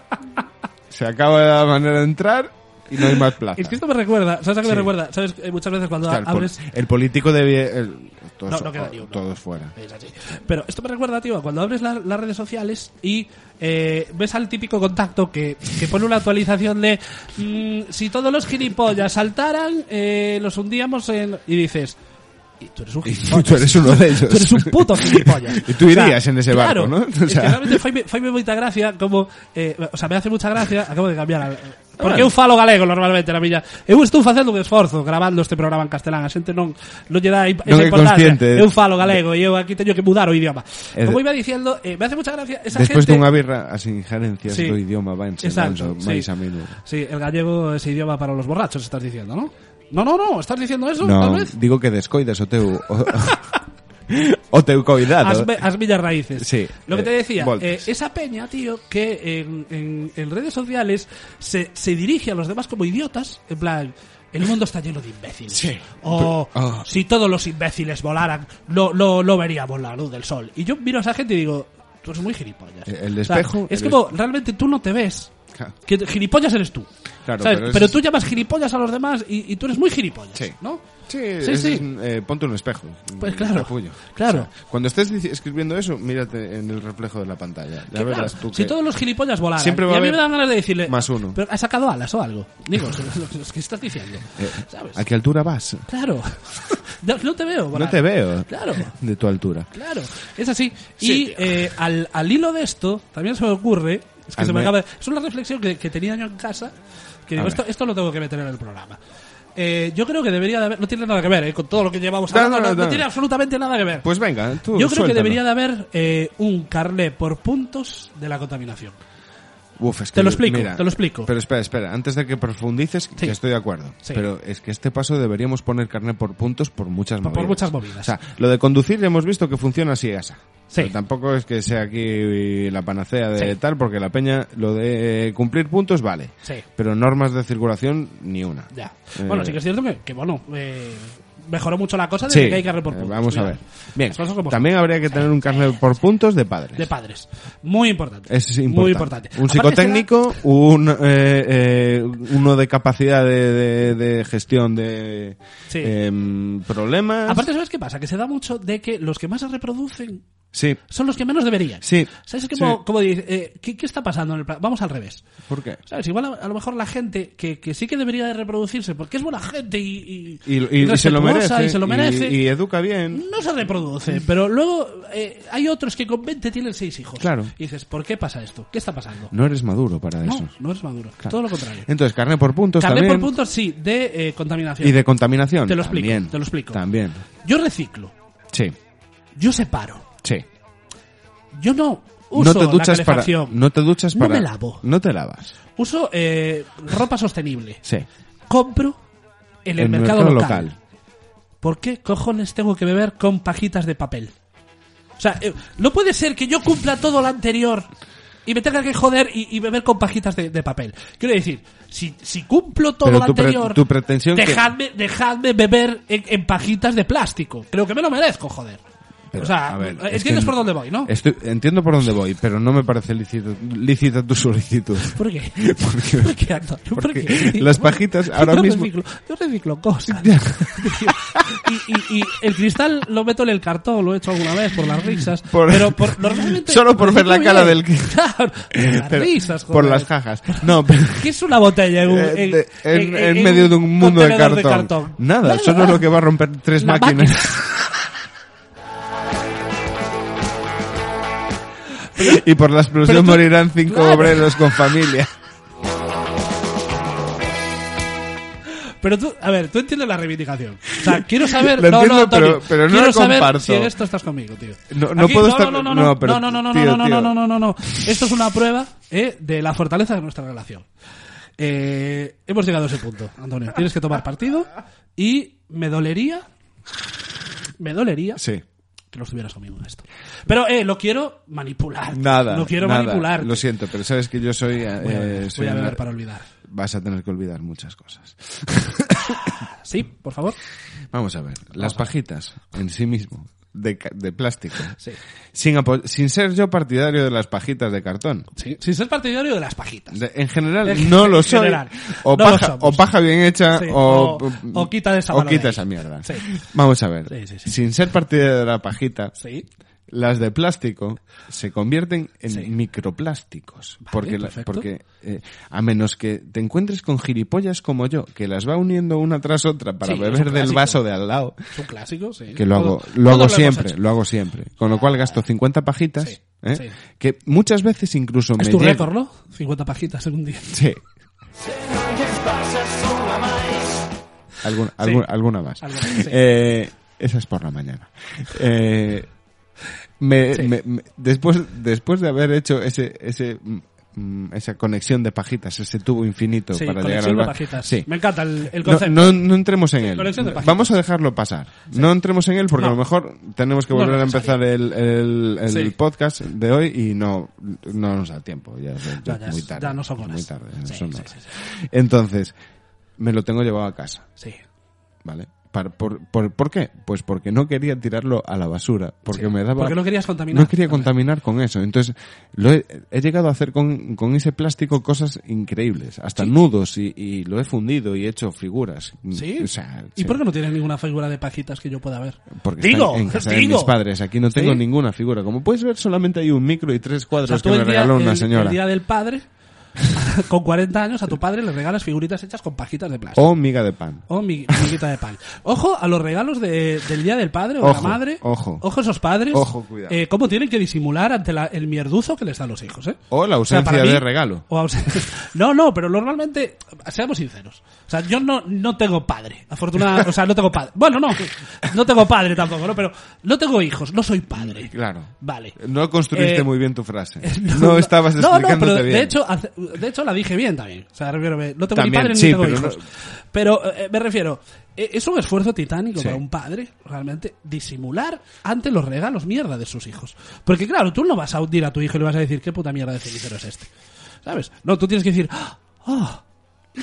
Speaker 4: se acaba la manera de entrar y no hay más plaza.
Speaker 3: Es que esto me recuerda, ¿sabes a qué me
Speaker 4: Sí.
Speaker 3: recuerda? ¿Sabes? Eh, muchas veces cuando
Speaker 4: O sea, el, pol-
Speaker 3: abres...
Speaker 4: el político debe, el- todos,
Speaker 3: No, no queda ni uno. Eh,
Speaker 4: todos fuera. [LAUGHS]
Speaker 3: Es así. Pero esto me recuerda, tío, a cuando abres la- las redes sociales y eh, ves al típico contacto que, que pone una actualización de mm, si todos los gilipollas saltaran, eh, los hundíamos en... Y dices, Y tú eres un
Speaker 4: [LAUGHS] Y tú
Speaker 3: gilipollas.
Speaker 4: eres uno de
Speaker 3: [LAUGHS]
Speaker 4: ellos.
Speaker 3: Tú eres un puto gilipollas.
Speaker 4: [LAUGHS] Y tú irías en ese barco,
Speaker 3: claro,
Speaker 4: ¿no? O
Speaker 3: es que
Speaker 4: sea.
Speaker 3: realmente Jaime, Jaime mucha gracia como... eh, o sea, me hace mucha gracia... Acabo de cambiar... al-
Speaker 4: Ah,
Speaker 3: Porque eu falo galego normalmente na miña Eu estou facendo un esforzo grabando este programa en castelán A xente non, non lle dá imp-
Speaker 4: Non
Speaker 3: esa
Speaker 4: é
Speaker 3: importancia
Speaker 4: consciente.
Speaker 3: Eu falo galego e eu aquí teño que mudar o idioma
Speaker 4: É de-
Speaker 3: Como iba diciendo, eh, me hace mucha gracia esa
Speaker 4: Despois
Speaker 3: gente
Speaker 4: dunha birra, as injerencias
Speaker 3: Sí.
Speaker 4: do idioma van
Speaker 3: Exacto,
Speaker 4: sentando máis
Speaker 3: sí.
Speaker 4: a menudo.
Speaker 3: Sí, el gallego es idioma para los borrachos, estás diciendo, ¿no? No, no, no, estás diciendo eso, tal
Speaker 4: No,
Speaker 3: vez.
Speaker 4: digo que descoidas o teu... O, [LAUGHS] o teu
Speaker 3: As,
Speaker 4: coidado.
Speaker 3: ve- as millas raíces.
Speaker 4: Sí,
Speaker 3: Lo que te
Speaker 4: eh,
Speaker 3: decía,
Speaker 4: voltes.
Speaker 3: eh, esa peña, tío, que en, en- en redes sociales se, se dirige a los demás como idiotas, en plan, el mundo está lleno de imbéciles.
Speaker 4: Sí.
Speaker 3: O
Speaker 4: Ah.
Speaker 3: si todos los imbéciles volaran, no, no, no veríamos la luz del sol. Y yo miro a esa gente y digo, tú eres muy gilipollas.
Speaker 4: Eh, El
Speaker 3: O sea,
Speaker 4: espejo,
Speaker 3: es
Speaker 4: el
Speaker 3: como, realmente tú no te ves.
Speaker 4: Claro.
Speaker 3: Que gilipollas eres tú.
Speaker 4: Claro,
Speaker 3: ¿sabes?
Speaker 4: pero
Speaker 3: pero,
Speaker 4: es-
Speaker 3: tú llamas gilipollas a los demás y, y tú eres muy gilipollas,
Speaker 4: Sí.
Speaker 3: ¿no?
Speaker 4: Sí,
Speaker 3: Sí,
Speaker 4: es-
Speaker 3: sí.
Speaker 4: es un, eh, ponte un espejo.
Speaker 3: Pues
Speaker 4: un
Speaker 3: claro,
Speaker 4: capullo.
Speaker 3: claro.
Speaker 4: cuando estés dici- escribiendo eso, mírate en el reflejo de la pantalla. Ya
Speaker 3: Que
Speaker 4: verás
Speaker 3: claro,
Speaker 4: tú que...
Speaker 3: si todos los gilipollas volaran.
Speaker 4: Siempre va
Speaker 3: y a
Speaker 4: a
Speaker 3: mí
Speaker 4: haber
Speaker 3: me dan ganas de decirle.
Speaker 4: más uno.
Speaker 3: Pero ha sacado alas o algo. Digo, [LAUGHS] los que estás diciendo.
Speaker 4: Eh,
Speaker 3: ¿Sabes?
Speaker 4: ¿A qué altura vas?
Speaker 3: Claro. [LAUGHS] No, no te veo. volar.
Speaker 4: No te veo.
Speaker 3: Claro.
Speaker 4: De tu altura.
Speaker 3: Claro, es así.
Speaker 4: Sí,
Speaker 3: y eh, al, al hilo de esto, también se me ocurre. Es, que se me
Speaker 4: Hazme-
Speaker 3: acaba de- es una reflexión que, que tenía yo en casa. Que digo,
Speaker 4: A
Speaker 3: esto,
Speaker 4: ver.
Speaker 3: esto lo tengo que meter en el programa. Eh, yo creo que debería de haber. No tiene nada que ver eh, con todo lo que llevamos
Speaker 4: No,
Speaker 3: hablando.
Speaker 4: no,
Speaker 3: No,
Speaker 4: no,
Speaker 3: no
Speaker 4: no.
Speaker 3: tiene absolutamente nada que ver.
Speaker 4: Pues venga, tú
Speaker 3: yo creo que
Speaker 4: suéltalo.
Speaker 3: debería de haber eh, un carnet por puntos de la contaminación.
Speaker 4: Uf, es
Speaker 3: Te
Speaker 4: que,
Speaker 3: lo explico,
Speaker 4: mira,
Speaker 3: te lo explico.
Speaker 4: Pero espera, espera, antes de que profundices, que estoy de acuerdo.
Speaker 3: Sí.
Speaker 4: Pero es que este paso deberíamos poner carnet por puntos por muchas
Speaker 3: Por-
Speaker 4: movidas.
Speaker 3: por muchas movidas.
Speaker 4: O sea, lo de conducir ya hemos visto que funciona así asa.
Speaker 3: Sí.
Speaker 4: Pero tampoco es que sea aquí la panacea de
Speaker 3: Sí.
Speaker 4: tal, porque la peña, lo de eh, cumplir puntos vale.
Speaker 3: Sí.
Speaker 4: Pero normas de circulación, ni una.
Speaker 3: Ya.
Speaker 4: Eh,
Speaker 3: Bueno, sí que es cierto que, que, bueno, eh, mejoró mucho la cosa desde
Speaker 4: sí.
Speaker 3: que hay carnet por
Speaker 4: Eh,
Speaker 3: puntos.
Speaker 4: Vamos a
Speaker 3: Mira,
Speaker 4: ver. Bien,
Speaker 3: las cosas como son.
Speaker 4: también habría que tener un carnet por puntos de padres.
Speaker 3: De padres. Muy importante.
Speaker 4: Es importante.
Speaker 3: Muy importante.
Speaker 4: Un
Speaker 3: Aparte
Speaker 4: psicotécnico, un, eh, eh, uno de capacidad de, de- de gestión de
Speaker 3: Sí.
Speaker 4: em, problemas.
Speaker 3: Aparte, ¿sabes qué pasa? Que se da mucho de que los que más se reproducen
Speaker 4: sí.
Speaker 3: son los que menos deberían.
Speaker 4: Sí.
Speaker 3: ¿Sabes
Speaker 4: Sí.
Speaker 3: qué? Como, como dice, eh, ¿qué, qué está pasando en el plan? Vamos al revés.
Speaker 4: ¿Por qué?
Speaker 3: ¿Sabes? Igual a, a lo mejor la gente que, que sí que debería de reproducirse porque es buena gente y,
Speaker 4: Y, y- y se lo
Speaker 3: respetuosa
Speaker 4: merece.
Speaker 3: y se lo merece,
Speaker 4: y- y educa bien.
Speaker 3: no se reproduce. Pero luego eh, hay otros que con 20 tienen 6 hijos.
Speaker 4: Claro.
Speaker 3: Y dices, ¿por qué pasa esto? ¿Qué está pasando?
Speaker 4: No eres maduro para eso.
Speaker 3: no, no es maduro. Todo lo contrario.
Speaker 4: Entonces, carnet por puntos
Speaker 3: Carnet por
Speaker 4: también.
Speaker 3: puntos, sí, de eh, contaminación.
Speaker 4: Y de contaminación.
Speaker 3: Te lo explico,
Speaker 4: También.
Speaker 3: te lo explico.
Speaker 4: También.
Speaker 3: Yo reciclo,
Speaker 4: Sí.
Speaker 3: yo separo,
Speaker 4: Sí.
Speaker 3: yo no uso
Speaker 4: no te duchas
Speaker 3: la
Speaker 4: para.
Speaker 3: calefacción.
Speaker 4: No te duchas
Speaker 3: No
Speaker 4: para.
Speaker 3: me lavo.
Speaker 4: No te lavas.
Speaker 3: Uso eh, ropa sostenible.
Speaker 4: Sí.
Speaker 3: Compro en el,
Speaker 4: En
Speaker 3: mercado, local. ¿Por qué cojones tengo que beber con pajitas de papel? O sea, eh, no puede ser que yo cumpla todo lo anterior y me tenga que joder y, y beber con pajitas de, de papel. Quiero decir, si, si cumplo todo
Speaker 4: Pero
Speaker 3: lo
Speaker 4: tu pre-
Speaker 3: anterior,
Speaker 4: tu pretensión que-
Speaker 3: dejadme, dejadme beber en, en pajitas de plástico. Creo que me lo merezco, joder.
Speaker 4: Pero,
Speaker 3: o sea, eh,
Speaker 4: a ver, es
Speaker 3: entiendes
Speaker 4: que
Speaker 3: por dónde voy, ¿no?
Speaker 4: estoy- entiendo por dónde voy, pero no me parece lícito- lícita tu solicitud.
Speaker 3: ¿Por qué?
Speaker 4: [LAUGHS] ¿Por
Speaker 3: [LAUGHS]
Speaker 4: qué?
Speaker 3: ¿Por qué, Antonio? ¿Por
Speaker 4: Porque
Speaker 3: qué?
Speaker 4: las pajitas ahora
Speaker 3: yo
Speaker 4: mismo-
Speaker 3: Reciclo, yo reciclo cosas. [LAUGHS] y, y- y el cristal lo meto en el cartón, lo he hecho alguna vez por las risas.
Speaker 4: Por-
Speaker 3: pero por, normalmente.
Speaker 4: [LAUGHS] Solo por ver la
Speaker 3: reciclo
Speaker 4: cara
Speaker 3: bien.
Speaker 4: del-
Speaker 3: Claro,
Speaker 4: [LAUGHS]
Speaker 3: por las
Speaker 4: Pero-
Speaker 3: risas,
Speaker 4: por
Speaker 3: joder.
Speaker 4: las jajas. No, pero-
Speaker 3: ¿Qué es una botella en, [LAUGHS] un-
Speaker 4: Eh,
Speaker 3: en-
Speaker 4: de- en,
Speaker 3: en-
Speaker 4: en
Speaker 3: en
Speaker 4: medio de un mundo de
Speaker 3: contenedor
Speaker 4: cartón. Nada, solo lo que va a romper tres
Speaker 3: La
Speaker 4: máquinas. [LAUGHS] y por la explosión
Speaker 3: Pero tú-
Speaker 4: morirán cinco
Speaker 3: Claro.
Speaker 4: obreros con familia. [LAUGHS]
Speaker 3: Pero tú, a ver, tú entiendes la reivindicación. O sea, quiero saber.
Speaker 4: [LAUGHS] Lo
Speaker 3: no,
Speaker 4: entiendo,
Speaker 3: no, Antonio,
Speaker 4: pero- pero no
Speaker 3: quiero
Speaker 4: lo
Speaker 3: saber
Speaker 4: comparto.
Speaker 3: si en esto estás conmigo, tío.
Speaker 4: No- no puedo estar-
Speaker 3: No, no, no,
Speaker 4: no,
Speaker 3: no,
Speaker 4: pero,
Speaker 3: no, no, no, no,
Speaker 4: tío,
Speaker 3: no, no,
Speaker 4: tío.
Speaker 3: no, no, no, no. Esto es una prueba eh, de la fortaleza de nuestra relación. Eh, hemos llegado a ese punto, Antonio. Tienes que tomar partido y me dolería. Me dolería
Speaker 4: Sí.
Speaker 3: que lo estuvieras conmigo en esto. Pero eh, lo quiero manipular.
Speaker 4: Nada.
Speaker 3: Lo quiero
Speaker 4: nada.
Speaker 3: manipular.
Speaker 4: Lo siento, pero sabes que yo soy. eh,
Speaker 3: Voy a beber,
Speaker 4: soy
Speaker 3: voy a
Speaker 4: una-
Speaker 3: beber para olvidar.
Speaker 4: Vas a tener que olvidar muchas cosas.
Speaker 3: Sí, por favor.
Speaker 4: Vamos a ver, las pajitas en sí mismo, de, ca- de plástico.
Speaker 3: Sí.
Speaker 4: Sin, apo- sin ser yo partidario de las pajitas de cartón.
Speaker 3: Sí. Sin ser partidario de las pajitas.
Speaker 4: De- en
Speaker 3: [LAUGHS]
Speaker 4: general
Speaker 3: En
Speaker 4: no lo
Speaker 3: general,
Speaker 4: soy.
Speaker 3: no
Speaker 4: o,
Speaker 3: lo
Speaker 4: paja,
Speaker 3: somos.
Speaker 4: o paja bien hecha
Speaker 3: Sí,
Speaker 4: o,
Speaker 3: o- o quita esa
Speaker 4: o
Speaker 3: mano de
Speaker 4: quita
Speaker 3: ahí.
Speaker 4: esa mierda.
Speaker 3: Sí.
Speaker 4: Vamos a ver.
Speaker 3: Sí, sí, sí.
Speaker 4: Sin ser partidario de la pajita,
Speaker 3: Sí.
Speaker 4: las de plástico se convierten en
Speaker 3: Sí.
Speaker 4: microplásticos.
Speaker 3: Vale,
Speaker 4: porque la-
Speaker 3: perfecto.
Speaker 4: porque eh, a menos que te encuentres con gilipollas como yo, que las va uniendo una tras otra para
Speaker 3: Sí, es un
Speaker 4: beber del
Speaker 3: clásico.
Speaker 4: vaso de al lado,
Speaker 3: Es un clásico, sí.
Speaker 4: que lo hago,
Speaker 3: Todo-
Speaker 4: lo
Speaker 3: todo
Speaker 4: hago
Speaker 3: hemos
Speaker 4: siempre,
Speaker 3: hecho.
Speaker 4: lo hago siempre. Con lo cual gasto 50 pajitas,
Speaker 3: Sí,
Speaker 4: ¿eh?
Speaker 3: sí.
Speaker 4: que muchas veces incluso me
Speaker 3: Es tu
Speaker 4: lle-
Speaker 3: récord, ¿no? 50 pajitas en un
Speaker 4: [LAUGHS]
Speaker 3: día.
Speaker 4: Sí. Algun- algun- Alguna más.
Speaker 3: Alguna, sí.
Speaker 4: Eh, esa es por la mañana. Eh, me- me- me- después, después de haber hecho ese, ese, mm, esa conexión de pajitas, ese tubo infinito
Speaker 3: Sí,
Speaker 4: para llegar
Speaker 3: colección
Speaker 4: al
Speaker 3: de
Speaker 4: bar.
Speaker 3: pajitas.
Speaker 4: Sí.
Speaker 3: Me encanta el, el
Speaker 4: No,
Speaker 3: concepto.
Speaker 4: no, no entremos en él.
Speaker 3: colección de pajitas.
Speaker 4: Vamos a dejarlo pasar. No entremos en él porque
Speaker 3: No.
Speaker 4: a lo mejor tenemos que
Speaker 3: No es
Speaker 4: volver a
Speaker 3: necesario.
Speaker 4: empezar el, el- el
Speaker 3: Sí.
Speaker 4: podcast de hoy y no, no nos da tiempo. Ya, es-
Speaker 3: Ya, ya
Speaker 4: muy
Speaker 3: es-
Speaker 4: tarde.
Speaker 3: ya no son horas.
Speaker 4: Muy tarde, no
Speaker 3: Sí,
Speaker 4: son
Speaker 3: sí,
Speaker 4: horas.
Speaker 3: sí,
Speaker 4: Entonces, me lo tengo llevado a casa.
Speaker 3: Sí.
Speaker 4: ¿Vale? Para- por, por, ¿por qué? Pues porque no quería tirarlo a la basura. Porque
Speaker 3: Sí.
Speaker 4: me daba.
Speaker 3: Porque no querías contaminar.
Speaker 4: No quería contaminar con eso. Entonces, lo he, he llegado a hacer con, con ese plástico cosas increíbles. Hasta nudos y, y lo he fundido y he hecho figuras.
Speaker 3: ¿Sí?
Speaker 4: O sea,
Speaker 3: ¿Y
Speaker 4: sí.
Speaker 3: por qué no tienes ninguna figura de pajitas que yo pueda ver?
Speaker 4: Porque
Speaker 3: Digo,
Speaker 4: están en casa de
Speaker 3: digo.
Speaker 4: mis padres. Aquí no tengo
Speaker 3: ¿Sí?
Speaker 4: ninguna figura. Como puedes ver, solamente hay un micro y tres
Speaker 3: O sea,
Speaker 4: cuadros
Speaker 3: tú
Speaker 4: que me
Speaker 3: el día,
Speaker 4: regaló
Speaker 3: el-
Speaker 4: una señora.
Speaker 3: el día del padre, [LAUGHS] con 40 años, a tu padre le regalas figuritas hechas con pajitas de plástico.
Speaker 4: O miga de pan.
Speaker 3: O Oh, mi amiguita de pan. Ojo a los regalos de- del día del padre o de la
Speaker 4: Ojo,
Speaker 3: madre.
Speaker 4: ojo.
Speaker 3: Ojo a esos padres.
Speaker 4: Ojo, cuidado.
Speaker 3: Eh, cómo tienen que disimular ante la- el mierduzo que les dan los hijos, ¿eh?
Speaker 4: O la ausencia
Speaker 3: para
Speaker 4: de regalo.
Speaker 3: o ausen- [LAUGHS] no, no, pero normalmente, seamos sinceros. O sea, yo no, no tengo padre. Afortunadamente, o sea, no tengo padre. Bueno, no. No tengo padre tampoco, ¿no? Pero no tengo hijos, no soy padre.
Speaker 4: Claro.
Speaker 3: Vale.
Speaker 4: No construiste
Speaker 3: Eh,
Speaker 4: muy bien
Speaker 3: [LAUGHS]
Speaker 4: tu frase. No, estabas explicándote
Speaker 3: No, no, pero
Speaker 4: bien.
Speaker 3: de hecho, hace- de hecho la dije bien también. O sea, refiero, me- no tengo ni
Speaker 4: También,
Speaker 3: padre
Speaker 4: sí,
Speaker 3: ni tengo
Speaker 4: pero
Speaker 3: hijos.
Speaker 4: no-
Speaker 3: Pero eh, me refiero, eh, es un esfuerzo titánico
Speaker 4: Sí.
Speaker 3: para un padre, realmente, disimular ante los regalos mierda de sus hijos. Porque claro, tú no vas a hundir a tu hijo y le vas a decir, qué puta mierda de cenicero es este. ¿Sabes? No, tú tienes que decir, ah, ah,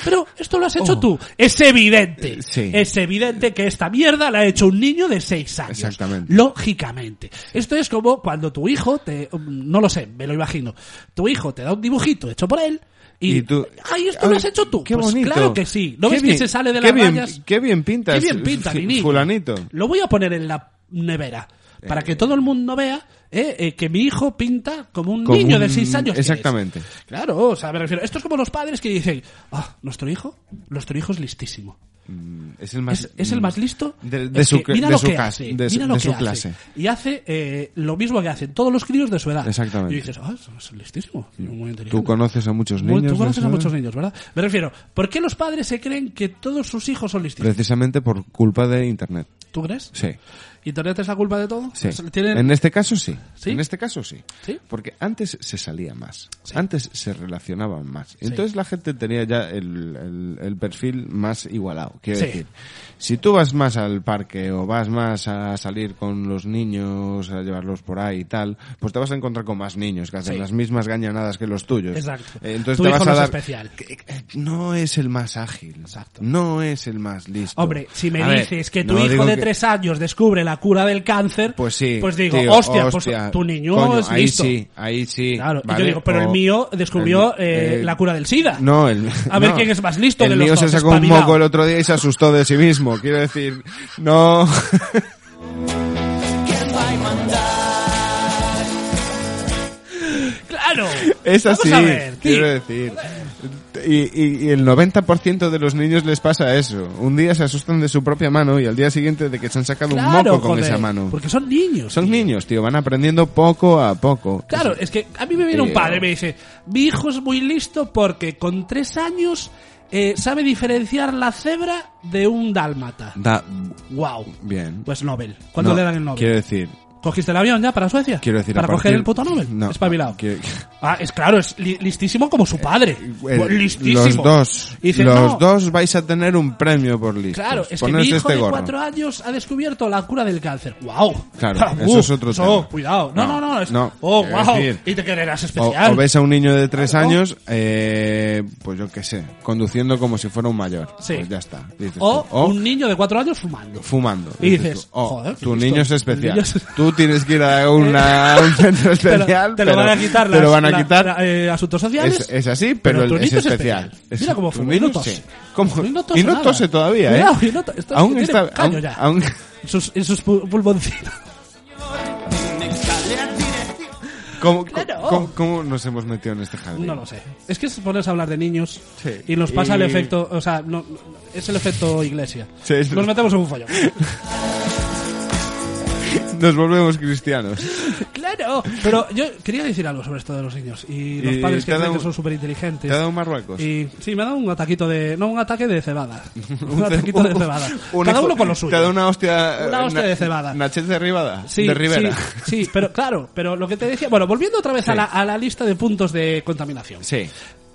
Speaker 3: pero esto lo has hecho tú. Es evidente.
Speaker 4: Eh, Oh. sí.
Speaker 3: Es evidente que esta mierda la ha hecho un niño de seis años.
Speaker 4: Exactamente.
Speaker 3: Lógicamente. Esto es como cuando tu hijo te. No lo sé, me lo imagino. Tu hijo te da un dibujito hecho por él. Y,
Speaker 4: Y tú-
Speaker 3: ¡Ay, esto lo
Speaker 4: Ay,
Speaker 3: has hecho tú!
Speaker 4: qué
Speaker 3: pues
Speaker 4: bonito.
Speaker 3: claro que sí. ¿No
Speaker 4: Qué
Speaker 3: ves
Speaker 4: bien-
Speaker 3: que se sale de
Speaker 4: qué
Speaker 3: las
Speaker 4: bien-
Speaker 3: vallas?
Speaker 4: qué bien pintas,
Speaker 3: ¡Qué bien pinta,
Speaker 4: fu-
Speaker 3: mi niño!
Speaker 4: fulanito.
Speaker 3: Lo voy a poner en la nevera. Para que todo el mundo vea eh, eh, que mi hijo pinta como un
Speaker 4: Como
Speaker 3: niño de
Speaker 4: un-
Speaker 3: 6 años. que es.
Speaker 4: exactamente.
Speaker 3: Claro, o sea, me refiero. Esto es como los padres que dicen: Ah, nuestro hijo, nuestro hijo es listísimo.
Speaker 4: Mm, Es el
Speaker 3: Es, es el más listo
Speaker 4: De, de
Speaker 3: Es
Speaker 4: su,
Speaker 3: que
Speaker 4: cl-
Speaker 3: mira
Speaker 4: de
Speaker 3: lo
Speaker 4: su
Speaker 3: que
Speaker 4: cas-
Speaker 3: hace,
Speaker 4: de su-
Speaker 3: mira lo
Speaker 4: de
Speaker 3: que
Speaker 4: su
Speaker 3: hace.
Speaker 4: clase.
Speaker 3: Y hace eh, lo mismo que hacen todos los críos de su edad.
Speaker 4: Exactamente.
Speaker 3: Y dices, ah, es listísimo. Muy inteligente.
Speaker 4: Tú conoces a muchos
Speaker 3: Muy-
Speaker 4: niños.
Speaker 3: Tú
Speaker 4: de
Speaker 3: conoces
Speaker 4: esa
Speaker 3: a
Speaker 4: edad?
Speaker 3: muchos niños, ¿verdad? Me refiero, ¿por qué los padres se creen que todos sus hijos son listísimos?
Speaker 4: Precisamente por culpa de Internet.
Speaker 3: ¿Tú crees?
Speaker 4: Sí.
Speaker 3: ¿Internet es la culpa de todo? Pues
Speaker 4: sí.
Speaker 3: ¿Tienen-
Speaker 4: En este caso sí.
Speaker 3: ¿Sí?
Speaker 4: En este caso sí.
Speaker 3: ¿Sí?
Speaker 4: Porque antes se salía más. Antes se relacionaban más. Entonces la gente tenía ya el, el- el perfil más igualado. Quiero
Speaker 3: Sí.
Speaker 4: decir, si tú vas más al parque o vas más a salir con los niños, a llevarlos por ahí y tal, pues te vas a encontrar con más niños que hacen
Speaker 3: Sí.
Speaker 4: las mismas gañanadas que los tuyos.
Speaker 3: Exacto.
Speaker 4: Eh, Entonces
Speaker 3: Tu
Speaker 4: te
Speaker 3: hijo
Speaker 4: vas
Speaker 3: no
Speaker 4: a
Speaker 3: es
Speaker 4: dar...
Speaker 3: especial.
Speaker 4: que- que No es el más ágil.
Speaker 3: Exacto.
Speaker 4: No es el más listo.
Speaker 3: Hombre, si me
Speaker 4: A ver,
Speaker 3: dices que tu
Speaker 4: no digo
Speaker 3: hijo de
Speaker 4: que-
Speaker 3: tres años descubre la cura del cáncer,
Speaker 4: Pues sí.
Speaker 3: pues digo,
Speaker 4: tío,
Speaker 3: hostia, pues tu niño
Speaker 4: coño,
Speaker 3: es
Speaker 4: ahí
Speaker 3: listo.
Speaker 4: sí, ahí sí.
Speaker 3: Claro, y
Speaker 4: vale,
Speaker 3: yo digo, pero el
Speaker 4: o-
Speaker 3: mío descubrió
Speaker 4: el-
Speaker 3: eh,
Speaker 4: eh,
Speaker 3: la cura del SIDA.
Speaker 4: No, el,
Speaker 3: [LAUGHS] A ver
Speaker 4: no.
Speaker 3: quién es más listo
Speaker 4: el
Speaker 3: de los
Speaker 4: mío se
Speaker 3: dos,
Speaker 4: sacó
Speaker 3: espabilado.
Speaker 4: un moco el otro día y se asustó de sí mismo. Quiero decir, no. [LAUGHS]
Speaker 3: ¡Claro!
Speaker 4: Es
Speaker 3: Vamos
Speaker 4: así,
Speaker 3: a ver, tío.
Speaker 4: quiero decir. Y, y- y el 90% de los niños les pasa eso. Un día se asustan de su propia mano y al día siguiente de que se han sacado un
Speaker 3: Claro,
Speaker 4: moco con
Speaker 3: joder,
Speaker 4: esa mano.
Speaker 3: Porque son niños.
Speaker 4: Son
Speaker 3: tío.
Speaker 4: niños, tío, van aprendiendo poco a poco.
Speaker 3: Claro, es que a mí me viene un
Speaker 4: Tío.
Speaker 3: padre y me dice, mi hijo es muy listo porque con tres años eh, sabe diferenciar la cebra de un dálmata.
Speaker 4: Da-
Speaker 3: Wow.
Speaker 4: Bien.
Speaker 3: Pues Nobel. ¿Cuándo
Speaker 4: No,
Speaker 3: le dan el Nobel?
Speaker 4: Quiero decir,
Speaker 3: ¿Cogiste el avión ya para Suecia?
Speaker 4: Quiero decir,
Speaker 3: ¿Para
Speaker 4: a partir-
Speaker 3: coger el puto Nobel?
Speaker 4: No,
Speaker 3: Espabilado.
Speaker 4: quiero-
Speaker 3: Ah, es claro, es li- listísimo como su padre.
Speaker 4: eh,
Speaker 3: Pues listísimo.
Speaker 4: los dos,
Speaker 3: Y dice,
Speaker 4: los
Speaker 3: "No".
Speaker 4: dos vais a tener un premio por listo.
Speaker 3: Claro, es que
Speaker 4: Poneos
Speaker 3: mi hijo
Speaker 4: este
Speaker 3: de
Speaker 4: gorro.
Speaker 3: cuatro años ha descubierto la cura del cáncer. ¡Wow! [LAUGHS]
Speaker 4: Claro, eso es otro tema.
Speaker 3: Cuidado. No, no,
Speaker 4: No,
Speaker 3: no. es-
Speaker 4: no,
Speaker 3: ¡Oh,
Speaker 4: quiero
Speaker 3: wow!
Speaker 4: decir,
Speaker 3: y te creerás
Speaker 4: O,
Speaker 3: especial.
Speaker 4: o ves a un niño de tres
Speaker 3: Claro.
Speaker 4: años, eh, pues yo qué sé, conduciendo como si fuera un mayor.
Speaker 3: Sí.
Speaker 4: Pues ya está. dices
Speaker 3: O
Speaker 4: tú. O
Speaker 3: un niño de cuatro años fumando.
Speaker 4: fumando.
Speaker 3: Y dices,
Speaker 4: tú, oh,
Speaker 3: joder, qué
Speaker 4: tu
Speaker 3: listo.
Speaker 4: niño es
Speaker 3: El
Speaker 4: especial.
Speaker 3: niño es-
Speaker 4: Tú tienes que ir
Speaker 3: [LAUGHS]
Speaker 4: a, una, a un centro
Speaker 3: Te lo,
Speaker 4: especial.
Speaker 3: te lo
Speaker 4: pero
Speaker 3: van a quitar,
Speaker 4: Te lo
Speaker 3: las-
Speaker 4: van a
Speaker 3: la-
Speaker 4: quitar.
Speaker 3: la- eh, asuntos sociales.
Speaker 4: Es, es así, pero,
Speaker 3: tu
Speaker 4: el- es
Speaker 3: niño
Speaker 4: especial. Es-
Speaker 3: Mira cómo
Speaker 4: tu
Speaker 3: fuma. Y
Speaker 4: niño,
Speaker 3: no tose.
Speaker 4: sí. ¿Cómo?
Speaker 3: Y no tose,
Speaker 4: Y no
Speaker 3: nada.
Speaker 4: todavía, ¿eh?
Speaker 3: Cuidado, y no to- esto es que
Speaker 4: aún
Speaker 3: tiene
Speaker 4: está.
Speaker 3: caño
Speaker 4: aún-
Speaker 3: ya.
Speaker 4: aún-
Speaker 3: En sus, en sus pu- pulmoncitos.
Speaker 4: ¿Cómo,
Speaker 1: Claro.
Speaker 4: cómo- cómo nos hemos metido en este jardín?
Speaker 3: No lo sé. Es que se pones a hablar de niños
Speaker 4: Sí.
Speaker 3: y nos pasa el
Speaker 4: Y-
Speaker 3: efecto, o sea, no, es el efecto iglesia.
Speaker 4: Sí, es-
Speaker 3: Nos metemos en un
Speaker 4: [LAUGHS]
Speaker 3: follón.
Speaker 4: Nos volvemos cristianos.
Speaker 3: claro, pero yo quería decir algo sobre esto de los niños y los
Speaker 4: Y
Speaker 3: padres
Speaker 4: te
Speaker 3: que
Speaker 4: ha
Speaker 3: creen
Speaker 4: dado
Speaker 3: que
Speaker 4: un-
Speaker 3: son súper inteligentes.
Speaker 4: ¿Te ha dado Marruecos?
Speaker 3: Y sí, me ha dado un ataquito de. No, un ataque de
Speaker 4: [LAUGHS]
Speaker 3: cebada. [LAUGHS] Un
Speaker 4: ce-
Speaker 3: ataquito de
Speaker 4: un-
Speaker 3: cebada.
Speaker 4: un
Speaker 3: Cada
Speaker 4: hijo-
Speaker 3: uno con lo suyo.
Speaker 4: Te ha dado una hostia.
Speaker 3: Una
Speaker 4: eh,
Speaker 3: hostia
Speaker 4: na-
Speaker 3: de cebada.
Speaker 4: Nachet de Rivada.
Speaker 3: Sí,
Speaker 4: de Rivera.
Speaker 3: Sí, sí, pero claro, pero lo que te decía. Bueno, volviendo otra vez a,
Speaker 4: Sí.
Speaker 3: la, a la lista de puntos de contaminación.
Speaker 4: [LAUGHS] Sí.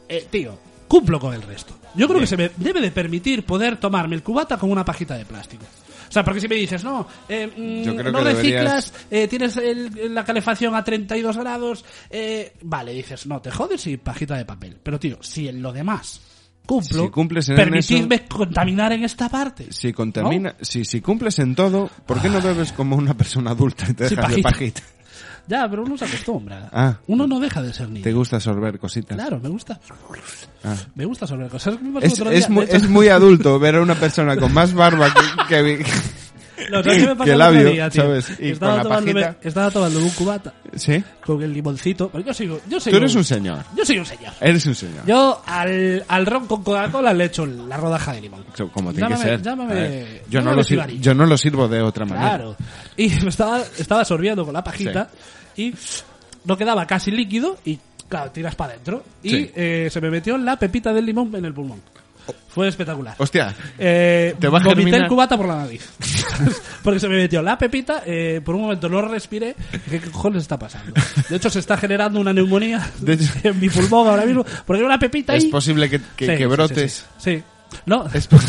Speaker 3: Eh, tío, cumplo con el resto. Yo creo que se me debe de permitir poder tomarme el cubata con una pajita de plástico. O sea, porque si me dices, no, eh, mm,
Speaker 4: Yo creo
Speaker 3: no
Speaker 4: que
Speaker 3: reciclas, eh, tienes el- la calefacción a 32 grados, eh, vale, dices, no, te jodes y pajita de papel. Pero tío, si en lo demás cumplo,
Speaker 4: Si cumples en
Speaker 3: permitidme contaminar en esta parte.
Speaker 4: Si
Speaker 3: ¿no?
Speaker 4: contamina, si, si cumples en todo, ¿por qué no bebes como una persona adulta y te
Speaker 3: Sí,
Speaker 4: dejas de
Speaker 3: pajita.
Speaker 4: pajita?
Speaker 3: [LAUGHS] Ya, pero uno se acostumbra.
Speaker 4: Ah.
Speaker 3: uno no deja de ser niño.
Speaker 4: ¿Te gusta sorber cositas?
Speaker 3: Claro, me gusta.
Speaker 4: Ah.
Speaker 3: Me gusta sobre cosas. Me pasó
Speaker 4: Es,
Speaker 3: otro día,
Speaker 4: es, muy,
Speaker 3: de hecho-
Speaker 4: es muy adulto ver a una persona con más barba que,
Speaker 3: [LAUGHS]
Speaker 4: que-
Speaker 3: No, ¿sabes qué me pasó
Speaker 4: que
Speaker 3: el otro
Speaker 4: labio,
Speaker 3: día, tío?
Speaker 4: ¿sabes? Y
Speaker 3: estaba,
Speaker 4: con la
Speaker 3: tomándome,
Speaker 4: pajita.
Speaker 3: estaba tomándome un cubata
Speaker 4: ¿Sí?
Speaker 3: con el limoncito. Pero yo sigo. Yo soy
Speaker 4: Tú eres un señor.
Speaker 3: Yo soy un señor.
Speaker 4: Eres un señor.
Speaker 3: Yo al, al ron con Coca-Cola le echo la rodaja de limón.
Speaker 4: So- Como tiene
Speaker 3: Llámame-
Speaker 4: que ser.
Speaker 3: llámame-
Speaker 4: A ver, yo, no
Speaker 3: llámame
Speaker 4: lo sirvo,
Speaker 3: Sibari.
Speaker 4: yo no lo sirvo de otra manera.
Speaker 3: Claro. Y me estaba, estaba sorbiendo con la pajita y no quedaba casi líquido y, claro, tiras para adentro. Y
Speaker 4: Sí. Oh.
Speaker 3: eh, se me metió la pepita del limón en el pulmón. Fue espectacular.
Speaker 4: Hostia,
Speaker 3: Eh,
Speaker 4: Te va a
Speaker 3: vomité
Speaker 4: germinar.
Speaker 3: el cubata por la nariz. [LAUGHS] Porque se me metió la pepita, eh, por un momento no respiré. ¿Qué cojones está pasando? De hecho, se está generando una neumonía
Speaker 4: [LAUGHS] De hecho-
Speaker 3: [LAUGHS] en mi pulmón ahora mismo. Porque era una pepita
Speaker 4: es
Speaker 3: ahí.
Speaker 4: posible que, que,
Speaker 3: Sí,
Speaker 4: que
Speaker 3: sí, sí,
Speaker 4: brotes.
Speaker 3: Sí. sí. No,
Speaker 4: Es
Speaker 3: [LAUGHS]
Speaker 4: po-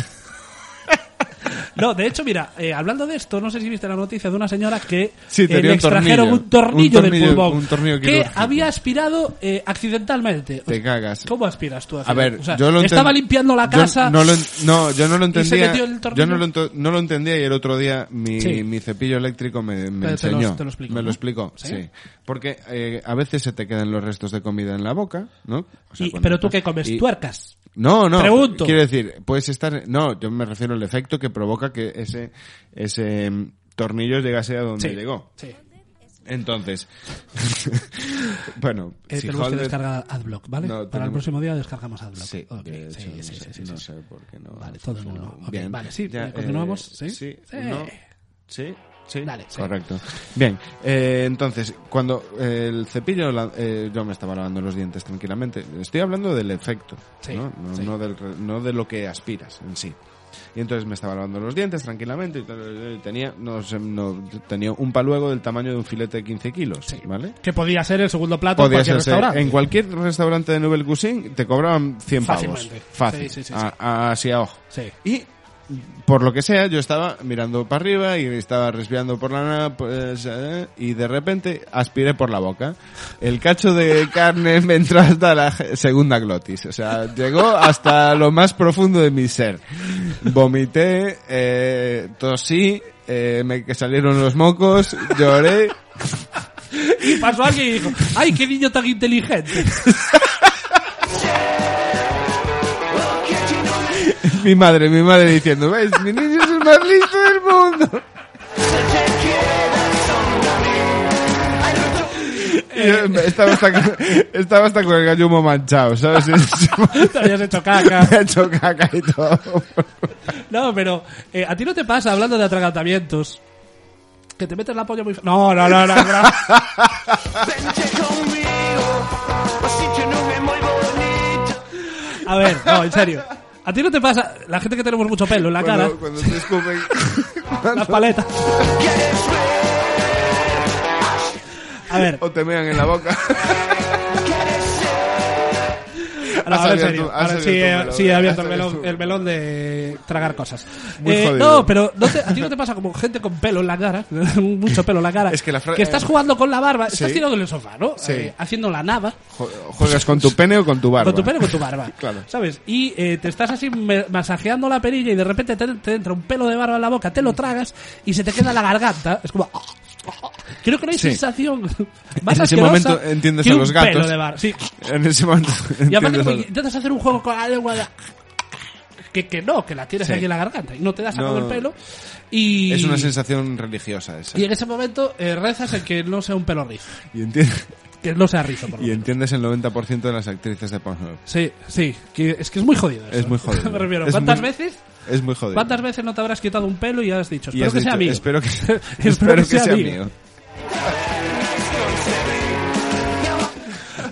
Speaker 3: no, de hecho, mira, eh, hablando de esto, no sé si viste la noticia de una señora que eh,
Speaker 4: Sí, tenía
Speaker 3: le
Speaker 4: un tornillo.
Speaker 3: extrajeron un tornillo,
Speaker 4: Un tornillo-
Speaker 3: del pulmón
Speaker 4: un tornillo
Speaker 3: que
Speaker 4: quirúrgico.
Speaker 3: había aspirado eh, accidentalmente.
Speaker 4: Te cagas.
Speaker 3: ¿Cómo aspiras tú?
Speaker 4: A ver,
Speaker 3: accidental? O sea,
Speaker 4: yo lo enten-
Speaker 3: Estaba limpiando la
Speaker 4: yo
Speaker 3: casa.
Speaker 4: no, lo en- no, yo no lo
Speaker 3: se
Speaker 4: entendía.
Speaker 3: metió el tornillo.
Speaker 4: Yo no lo, ento- no lo entendía y el otro día mi,
Speaker 3: Sí.
Speaker 4: mi cepillo eléctrico me, me
Speaker 3: Te- te lo-
Speaker 4: enseñó.
Speaker 3: te lo explico,
Speaker 4: me
Speaker 3: ¿no?
Speaker 4: lo explicó,
Speaker 3: ¿Sí?
Speaker 4: ¿Sí? Porque eh, a veces se te quedan los restos de comida en la boca, ¿no? O sea,
Speaker 3: Y-
Speaker 4: cuando
Speaker 3: pero tú
Speaker 4: estás-
Speaker 3: qué comes,
Speaker 4: y-
Speaker 3: tuercas.
Speaker 4: No, no.
Speaker 3: Pregunto.
Speaker 4: Quiero decir, puedes estar. No, yo me refiero al efecto que provoca que ese, ese mm, tornillo llegase a donde
Speaker 3: Sí.
Speaker 4: llegó.
Speaker 3: Sí.
Speaker 4: Entonces. [LAUGHS] bueno,
Speaker 3: Eh,
Speaker 4: si
Speaker 3: tenemos que
Speaker 4: Holder-
Speaker 3: descargar AdBlock, ¿vale?
Speaker 4: No,
Speaker 3: Para el
Speaker 4: tenemos-
Speaker 3: próximo día descargamos AdBlock.
Speaker 4: Sí,
Speaker 3: Ok,
Speaker 4: de hecho,
Speaker 3: sí,
Speaker 4: no,
Speaker 3: sí,
Speaker 4: sé,
Speaker 3: sí, sí,
Speaker 4: no
Speaker 3: sí.
Speaker 4: sé por qué no.
Speaker 3: Vale, todo en
Speaker 4: funcionó
Speaker 3: uno. Ok, vale, sí, ¿eh? continuamos, ¿sí?
Speaker 4: eh, Sí,
Speaker 3: Sí.
Speaker 4: no, sí, sí.
Speaker 3: Dale, sí.
Speaker 4: Correcto. Bien, eh, entonces, cuando el cepillo, la- eh, yo me estaba lavando los dientes tranquilamente. Estoy hablando del efecto,
Speaker 3: Sí,
Speaker 4: ¿no? No,
Speaker 3: sí.
Speaker 4: no del re- no de lo que aspiras en sí. Y entonces me estaba lavando los dientes tranquilamente y tal, y tenía, no sé, no- tenía un paluego del tamaño de un filete de 15 kilos,
Speaker 3: Sí.
Speaker 4: ¿vale?
Speaker 3: Que podía ser el segundo plato en
Speaker 4: Podía
Speaker 3: cualquier
Speaker 4: ser,
Speaker 3: restaurante.
Speaker 4: En cualquier restaurante de Nouvelle Cuisine te cobraban 100 pavos.
Speaker 3: Fácilmente.
Speaker 4: Fácil.
Speaker 3: Sí, sí, sí,
Speaker 4: a- a- así a ojo.
Speaker 3: Sí.
Speaker 4: Y por lo que sea, yo estaba mirando para arriba y estaba respirando por la nada pues, eh, y de repente aspiré por la boca. El cacho de carne [LAUGHS] me entró hasta la je- segunda glotis. O sea, llegó hasta lo más profundo de mi ser. Vomité, eh, tosí, eh, me que salieron los mocos, lloré.
Speaker 3: Y pasó alguien y dijo, ¡ay, qué niño tan inteligente! [LAUGHS]
Speaker 4: Mi madre, mi madre diciendo, ¿ves? Mi niño es el más listo del mundo. Y yo estaba, hasta, con- estaba hasta con el gallumo manchado, [LAUGHS] ¿sabes? Me
Speaker 3: Te habías hecho caca.
Speaker 4: ha hecho caca y todo.
Speaker 3: No, pero eh, a ti no te pasa, hablando de atragantamientos, que te metes la polla muy... fa- No, no, no, no. no.
Speaker 2: Vente conmigo, así que no me muy bonito.
Speaker 3: A ver, no, en serio. A ti no te pasa, la gente que tenemos mucho pelo en la cara,
Speaker 4: Cuando, cuando te escupen.
Speaker 3: las paletas.
Speaker 2: ¿Quieres ver?
Speaker 3: A ver,
Speaker 4: o te mean en la boca.
Speaker 2: ¿Quieres ser?
Speaker 3: Ahora, [LAUGHS]
Speaker 4: Has
Speaker 3: ahora en
Speaker 4: abierto-
Speaker 3: serio,
Speaker 4: has
Speaker 3: ahora sí, eh, sí,
Speaker 4: abierto un melón,
Speaker 3: he
Speaker 4: has
Speaker 3: abierto el
Speaker 4: abierto
Speaker 3: melón,
Speaker 4: un-
Speaker 3: el melón de tragar cosas. Eh,
Speaker 4: Muy jodido.
Speaker 3: no, pero no te- a ti no te pasa como gente con pelo en la cara, [LAUGHS] mucho pelo en la cara,
Speaker 4: Es que la fra-
Speaker 3: estás
Speaker 4: eh,
Speaker 3: jugando con la barba, estás
Speaker 4: sí.
Speaker 3: tirado en el sofá, ¿no?
Speaker 4: Sí.
Speaker 3: Eh, haciendo la nada,
Speaker 4: Jo- ¿Juegas con tu pene o con tu barba?
Speaker 3: con tu pelo y con tu barba,
Speaker 4: [LAUGHS] Claro.
Speaker 3: ¿sabes? Y eh, te estás así me- masajeando la perilla y de repente te, te entra un pelo de barba en la boca, te lo tragas y se te queda la garganta, es como... [LAUGHS] Creo que no hay
Speaker 4: Sí.
Speaker 3: sensación más
Speaker 4: En ese
Speaker 3: asquerosa
Speaker 4: momento entiendes
Speaker 3: que
Speaker 4: a
Speaker 3: un
Speaker 4: los
Speaker 3: pelo
Speaker 4: gatos.
Speaker 3: de barba. Sí.
Speaker 4: En ese momento. [LAUGHS]
Speaker 3: Y aparte
Speaker 4: entiendes
Speaker 3: como
Speaker 4: algo.
Speaker 3: intentas hacer un juego con la lengua de- que, que no, que la tienes
Speaker 4: Sí.
Speaker 3: aquí en la garganta y no te das a
Speaker 4: No.
Speaker 3: con el pelo y
Speaker 4: Es una sensación religiosa esa.
Speaker 3: y en ese momento eh, rezas en que no sea un pelo rizo.
Speaker 4: Y entiendes.
Speaker 3: que no sea rizo, por lo
Speaker 4: Y
Speaker 3: menos.
Speaker 4: entiendes el 90% de las actrices de Pornhub.
Speaker 3: Sí, sí, que es que es muy jodido.
Speaker 4: Es
Speaker 3: eso.
Speaker 4: muy
Speaker 3: [LAUGHS]
Speaker 4: jodido.
Speaker 3: Me refiero,
Speaker 4: Es
Speaker 3: ¿cuántas
Speaker 4: muy-
Speaker 3: veces?
Speaker 4: Es muy jodido.
Speaker 3: ¿Cuántas veces no te habrás quitado un pelo y has dicho,
Speaker 4: Y
Speaker 3: espero
Speaker 4: has
Speaker 3: que sea
Speaker 4: dicho,
Speaker 3: mío?
Speaker 4: Espero
Speaker 3: [LAUGHS]
Speaker 4: que,
Speaker 3: Espero
Speaker 4: espero
Speaker 3: que sea mío.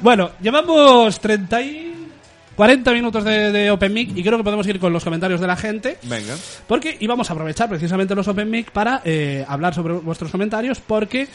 Speaker 3: Bueno, llevamos 30 y 40 minutos de, de Open Mic y creo que podemos ir con los comentarios de la gente.
Speaker 4: Venga.
Speaker 3: Porque íbamos a aprovechar precisamente los Open Mic para eh, hablar sobre vuestros comentarios, porque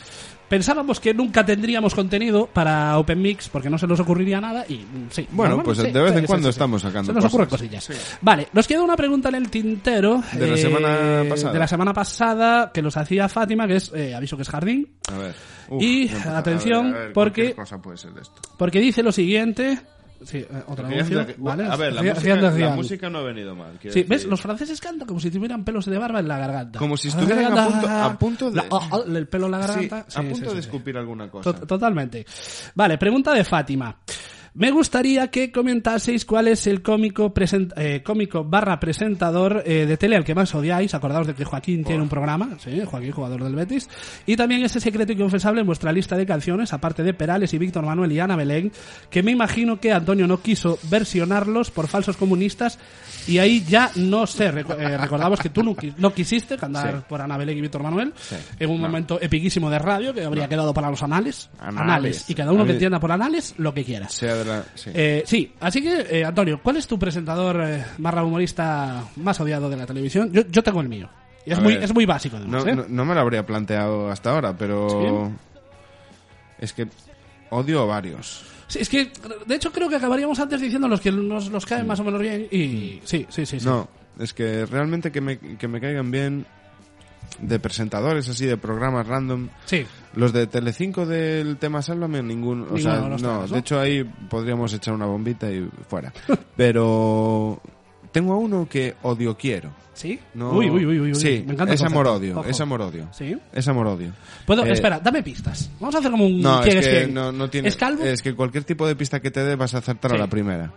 Speaker 3: pensábamos que nunca tendríamos contenido para Open Mix, porque no se nos ocurriría nada y mm, sí.
Speaker 4: Bueno,
Speaker 3: normal,
Speaker 4: pues
Speaker 3: sí,
Speaker 4: de vez
Speaker 3: sí,
Speaker 4: en
Speaker 3: sí,
Speaker 4: cuando
Speaker 3: sí, sí.
Speaker 4: estamos sacando
Speaker 3: Se nos ocurren
Speaker 4: cosas.
Speaker 3: cosillas. Vale, nos queda una pregunta en el tintero. eh,
Speaker 4: De la semana pasada.
Speaker 3: De la semana pasada, que nos hacía Fátima, que es, eh, aviso que es jardín,
Speaker 4: A ver.
Speaker 3: Y,
Speaker 4: ya empezamos.
Speaker 3: atención,
Speaker 4: A ver, a ver,
Speaker 3: porque-
Speaker 4: cualquier cosa puede ser de esto.
Speaker 3: porque dice lo siguiente... Sí, eh, otro anuncio, ¿vale?
Speaker 5: A ver, la,
Speaker 3: Haciendo-
Speaker 5: música, la
Speaker 3: haciendo-
Speaker 5: música no ha venido mal. quiero
Speaker 3: Sí, ¿ves?
Speaker 5: decir.
Speaker 3: Los franceses cantan como si tuvieran pelos de barba en la garganta. Ah,
Speaker 4: Como si estuvieran a punto- a punto de-
Speaker 3: La- ah, ah, el pelo en la
Speaker 4: Sí,
Speaker 3: garganta.
Speaker 4: a
Speaker 3: Sí,
Speaker 4: punto
Speaker 3: sí, sí,
Speaker 4: de
Speaker 3: sí.
Speaker 4: escupir alguna cosa.
Speaker 3: To- Totalmente. Vale, pregunta de Fátima. Me gustaría que comentaseis cuál es el cómico, presen- eh, cómico barra presentador eh, de tele al que más odiáis. Acordaos de que Joaquín tiene un programa, sí, Joaquín, jugador del Betis. Y también ese secreto inconfesable en vuestra lista de canciones, aparte de Perales y Víctor Manuel y Ana Belén, que me imagino que Antonio no quiso versionarlos por falsos comunistas. Y ahí ya no sé, recu- eh, recordamos que tú no, qui- no quisiste cantar
Speaker 4: Sí.
Speaker 3: por Ana Belén y Víctor Manuel en un momento epiquísimo de radio que habría quedado para los anales.
Speaker 4: Anales.
Speaker 3: Anales. Y cada uno que
Speaker 4: Anales.
Speaker 3: entienda por anales, lo que quieras.
Speaker 4: Sea de la... sí.
Speaker 3: Eh, sí, así que, eh, Antonio, ¿cuál es tu presentador eh, barra humorista más odiado de la televisión? Yo, yo tengo el mío. Y es,
Speaker 4: A
Speaker 3: muy,
Speaker 4: ver.
Speaker 3: es muy básico, además.
Speaker 4: No,
Speaker 3: ¿eh?
Speaker 4: no- no me lo habría planteado hasta ahora, pero... Es que odio a varios.
Speaker 3: Sí, es que, de hecho, creo que acabaríamos antes diciendo los que nos los caen más o menos bien. Y sí, sí, sí. sí.
Speaker 4: Mm. No, es que realmente que me, que me caigan bien de presentadores así, de programas random.
Speaker 3: Sí.
Speaker 4: Los de Telecinco del tema Sálvame, ninguno. O
Speaker 3: Ninguno
Speaker 4: sea,
Speaker 3: de los
Speaker 4: no,
Speaker 3: temas, ¿no?
Speaker 4: de hecho ahí podríamos echar una bombita y fuera. [LAUGHS] Pero tengo a uno que odio quiero.
Speaker 3: ¿Sí?
Speaker 4: No,
Speaker 3: uy, uy, uy, uy, uy.
Speaker 4: Sí,
Speaker 3: Me encanta el
Speaker 4: es
Speaker 3: concepto.
Speaker 4: amor-odio,
Speaker 3: Ojo.
Speaker 4: es amor-odio.
Speaker 3: Sí.
Speaker 4: Es amor-odio.
Speaker 3: Puedo,
Speaker 4: Eh,
Speaker 3: espera, dame pistas. Vamos a hacer como un
Speaker 4: No,
Speaker 3: quién
Speaker 4: es que
Speaker 3: quién.
Speaker 4: no, no tiene...
Speaker 3: ¿Es calvo?
Speaker 4: Es que cualquier tipo de pista que te dé vas a acertar
Speaker 3: Sí.
Speaker 4: a la primera.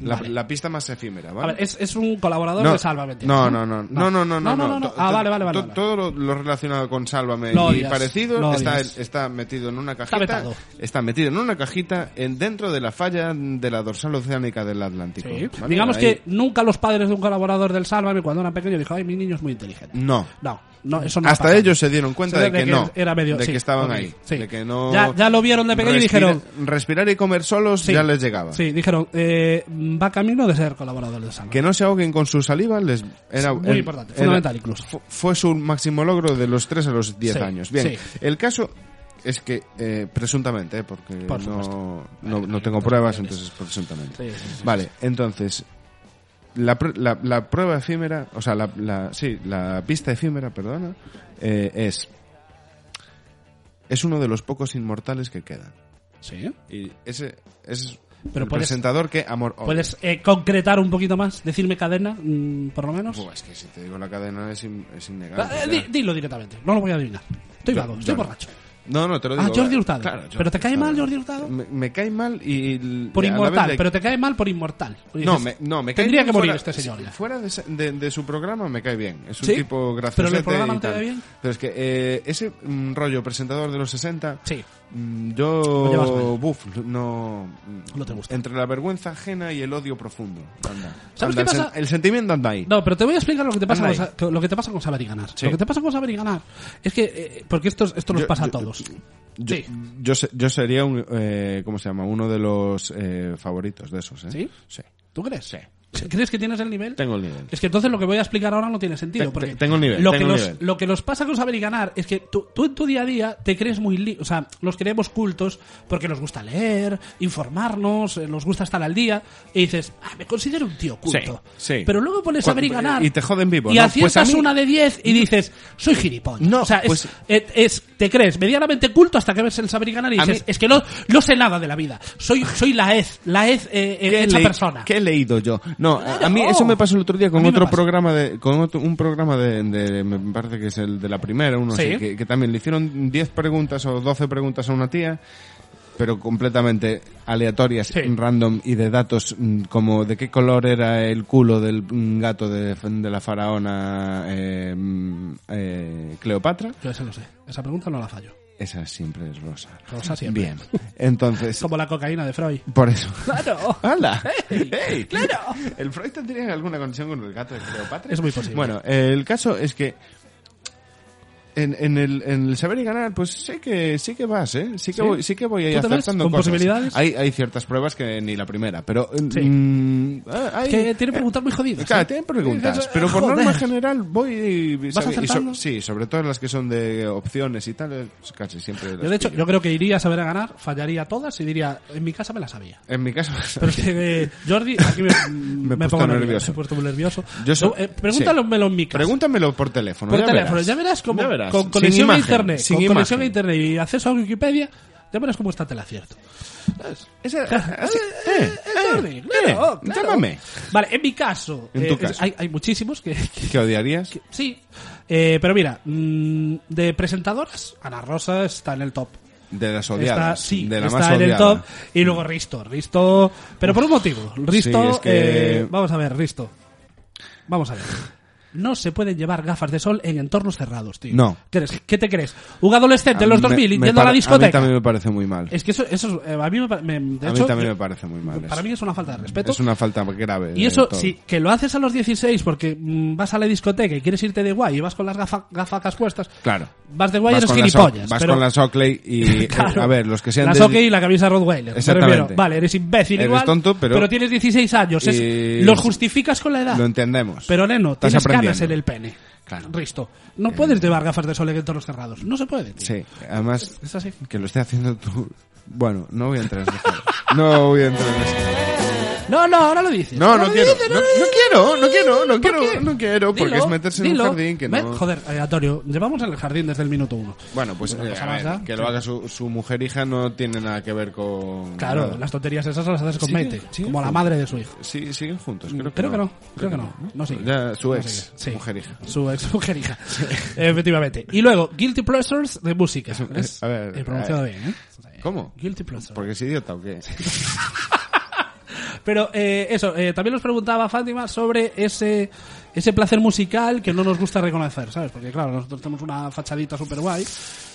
Speaker 4: La,
Speaker 3: Vale.
Speaker 4: la pista más efímera,
Speaker 3: A
Speaker 4: ¿vale?
Speaker 3: ver, es, es un colaborador de Sálvame. entiendo,
Speaker 4: no, no, no, no, no, no, no,
Speaker 3: no,
Speaker 4: to-
Speaker 3: Ah,
Speaker 4: to-
Speaker 3: vale, vale, vale.
Speaker 4: to-
Speaker 3: vale.
Speaker 4: Todo lo, lo relacionado con Sálvame
Speaker 3: Lo
Speaker 4: y
Speaker 3: odias,
Speaker 4: parecido
Speaker 3: lo
Speaker 4: está,
Speaker 3: odias.
Speaker 4: está metido en una cajita.
Speaker 3: vetado.
Speaker 4: está metido en una cajita en, dentro de la falla de la dorsal oceánica del Atlántico.
Speaker 3: Sí.
Speaker 4: ¿vale?
Speaker 3: Digamos
Speaker 4: Ahí-
Speaker 3: que nunca los padres de un colaborador del Sálvame cuando eran pequeños dijo, ay, mi niño es muy inteligente.
Speaker 4: No.
Speaker 3: No, no, eso no ha
Speaker 4: Hasta
Speaker 3: pasado.
Speaker 4: ellos se dieron cuenta
Speaker 3: Sí,
Speaker 4: de que, no,
Speaker 3: Era medio,
Speaker 4: de
Speaker 3: sí,
Speaker 4: que estaban
Speaker 3: ok,
Speaker 4: ahí,
Speaker 3: sí.
Speaker 4: de que no.
Speaker 3: Ya, ya lo vieron de pequeño y
Speaker 4: Respira-
Speaker 3: dijeron...
Speaker 4: respirar y comer solos
Speaker 3: sí.
Speaker 4: ya les llegaba.
Speaker 3: Sí, dijeron, eh, va camino de ser colaborador del Sálvame.
Speaker 4: Que no se ahoguen con su saliva les era
Speaker 3: Muy
Speaker 4: era-
Speaker 3: importante,
Speaker 4: era-
Speaker 3: fundamental incluso.
Speaker 4: fu- fue su máximo logro de los 3 a los 10
Speaker 3: Sí,
Speaker 4: años. Bien,
Speaker 3: sí.
Speaker 4: el caso es que eh, presuntamente, eh, porque
Speaker 3: Por
Speaker 4: no,
Speaker 3: supuesto.
Speaker 4: no, no tengo pruebas, entonces presuntamente.
Speaker 3: Sí, sí, sí.
Speaker 4: Vale, entonces la, pr- la- la prueba efímera, o sea, la, la- sí, la pista efímera, perdona, eh, es es uno de los pocos inmortales que quedan.
Speaker 3: Sí.
Speaker 4: Y ese, ese es
Speaker 3: Pero
Speaker 4: el
Speaker 3: puedes-
Speaker 4: presentador que amor odia.
Speaker 3: ¿Puedes eh, concretar un poquito más? ¿Decirme cadena, mm, por lo menos?
Speaker 4: Buah, es que si te digo la cadena es, in- es
Speaker 3: Ah, eh,
Speaker 4: innegable.
Speaker 3: di-
Speaker 4: pues ya.
Speaker 3: dilo directamente, no lo voy a adivinar. Estoy
Speaker 4: Yo-
Speaker 3: vago, estoy
Speaker 4: yo-
Speaker 3: borracho.
Speaker 4: No, no, te lo
Speaker 3: Ah,
Speaker 4: digo.
Speaker 3: Jordi
Speaker 4: eh,
Speaker 3: Hurtado.
Speaker 4: claro, Jordi
Speaker 3: ¿Pero te cae
Speaker 4: Hurtado.
Speaker 3: mal Jordi Hurtado?
Speaker 4: Me, me cae mal y...
Speaker 3: Por
Speaker 4: y a la
Speaker 3: inmortal,
Speaker 4: vez le-
Speaker 3: pero te cae mal por inmortal. Y
Speaker 4: No, me,
Speaker 3: dices,
Speaker 4: no, me cae
Speaker 3: Tendría
Speaker 4: bien
Speaker 3: que morir
Speaker 4: fuera-
Speaker 3: este señor. ya.
Speaker 4: Fuera de, ese- de- de su programa me cae bien. Es un
Speaker 3: ¿Sí?
Speaker 4: tipo gracioso.
Speaker 3: ¿Pero en el programa no te cae bien?
Speaker 4: Pero es que eh, ese mm, rollo presentador de los 60...
Speaker 3: Sí.
Speaker 4: mm,
Speaker 3: llevas
Speaker 4: Yo,
Speaker 3: mal.
Speaker 4: buf, no...
Speaker 3: No te gusta.
Speaker 4: Entre la vergüenza ajena y el odio profundo. Anda.
Speaker 3: ¿Sabes
Speaker 4: Anda,
Speaker 3: qué
Speaker 4: el sen-
Speaker 3: pasa?
Speaker 4: El, sentimiento anda ahí.
Speaker 3: No, pero te voy a explicar lo que te pasa, con,
Speaker 4: Anda
Speaker 3: sa- lo que te pasa con saber y ganar.
Speaker 4: Sí.
Speaker 3: Lo que te pasa con saber y ganar es que, eh, porque esto, esto nos
Speaker 4: Yo-
Speaker 3: pasa a
Speaker 4: yo-
Speaker 3: todos.
Speaker 4: Yo,
Speaker 3: Sí.
Speaker 4: yo, se- yo sería un, eh, ¿cómo se llama? Uno de los eh, favoritos de esos, ¿eh?
Speaker 3: ¿Sí?
Speaker 4: Sí.
Speaker 3: ¿Tú crees? Sí. [LAUGHS] ¿Crees que tienes el nivel?
Speaker 4: Tengo el nivel.
Speaker 3: Es que entonces lo que voy a explicar ahora no tiene
Speaker 4: Te-
Speaker 3: sentido.
Speaker 4: te-
Speaker 3: Porque
Speaker 4: tengo el nivel,
Speaker 3: Lo,
Speaker 4: tengo
Speaker 3: que
Speaker 4: el
Speaker 3: nos,
Speaker 4: nivel.
Speaker 3: lo que nos pasa con saber y ganar es que tú, tú en tu día a día te crees muy. li- o sea, nos creemos cultos porque nos gusta leer, informarnos, eh, nos gusta estar al día. Y dices, "Ah, me considero un tío culto.
Speaker 4: Sí, sí.
Speaker 3: Pero luego pones saber y
Speaker 4: Cu-
Speaker 3: ganar.
Speaker 4: y te joden vivo,
Speaker 3: Y
Speaker 4: ¿no?
Speaker 3: aciertas
Speaker 4: Pues a mí-
Speaker 3: una de 10 y dices, soy gilipollas.
Speaker 4: No,
Speaker 3: o sea, es-
Speaker 4: pues-
Speaker 3: es, es- te crees medianamente culto hasta que ves el saber y ganar y
Speaker 4: A
Speaker 3: dices,
Speaker 4: mí-
Speaker 3: es que no, no sé nada de la vida. Soy, soy la EZ, la EZ eh, eh,
Speaker 4: ¿Qué he
Speaker 3: hecha
Speaker 4: leí-
Speaker 3: persona.
Speaker 4: qué he leído yo? No, a- a mí
Speaker 3: Claro.
Speaker 4: eso me pasó el otro día
Speaker 3: A
Speaker 4: con
Speaker 3: mí me
Speaker 4: otro
Speaker 3: pasa.
Speaker 4: programa de, con otro- un programa de, de- me parece que es el de la primera, uno
Speaker 3: Sí.
Speaker 4: así, que, que también le hicieron 10 preguntas o 12 preguntas a una tía, pero completamente aleatorias,
Speaker 3: Sí.
Speaker 4: random y de datos mm, como de qué color era el culo del mm, gato de, de la faraona eh, mm, eh, Cleopatra.
Speaker 3: Yo ese lo sé. Esa pregunta no la fallo.
Speaker 4: Esa siempre es rosa.
Speaker 3: Rosa siempre.
Speaker 4: Bien. Entonces,
Speaker 3: Como la cocaína de Freud.
Speaker 4: por eso.
Speaker 3: Claro.
Speaker 4: ¡Hala!
Speaker 3: Ey,
Speaker 4: ¡Ey!
Speaker 3: claro.
Speaker 4: ¿El Freud tendría alguna conexión con el gato de Cleopatra?
Speaker 3: Es muy posible.
Speaker 4: Bueno, eh, el caso es que en, en el, en el saber y ganar, pues sé que sí que vas, ¿eh? Sí que
Speaker 3: ¿Sí?
Speaker 4: voy, sí que voy ahí
Speaker 3: ¿Tú te ves
Speaker 4: acertando
Speaker 3: con
Speaker 4: cosas.
Speaker 3: posibilidades?
Speaker 4: Hay, hay ciertas pruebas que ni la primera, pero...
Speaker 3: Sí.
Speaker 4: mm, ah,
Speaker 3: [LAUGHS]
Speaker 4: hay-
Speaker 3: Es que tiene preguntas muy jodidas.
Speaker 4: Claro,
Speaker 3: ¿eh?
Speaker 4: tienen preguntas,
Speaker 3: Dices,
Speaker 4: pero por
Speaker 3: joder.
Speaker 4: norma general voy y...
Speaker 3: ¿Vas
Speaker 4: sabe- y
Speaker 3: acertando?
Speaker 4: sí, sobre todo las que son de opciones y tal, eh, casi siempre... las
Speaker 3: Yo, de hecho,
Speaker 4: pillo.
Speaker 3: yo creo que iría a saber a ganar, fallaría todas y diría, en mi casa me la sabía.
Speaker 4: En mi caso... [LAUGHS]
Speaker 3: Pero es que, eh, Jordi, aquí me,
Speaker 4: he puesto
Speaker 3: Me
Speaker 4: nervioso.
Speaker 3: he puesto muy nervioso.
Speaker 4: Yo so-
Speaker 3: No, eh, pregúntamelo en mi casa.
Speaker 4: Pregúntamelo por teléfono.
Speaker 3: por
Speaker 4: ya
Speaker 3: teléfono,
Speaker 4: verás.
Speaker 3: ya verás cómo
Speaker 4: Ya verás.
Speaker 3: con
Speaker 4: Sin
Speaker 3: conexión
Speaker 4: imagen,
Speaker 3: a internet,
Speaker 4: sin
Speaker 3: con conexión a
Speaker 4: imagen.
Speaker 3: internet y acceso a Wikipedia, ya verás cómo está te la acierto. [LAUGHS]
Speaker 4: Esa- así- eh,
Speaker 3: Eh, Jordi, claro,
Speaker 4: eh,
Speaker 3: claro.
Speaker 4: llámame.
Speaker 3: Vale, en mi caso,
Speaker 4: En tu
Speaker 3: es-
Speaker 4: caso.
Speaker 3: Hay, hay muchísimos que, que-
Speaker 4: ¿Qué odiarías?
Speaker 3: sí, Eh, pero mira, mm, de presentadoras, Ana Rosa está en el top.
Speaker 4: De las
Speaker 3: Está,
Speaker 4: odiadas.
Speaker 3: sí,
Speaker 4: de la
Speaker 3: está
Speaker 4: más
Speaker 3: en el
Speaker 4: odiada.
Speaker 3: top. Y luego Risto, Risto, pero por un motivo. Risto,
Speaker 4: Sí, es que-
Speaker 3: eh, vamos a ver, Risto. Vamos a ver. No se pueden llevar gafas de sol en entornos cerrados, tío.
Speaker 4: No.
Speaker 3: ¿Qué, eres? ¿Qué te crees? Un adolescente
Speaker 4: A
Speaker 3: en los
Speaker 4: mí me-
Speaker 3: 2000
Speaker 4: me
Speaker 3: yendo a
Speaker 4: pare-
Speaker 3: la
Speaker 4: A mí
Speaker 3: discoteca.
Speaker 4: también me parece muy mal.
Speaker 3: Es que eso, eso es- eh, a mí me, pa- me- de
Speaker 4: a mí
Speaker 3: hecho,
Speaker 4: también
Speaker 3: yo-
Speaker 4: me parece muy mal.
Speaker 3: para
Speaker 4: eso.
Speaker 3: mí es una falta de respeto.
Speaker 4: es una falta grave.
Speaker 3: Y
Speaker 4: de
Speaker 3: eso,
Speaker 4: todo.
Speaker 3: sí, que lo haces a los 16 porque mm, vas a la discoteca y quieres irte de guay y vas con las gafa- gafacas puestas.
Speaker 4: Claro.
Speaker 3: Vas de guay
Speaker 4: Vas
Speaker 3: eres
Speaker 4: con la so-
Speaker 3: gilipollas.
Speaker 4: Vas
Speaker 3: pero-
Speaker 4: con las Oakley
Speaker 3: [LAUGHS]
Speaker 4: y. eh,
Speaker 3: Claro.
Speaker 4: a ver, los que sean.
Speaker 3: La
Speaker 4: de-
Speaker 3: Soque y la camisa Rottweiler. me
Speaker 4: Exactamente.
Speaker 3: refiero. Vale, eres imbécil
Speaker 4: Eres
Speaker 3: igual.
Speaker 4: tonto, pero-
Speaker 3: tienes 16 años. es-
Speaker 4: Y-
Speaker 3: Los justificas con la edad.
Speaker 4: Lo entendemos.
Speaker 3: Pero, neno,
Speaker 4: Estás
Speaker 3: tienes canas en
Speaker 4: aprendiendo.
Speaker 3: el pene.
Speaker 4: Claro. Eh,
Speaker 3: Risto. No puedes llevar gafas de sol en entornos cerrados. No se puede, tío.
Speaker 4: Sí, además,
Speaker 3: Es así.
Speaker 4: que lo esté haciendo tú. Bueno, no voy a entrar
Speaker 3: [LAUGHS]
Speaker 4: en eso. No voy a entrar en eso.
Speaker 3: No, no, no lo dices.
Speaker 4: No, no
Speaker 3: lo
Speaker 4: quiero.
Speaker 3: dices,
Speaker 4: No,
Speaker 3: lo dices.
Speaker 4: no quiero, no quiero, no
Speaker 3: ¿Por
Speaker 4: quiero,
Speaker 3: qué?
Speaker 4: no quiero, porque
Speaker 3: Dilo,
Speaker 4: es meterse en un
Speaker 3: dilo.
Speaker 4: jardín que
Speaker 3: Ven,
Speaker 4: no.
Speaker 3: Joder, eh, Antonio, llevamos en el jardín desde el minuto uno.
Speaker 4: Bueno, pues
Speaker 3: Una
Speaker 4: eh,
Speaker 3: cosa
Speaker 4: a
Speaker 3: más,
Speaker 4: ver,
Speaker 3: ¿eh?
Speaker 4: que lo haga su, su mujer hija no tiene nada que ver con.
Speaker 3: Claro,
Speaker 4: nada.
Speaker 3: las tonterías esas las haces con
Speaker 4: Sí,
Speaker 3: 20.
Speaker 4: sí,
Speaker 3: como la
Speaker 4: sí.
Speaker 3: madre de su hijo.
Speaker 4: Sí, siguen juntos. Creo,
Speaker 3: Creo, que no. Creo que no. No sé.
Speaker 4: Ya, su
Speaker 3: No
Speaker 4: ex,
Speaker 3: sigue. Sí.
Speaker 4: mujer hija.
Speaker 3: Su ex [LAUGHS] mujer hija. Efectivamente. Y luego, Guilty Pleasures de música. ¿ves?
Speaker 4: a ver,
Speaker 3: He pronunciado
Speaker 4: a
Speaker 3: bien, ¿eh?
Speaker 4: ¿Cómo?
Speaker 3: Guilty Pleasures.
Speaker 4: ¿Porque es idiota o qué?
Speaker 3: Pero eh, eso, eh, también nos preguntaba Fátima sobre ese ese placer musical que no nos gusta reconocer, ¿sabes? Porque claro, nosotros tenemos una fachadita super guay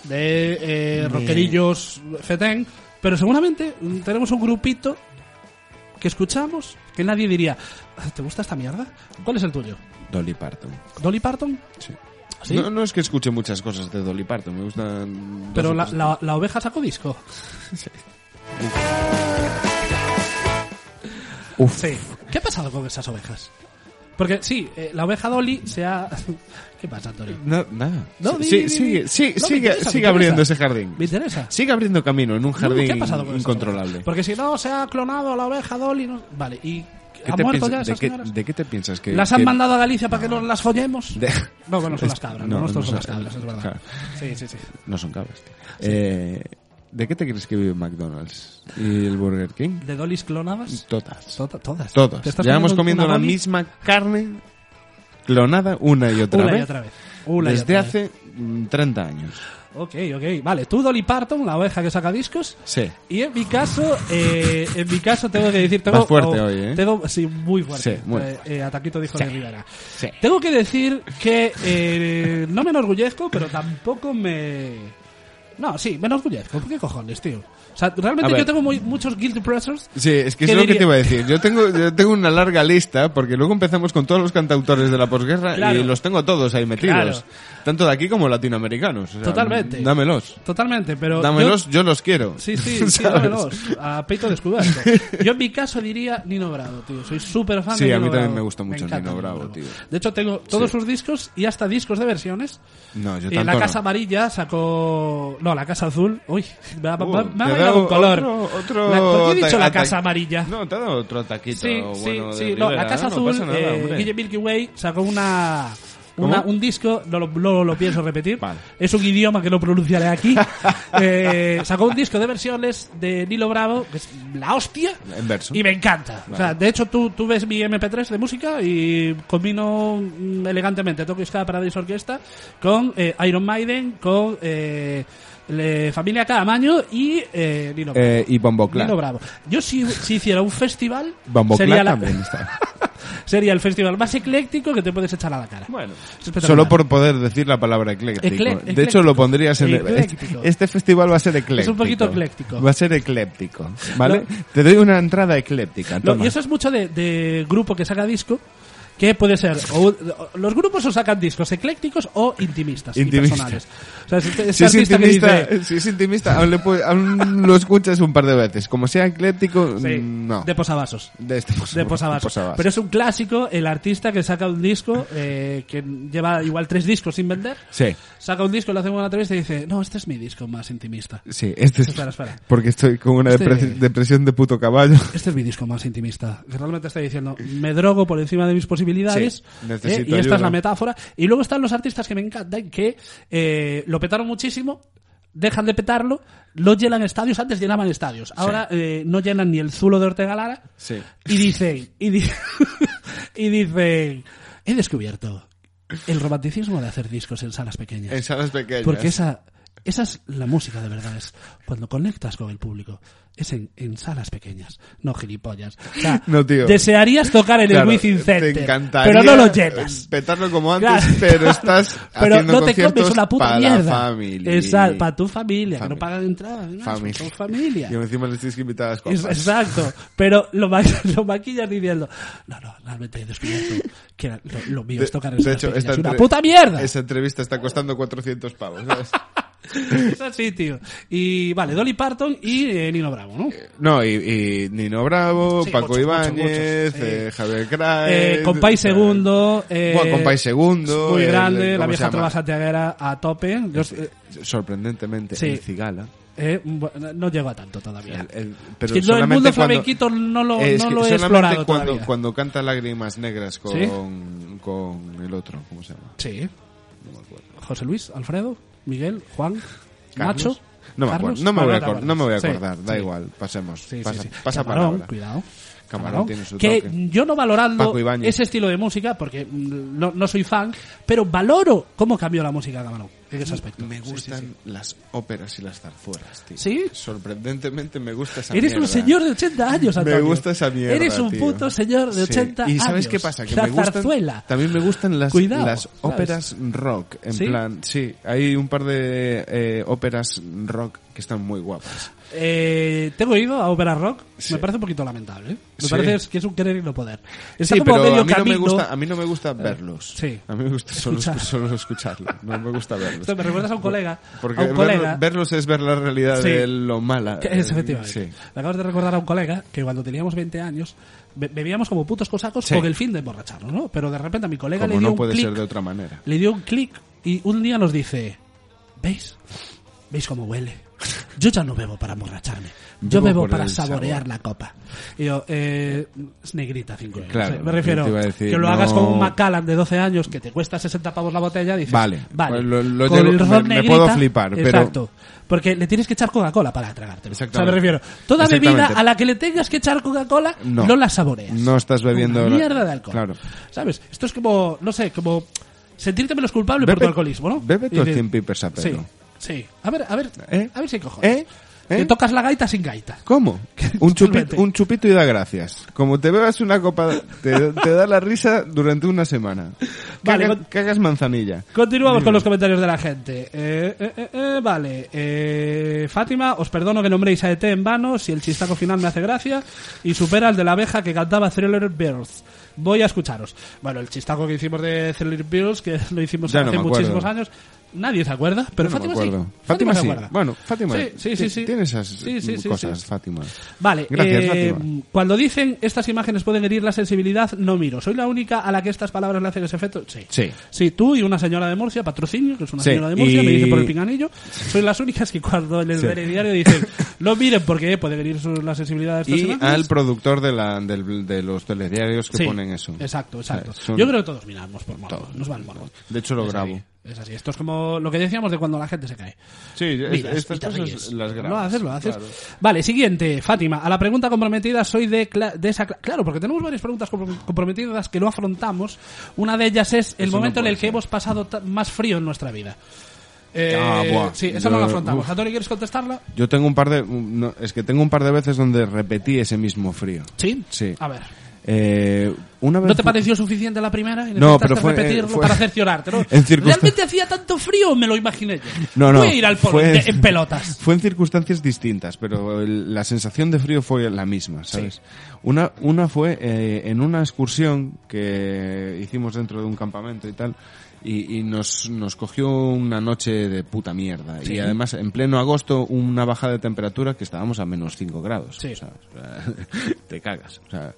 Speaker 3: de eh, rockerillos fetén, pero seguramente mm, tenemos un grupito que escuchamos que nadie diría, "Ah, ¿te gusta esta mierda? ¿Cuál es el tuyo?
Speaker 4: [LAUGHS] Dolly Parton.
Speaker 3: ¿Dolly Parton?
Speaker 4: Sí.
Speaker 3: ¿Sí?
Speaker 4: No, no es que escuche muchas cosas de Dolly Parton, me gustan. dos
Speaker 3: Pero
Speaker 4: o
Speaker 3: la,
Speaker 4: tres.
Speaker 3: la, la oveja sacó disco.
Speaker 4: [LAUGHS] Uf.
Speaker 3: Sí. ¿Qué ha pasado con esas ovejas? Porque sí, eh, la oveja Dolly se ha... [LAUGHS] ¿Qué pasa, Antonio?
Speaker 4: No, nada.
Speaker 3: No, di, di,
Speaker 4: sí,
Speaker 3: di,
Speaker 4: sigue,
Speaker 3: di.
Speaker 4: sí,
Speaker 3: No, me
Speaker 4: sigue,
Speaker 3: interesa, me
Speaker 4: sigue
Speaker 3: interesa.
Speaker 4: abriendo ese jardín.
Speaker 3: Me interesa.
Speaker 4: Sigue abriendo camino en un
Speaker 3: No,
Speaker 4: jardín
Speaker 3: ¿Qué ha pasado con esa
Speaker 4: incontrolable.
Speaker 3: oveja? Porque si no, se ha clonado la oveja Dolly. no- Vale, ¿y
Speaker 4: ¿Qué
Speaker 3: ha
Speaker 4: te
Speaker 3: muerto
Speaker 4: piensas-
Speaker 3: ya
Speaker 4: de,
Speaker 3: esas
Speaker 4: qué,
Speaker 3: señoras?
Speaker 4: ¿De qué te piensas que.?
Speaker 3: ¿Las han
Speaker 4: que-
Speaker 3: mandado a Galicia para que nos las follemos?
Speaker 4: [LAUGHS] de-
Speaker 3: No, bueno, son las
Speaker 4: Es-
Speaker 3: cabras. No, no, son las cabras, es verdad.
Speaker 4: claro.
Speaker 3: Sí, sí, sí.
Speaker 4: No son cabras, tío. Eh, ¿De qué te crees que vive McDonald's y el Burger King?
Speaker 3: ¿De Dollys clonadas?
Speaker 4: Todas.
Speaker 3: Tota- todas. ¿Te
Speaker 4: Todas.
Speaker 3: estás
Speaker 4: Llevamos comiendo
Speaker 3: una
Speaker 4: la
Speaker 3: Dolly?
Speaker 4: misma carne clonada una y otra
Speaker 3: Una
Speaker 4: vez.
Speaker 3: y otra vez. Una y
Speaker 4: desde
Speaker 3: otra vez.
Speaker 4: hace mm, 30 años.
Speaker 3: Ok, ok. Vale, tú Dolly Parton, la oveja que saca discos.
Speaker 4: Sí.
Speaker 3: Y en mi caso, eh, en mi caso tengo que decir... Tengo, oh,
Speaker 4: Vas fuerte hoy, ¿eh?
Speaker 3: Tengo, sí, muy fuerte.
Speaker 4: Sí, muy
Speaker 3: Eh, eh, ataquito dijo de Rivera.
Speaker 4: Sí.
Speaker 3: Tengo que decir que eh, no me enorgullezco, pero tampoco me... No, sí, me enorgullezco. ¿Por qué cojones, tío? O sea,
Speaker 4: A
Speaker 3: realmente
Speaker 4: ver.
Speaker 3: yo tengo muy- muchos guilty pleasures.
Speaker 4: Sí, es que
Speaker 3: ¿Qué
Speaker 4: es lo que
Speaker 3: diría?
Speaker 4: te iba a decir. Yo tengo, yo tengo una larga lista porque luego empezamos con todos los cantautores de la posguerra
Speaker 3: Claro.
Speaker 4: y los tengo todos ahí metidos.
Speaker 3: Claro.
Speaker 4: Tanto de aquí como latinoamericanos. O sea,
Speaker 3: Totalmente.
Speaker 4: Dámelos.
Speaker 3: Totalmente, pero... yo-
Speaker 4: Dámelos, yo, los quiero.
Speaker 3: Sí,
Speaker 4: [LAUGHS]
Speaker 3: sí, sí,
Speaker 4: ¿Sabes?
Speaker 3: dámelos. A peito descubierto. Yo en mi caso diría Nino Bravo, tío. Soy súper fan
Speaker 4: Sí,
Speaker 3: de
Speaker 4: a
Speaker 3: Nino
Speaker 4: mí también
Speaker 3: Bravo.
Speaker 4: me gusta mucho
Speaker 3: encanta
Speaker 4: Nino Bravo, tío.
Speaker 3: De hecho, tengo todos sus discos y hasta discos de versiones.
Speaker 4: No, yo
Speaker 3: Eh,
Speaker 4: tanto
Speaker 3: la
Speaker 4: no.
Speaker 3: Casa Amarilla sacó... No, la Casa Azul. Uy, me ha, me ha- me ha bailado un
Speaker 4: Uh, te he dado
Speaker 3: color.
Speaker 4: Otro, otro
Speaker 3: La- ¿Por qué he dicho la
Speaker 4: ata-
Speaker 3: Casa Amarilla?
Speaker 4: No, te he dado otro taquito.
Speaker 3: Sí, sí,
Speaker 4: bueno de
Speaker 3: sí. No, la
Speaker 4: Rivera,
Speaker 3: Casa
Speaker 4: no
Speaker 3: Azul,
Speaker 4: pasa nada,
Speaker 3: eh,
Speaker 4: hombre.
Speaker 3: Guille Milky Way sacó una, una-
Speaker 4: ¿Cómo?
Speaker 3: un disco, no lo, no lo pienso repetir.
Speaker 4: Vale.
Speaker 3: Es un idioma que no pronunciaré
Speaker 4: [LAUGHS]
Speaker 3: aquí. Eh, sacó un disco de versiones de Nilo Bravo, que es la hostia.
Speaker 4: En verso.
Speaker 3: Y me encanta. O sea, de hecho, tú, tú ves mi MP3 de música y combino mm, elegantemente Tokyo Sky Paradise Orquesta con eh, Iron Maiden, con eh, le- Familia Caamaño y eh, Nino Bravo.
Speaker 4: Eh, y Bombo Clan.
Speaker 3: Nino Bravo. Yo si, si hiciera un festival,
Speaker 4: Bombo
Speaker 3: sería,
Speaker 4: Clan
Speaker 3: la-
Speaker 4: también está.
Speaker 3: [LAUGHS] sería el festival más ecléctico que te puedes echar a la cara.
Speaker 4: Bueno.
Speaker 3: Es espectacular.
Speaker 4: Solo por poder decir la palabra ecléctico.
Speaker 3: Ecle-
Speaker 4: de hecho,
Speaker 3: ecléctico.
Speaker 4: lo pondrías en...
Speaker 3: Ecléctico.
Speaker 4: Este festival va a ser ecléctico.
Speaker 3: poquito ecléctico.
Speaker 4: Va a ser ecléptico, ¿vale?
Speaker 3: Lo-
Speaker 4: Te doy una entrada ecléptica,
Speaker 3: Lo-
Speaker 4: toma.
Speaker 3: y eso es mucho de, de grupo que saca disco, que puede ser. o- o- los grupos o sacan discos eclécticos o intimistas. y
Speaker 4: Intimista.
Speaker 3: personales. O sea, es este- este
Speaker 4: Si es,
Speaker 3: artista que
Speaker 4: intimista,
Speaker 3: dice,
Speaker 4: si es intimista, aún, le puede- aún lo escuchas un par de veces. Como sea ecléptico,
Speaker 3: sí,
Speaker 4: no.
Speaker 3: De posavasos.
Speaker 4: De este posa-
Speaker 3: De posavasos.
Speaker 4: posavasos.
Speaker 3: Pero es un clásico, el artista que saca un disco, eh, que lleva igual tres discos sin vender,
Speaker 4: Sí,
Speaker 3: saca un disco, lo hace una entrevista y dice, no, este es mi disco más intimista.
Speaker 4: sí. Este es...
Speaker 3: Espera, espera.
Speaker 4: Porque estoy con una
Speaker 3: Este-
Speaker 4: depres- depresión de puto caballo.
Speaker 3: Este es mi disco más intimista. Que realmente está diciendo, me drogo por encima de mis posibilidades. eh,
Speaker 4: Sí, necesito
Speaker 3: y esta
Speaker 4: ayuda.
Speaker 3: es la metáfora. Y luego están los artistas que me encantan, que eh, lo petaron muchísimo, dejan de petarlo, lo llenan estadios. Antes llenaban estadios. Ahora eh, no llenan ni el zulo de Ortega Lara.
Speaker 4: Sí.
Speaker 3: Y dicen, y, di- [LAUGHS] y dicen, he descubierto el romanticismo de hacer discos en salas pequeñas.
Speaker 4: En salas pequeñas.
Speaker 3: Porque esa, esa es la música de verdad, es cuando conectas con el público. Es en, en salas pequeñas, no gilipollas. O sea,
Speaker 4: [LAUGHS] No, tío.
Speaker 3: Desearías tocar en
Speaker 4: Claro,
Speaker 3: el Within Center,
Speaker 4: te encantaría
Speaker 3: pero no lo llenas.
Speaker 4: Petarlo como [LAUGHS] antes,
Speaker 3: Claro.
Speaker 4: pero estás
Speaker 3: [LAUGHS] Pero
Speaker 4: haciendo
Speaker 3: no te comes
Speaker 4: conciertos
Speaker 3: una puta
Speaker 4: para
Speaker 3: mierda.
Speaker 4: familia.
Speaker 3: Exacto, para tu familia, que no
Speaker 4: Familia.
Speaker 3: pagan entrada. ¿no?
Speaker 4: Familia.
Speaker 3: Son
Speaker 4: [LAUGHS]
Speaker 3: familia.
Speaker 4: Y encima les tienes que invitar a las
Speaker 3: Es-
Speaker 4: copas.
Speaker 3: Exacto, pero lo, ma- [LAUGHS] lo maquillas diciendo, no, no, realmente he descubierto que era- lo, lo mío
Speaker 4: De-
Speaker 3: es tocar en
Speaker 4: de
Speaker 3: salas
Speaker 4: hecho,
Speaker 3: pequeñas.
Speaker 4: esta
Speaker 3: Es una
Speaker 4: entre-
Speaker 3: puta mierda.
Speaker 4: Esa entrevista está costando 400 pavos. ¿sabes?
Speaker 3: [LAUGHS]
Speaker 4: [LAUGHS]
Speaker 3: Es así, tío. Y vale, Dolly Parton y eh, Nino Bravo, ¿no?
Speaker 4: no, y, y Nino Bravo,
Speaker 3: Sí,
Speaker 4: Paco
Speaker 3: muchos, muchos,
Speaker 4: Ibáñez,
Speaker 3: muchos,
Speaker 4: eh,
Speaker 3: sí.
Speaker 4: Javier Crae.
Speaker 3: Eh, Compay Segundo. Eh,
Speaker 4: Bueno, Compay Segundo,
Speaker 3: Muy
Speaker 4: el-
Speaker 3: grande,
Speaker 4: ¿cómo
Speaker 3: la vieja
Speaker 4: se llama? Este.
Speaker 3: trova santiaguera a tope. Yo, eh,
Speaker 4: Sorprendentemente,
Speaker 3: Sí.
Speaker 4: el Cigala.
Speaker 3: eh, bueno, no llego a tanto todavía.
Speaker 4: El- el-
Speaker 3: es
Speaker 4: pero
Speaker 3: que yo el
Speaker 4: solamente
Speaker 3: mundo
Speaker 4: cuando-
Speaker 3: flamenquito no lo,
Speaker 4: Es
Speaker 3: no
Speaker 4: que
Speaker 3: lo he
Speaker 4: solamente
Speaker 3: explorado
Speaker 4: cuando,
Speaker 3: todavía.
Speaker 4: cuando canta Lágrimas Negras con,
Speaker 3: ¿Sí?
Speaker 4: con el otro, ¿cómo se llama?
Speaker 3: Sí. José Luis, Alfredo, Miguel, Juan,
Speaker 4: ¿Carlos?
Speaker 3: Nacho.
Speaker 4: No me, acuerdo,
Speaker 3: Carlos.
Speaker 4: no, me voy a
Speaker 3: Ahora te
Speaker 4: acor- no me voy a
Speaker 3: acuerdas. Sí,
Speaker 4: acordar, da
Speaker 3: sí.
Speaker 4: igual, pasemos.
Speaker 3: Sí, sí,
Speaker 4: pasa
Speaker 3: sí.
Speaker 4: pasa
Speaker 3: Camarón,
Speaker 4: palabra.
Speaker 3: cuidado.
Speaker 4: Camarón tiene su
Speaker 3: que
Speaker 4: toque.
Speaker 3: yo no valorando
Speaker 4: Paco Ibáñez.
Speaker 3: ese estilo de música, porque mm, no, no soy fan, pero valoro cómo cambió la música Camarón en ese aspecto.
Speaker 4: Me
Speaker 3: Sí, sí,
Speaker 4: gustan
Speaker 3: sí.
Speaker 4: las óperas y las zarzuelas, tío.
Speaker 3: ¿Sí?
Speaker 4: Sorprendentemente me gusta esa
Speaker 3: Eres un
Speaker 4: mierda.
Speaker 3: señor de 80 años, Antonio.
Speaker 4: Me gusta esa mierda.
Speaker 3: Eres un
Speaker 4: tío.
Speaker 3: puto señor de
Speaker 4: Sí.
Speaker 3: 80 años.
Speaker 4: ¿Y sabes qué pasa? Que
Speaker 3: la
Speaker 4: me gustan,
Speaker 3: zarzuela.
Speaker 4: También me gustan las,
Speaker 3: Cuidado,
Speaker 4: las
Speaker 3: ¿sabes?
Speaker 4: óperas rock. En
Speaker 3: ¿Sí?
Speaker 4: plan, sí, hay un par de eh, óperas rock que están muy guapas.
Speaker 3: Eh, tengo ido a Opera Rock.
Speaker 4: Sí.
Speaker 3: Me parece un poquito lamentable. ¿eh? Me
Speaker 4: Sí.
Speaker 3: parece que es un querer y no poder. Está
Speaker 4: Sí,
Speaker 3: como
Speaker 4: pero
Speaker 3: medio
Speaker 4: a mí, no me
Speaker 3: camino.
Speaker 4: gusta, a mí no me gusta verlos.
Speaker 3: sí.
Speaker 4: A mí me gusta solo,
Speaker 3: Escuchar.
Speaker 4: escu- solo escucharlo. No
Speaker 3: [LAUGHS]
Speaker 4: me gusta verlos.
Speaker 3: Esto me recuerdas a un colega.
Speaker 4: Porque
Speaker 3: a un
Speaker 4: verlo-
Speaker 3: colega.
Speaker 4: verlos es ver la realidad
Speaker 3: Sí.
Speaker 4: de lo mala.
Speaker 3: que-
Speaker 4: eh,
Speaker 3: es, efectivamente.
Speaker 4: sí.
Speaker 3: Me acabas de recordar a un colega que cuando teníamos 20 años be- bebíamos como putos cosacos
Speaker 4: Sí.
Speaker 3: con el fin de emborracharnos, ¿no? Pero de repente a mi colega
Speaker 4: Como
Speaker 3: le dio
Speaker 4: no
Speaker 3: un
Speaker 4: puede
Speaker 3: clic ¿Eh?
Speaker 4: ser de otra manera.
Speaker 3: le dio un clic y un día nos dice, ¿veis? ¿Veis cómo huele? Yo ya no bebo para emborracharme. Yo
Speaker 4: Bebo
Speaker 3: bebo,
Speaker 4: por
Speaker 3: para
Speaker 4: el
Speaker 3: saborear
Speaker 4: sabor".
Speaker 3: la copa. Y yo, eh, es negrita 5 euros.
Speaker 4: Claro,
Speaker 3: Sí, me refiero
Speaker 4: yo te iba a decir,
Speaker 3: que lo
Speaker 4: no.
Speaker 3: hagas con un Macallan de 12 años que te cuesta 60 pavos la botella. Dices,
Speaker 4: Vale,
Speaker 3: vale.
Speaker 4: pues lo- lo
Speaker 3: con
Speaker 4: llevo-
Speaker 3: el ron
Speaker 4: me- me
Speaker 3: negrita,
Speaker 4: puedo flipar, pero-
Speaker 3: Exacto. Porque le tienes que echar Coca-Cola para tragártelo. O sea, me
Speaker 4: Exactamente.
Speaker 3: refiero, toda bebida
Speaker 4: Exactamente.
Speaker 3: a la que le tengas que echar Coca-Cola no.
Speaker 4: No.
Speaker 3: la saboreas.
Speaker 4: No estás bebiendo
Speaker 3: Una
Speaker 4: la-
Speaker 3: mierda de alcohol.
Speaker 4: Claro.
Speaker 3: ¿Sabes? Esto es como, no sé, como sentirte menos culpable por
Speaker 4: Bebe-
Speaker 3: tu alcoholismo, ¿no?
Speaker 4: bebe
Speaker 3: Y
Speaker 4: tus
Speaker 3: dices,
Speaker 4: 100 pipers a pelo.
Speaker 3: Sí, sí. A ver, a ver,
Speaker 4: ¿Eh?
Speaker 3: a ver si cojones.
Speaker 4: ¿Eh? ¿Eh?
Speaker 3: Que tocas la gaita sin gaita.
Speaker 4: ¿Cómo? Un
Speaker 3: Totalmente.
Speaker 4: chupito, un chupito y da gracias. Como te bebas una copa, te, te da la risa durante una semana.
Speaker 3: [LAUGHS] Vale,
Speaker 4: Caga-
Speaker 3: con-
Speaker 4: cagas manzanilla.
Speaker 3: Continuamos con los comentarios de la gente. Eh, eh, eh, eh, vale. Eh, Fátima, os perdono que nombréis a ET en vano si el chistaco final me hace gracia y supera el de la abeja que cantaba Thriller Birds. Voy a escucharos. Bueno, el chistaco que hicimos de Thriller Birds, que lo hicimos
Speaker 4: Ya no
Speaker 3: hace
Speaker 4: me acuerdo.
Speaker 3: muchísimos años, nadie se acuerda, pero
Speaker 4: Yo no me
Speaker 3: Fátima,
Speaker 4: acuerdo.
Speaker 3: sí.
Speaker 4: Fátima
Speaker 3: se
Speaker 4: sí.
Speaker 3: acuerda.
Speaker 4: Bueno, Fátima.
Speaker 3: Sí, sí, sí, sí.
Speaker 4: Tiene esas
Speaker 3: Sí, sí, sí,
Speaker 4: cosas,
Speaker 3: sí.
Speaker 4: Fátima.
Speaker 3: Vale,
Speaker 4: Gracias,
Speaker 3: eh,
Speaker 4: Fátima.
Speaker 3: cuando dicen estas imágenes pueden herir la sensibilidad, no miro. ¿Soy la única a la que estas palabras le hacen ese efecto? Sí.
Speaker 4: Sí.
Speaker 3: tú y una señora de Murcia, patrocinio, que es una
Speaker 4: Sí,
Speaker 3: señora de Murcia,
Speaker 4: y-
Speaker 3: me dice por el pinganillo. Sois las únicas que cuando les
Speaker 4: Sí.
Speaker 3: veré diario dicen, no miren porque puede herir su- la sensibilidad de estas
Speaker 4: Y
Speaker 3: imágenes.
Speaker 4: al productor de, la, del- de los telediarios que
Speaker 3: Sí,
Speaker 4: ponen eso.
Speaker 3: Exacto, exacto.
Speaker 4: O sea, son-
Speaker 3: Yo creo que todos miramos por morbo, nos va el morbo.
Speaker 4: De hecho, lo
Speaker 3: Es así,
Speaker 4: grabo.
Speaker 3: Es así, esto es como lo que decíamos de cuando la gente se cae.
Speaker 4: Sí, es-
Speaker 3: Miras
Speaker 4: estas
Speaker 3: y te
Speaker 4: cosas
Speaker 3: ríes.
Speaker 4: las grabas.
Speaker 3: Lo haces, lo haces.
Speaker 4: claro.
Speaker 3: Vale, siguiente, Fátima. A la pregunta comprometida soy de, cla- de esa... cla- Claro, porque tenemos varias preguntas comprom- comprometidas que no afrontamos. Una de ellas es el
Speaker 4: Eso no
Speaker 3: momento en
Speaker 4: puede
Speaker 3: el que
Speaker 4: ser.
Speaker 3: hemos pasado ta- más frío en nuestra vida. Eh,
Speaker 4: Ah, buah.
Speaker 3: sí, esa no la
Speaker 4: Yo-
Speaker 3: afrontamos.
Speaker 4: uf.
Speaker 3: ¿Antonio quieres contestarla?
Speaker 4: Yo tengo un par de... no, es que tengo un par de veces donde repetí ese mismo frío.
Speaker 3: Sí.
Speaker 4: Sí.
Speaker 3: A ver.
Speaker 4: Eh, una vez
Speaker 3: ¿No te
Speaker 4: fu-
Speaker 3: pareció suficiente la primera? Y
Speaker 4: No,
Speaker 3: necesitaste
Speaker 4: pero fue-
Speaker 3: repetirlo
Speaker 4: fue- [LAUGHS]
Speaker 3: para cerciorarte, ¿no?
Speaker 4: en circunstan-
Speaker 3: ¿Realmente hacía tanto frío o me lo imaginé yo?
Speaker 4: No, no.
Speaker 3: Voy a ir al polo
Speaker 4: fue-
Speaker 3: en- en pelotas.
Speaker 4: [LAUGHS] Fue en circunstancias distintas, pero el- la sensación de frío fue la misma, ¿sabes? Una, una fue eh, en una excursión que hicimos dentro de un campamento y tal, y, y nos, nos cogió una noche de puta mierda. Y además, en pleno agosto, una bajada de temperatura que estábamos a menos 5 grados.
Speaker 3: Sí.
Speaker 4: o sea, [LAUGHS] te cagas. o sea,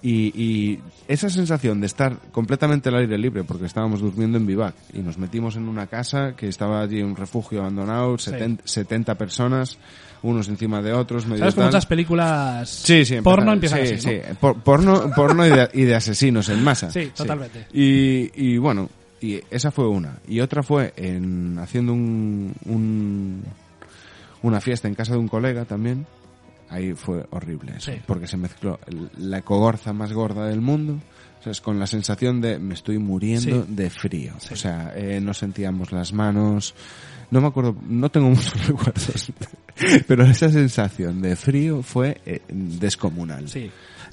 Speaker 4: y, y esa sensación de estar completamente al aire libre, porque estábamos durmiendo en vivac y nos metimos en una casa que estaba allí un refugio abandonado, 70, 70 personas, unos encima de otros. Medio
Speaker 3: ¿Sabes que
Speaker 4: tal.
Speaker 3: muchas películas
Speaker 4: Sí, sí, empieza-
Speaker 3: porno empiezan
Speaker 4: sí,
Speaker 3: así,
Speaker 4: sí,
Speaker 3: ¿no?
Speaker 4: por- porno, porno y, de, y de asesinos en masa.
Speaker 3: Sí, totalmente.
Speaker 4: Y, y bueno, y esa fue una. Y otra fue en haciendo un, un- una fiesta en casa de un colega también. Ahí fue horrible eso,
Speaker 3: Sí.
Speaker 4: porque se mezcló el- la cogorza más gorda del mundo. ¿sabes? con la sensación de me estoy muriendo
Speaker 3: Sí.
Speaker 4: de frío. O sea, eh, no sentíamos las manos. No me acuerdo, no tengo [LAUGHS] muchos recuerdos. Pero esa sensación de frío fue eh, descomunal.
Speaker 3: Sí.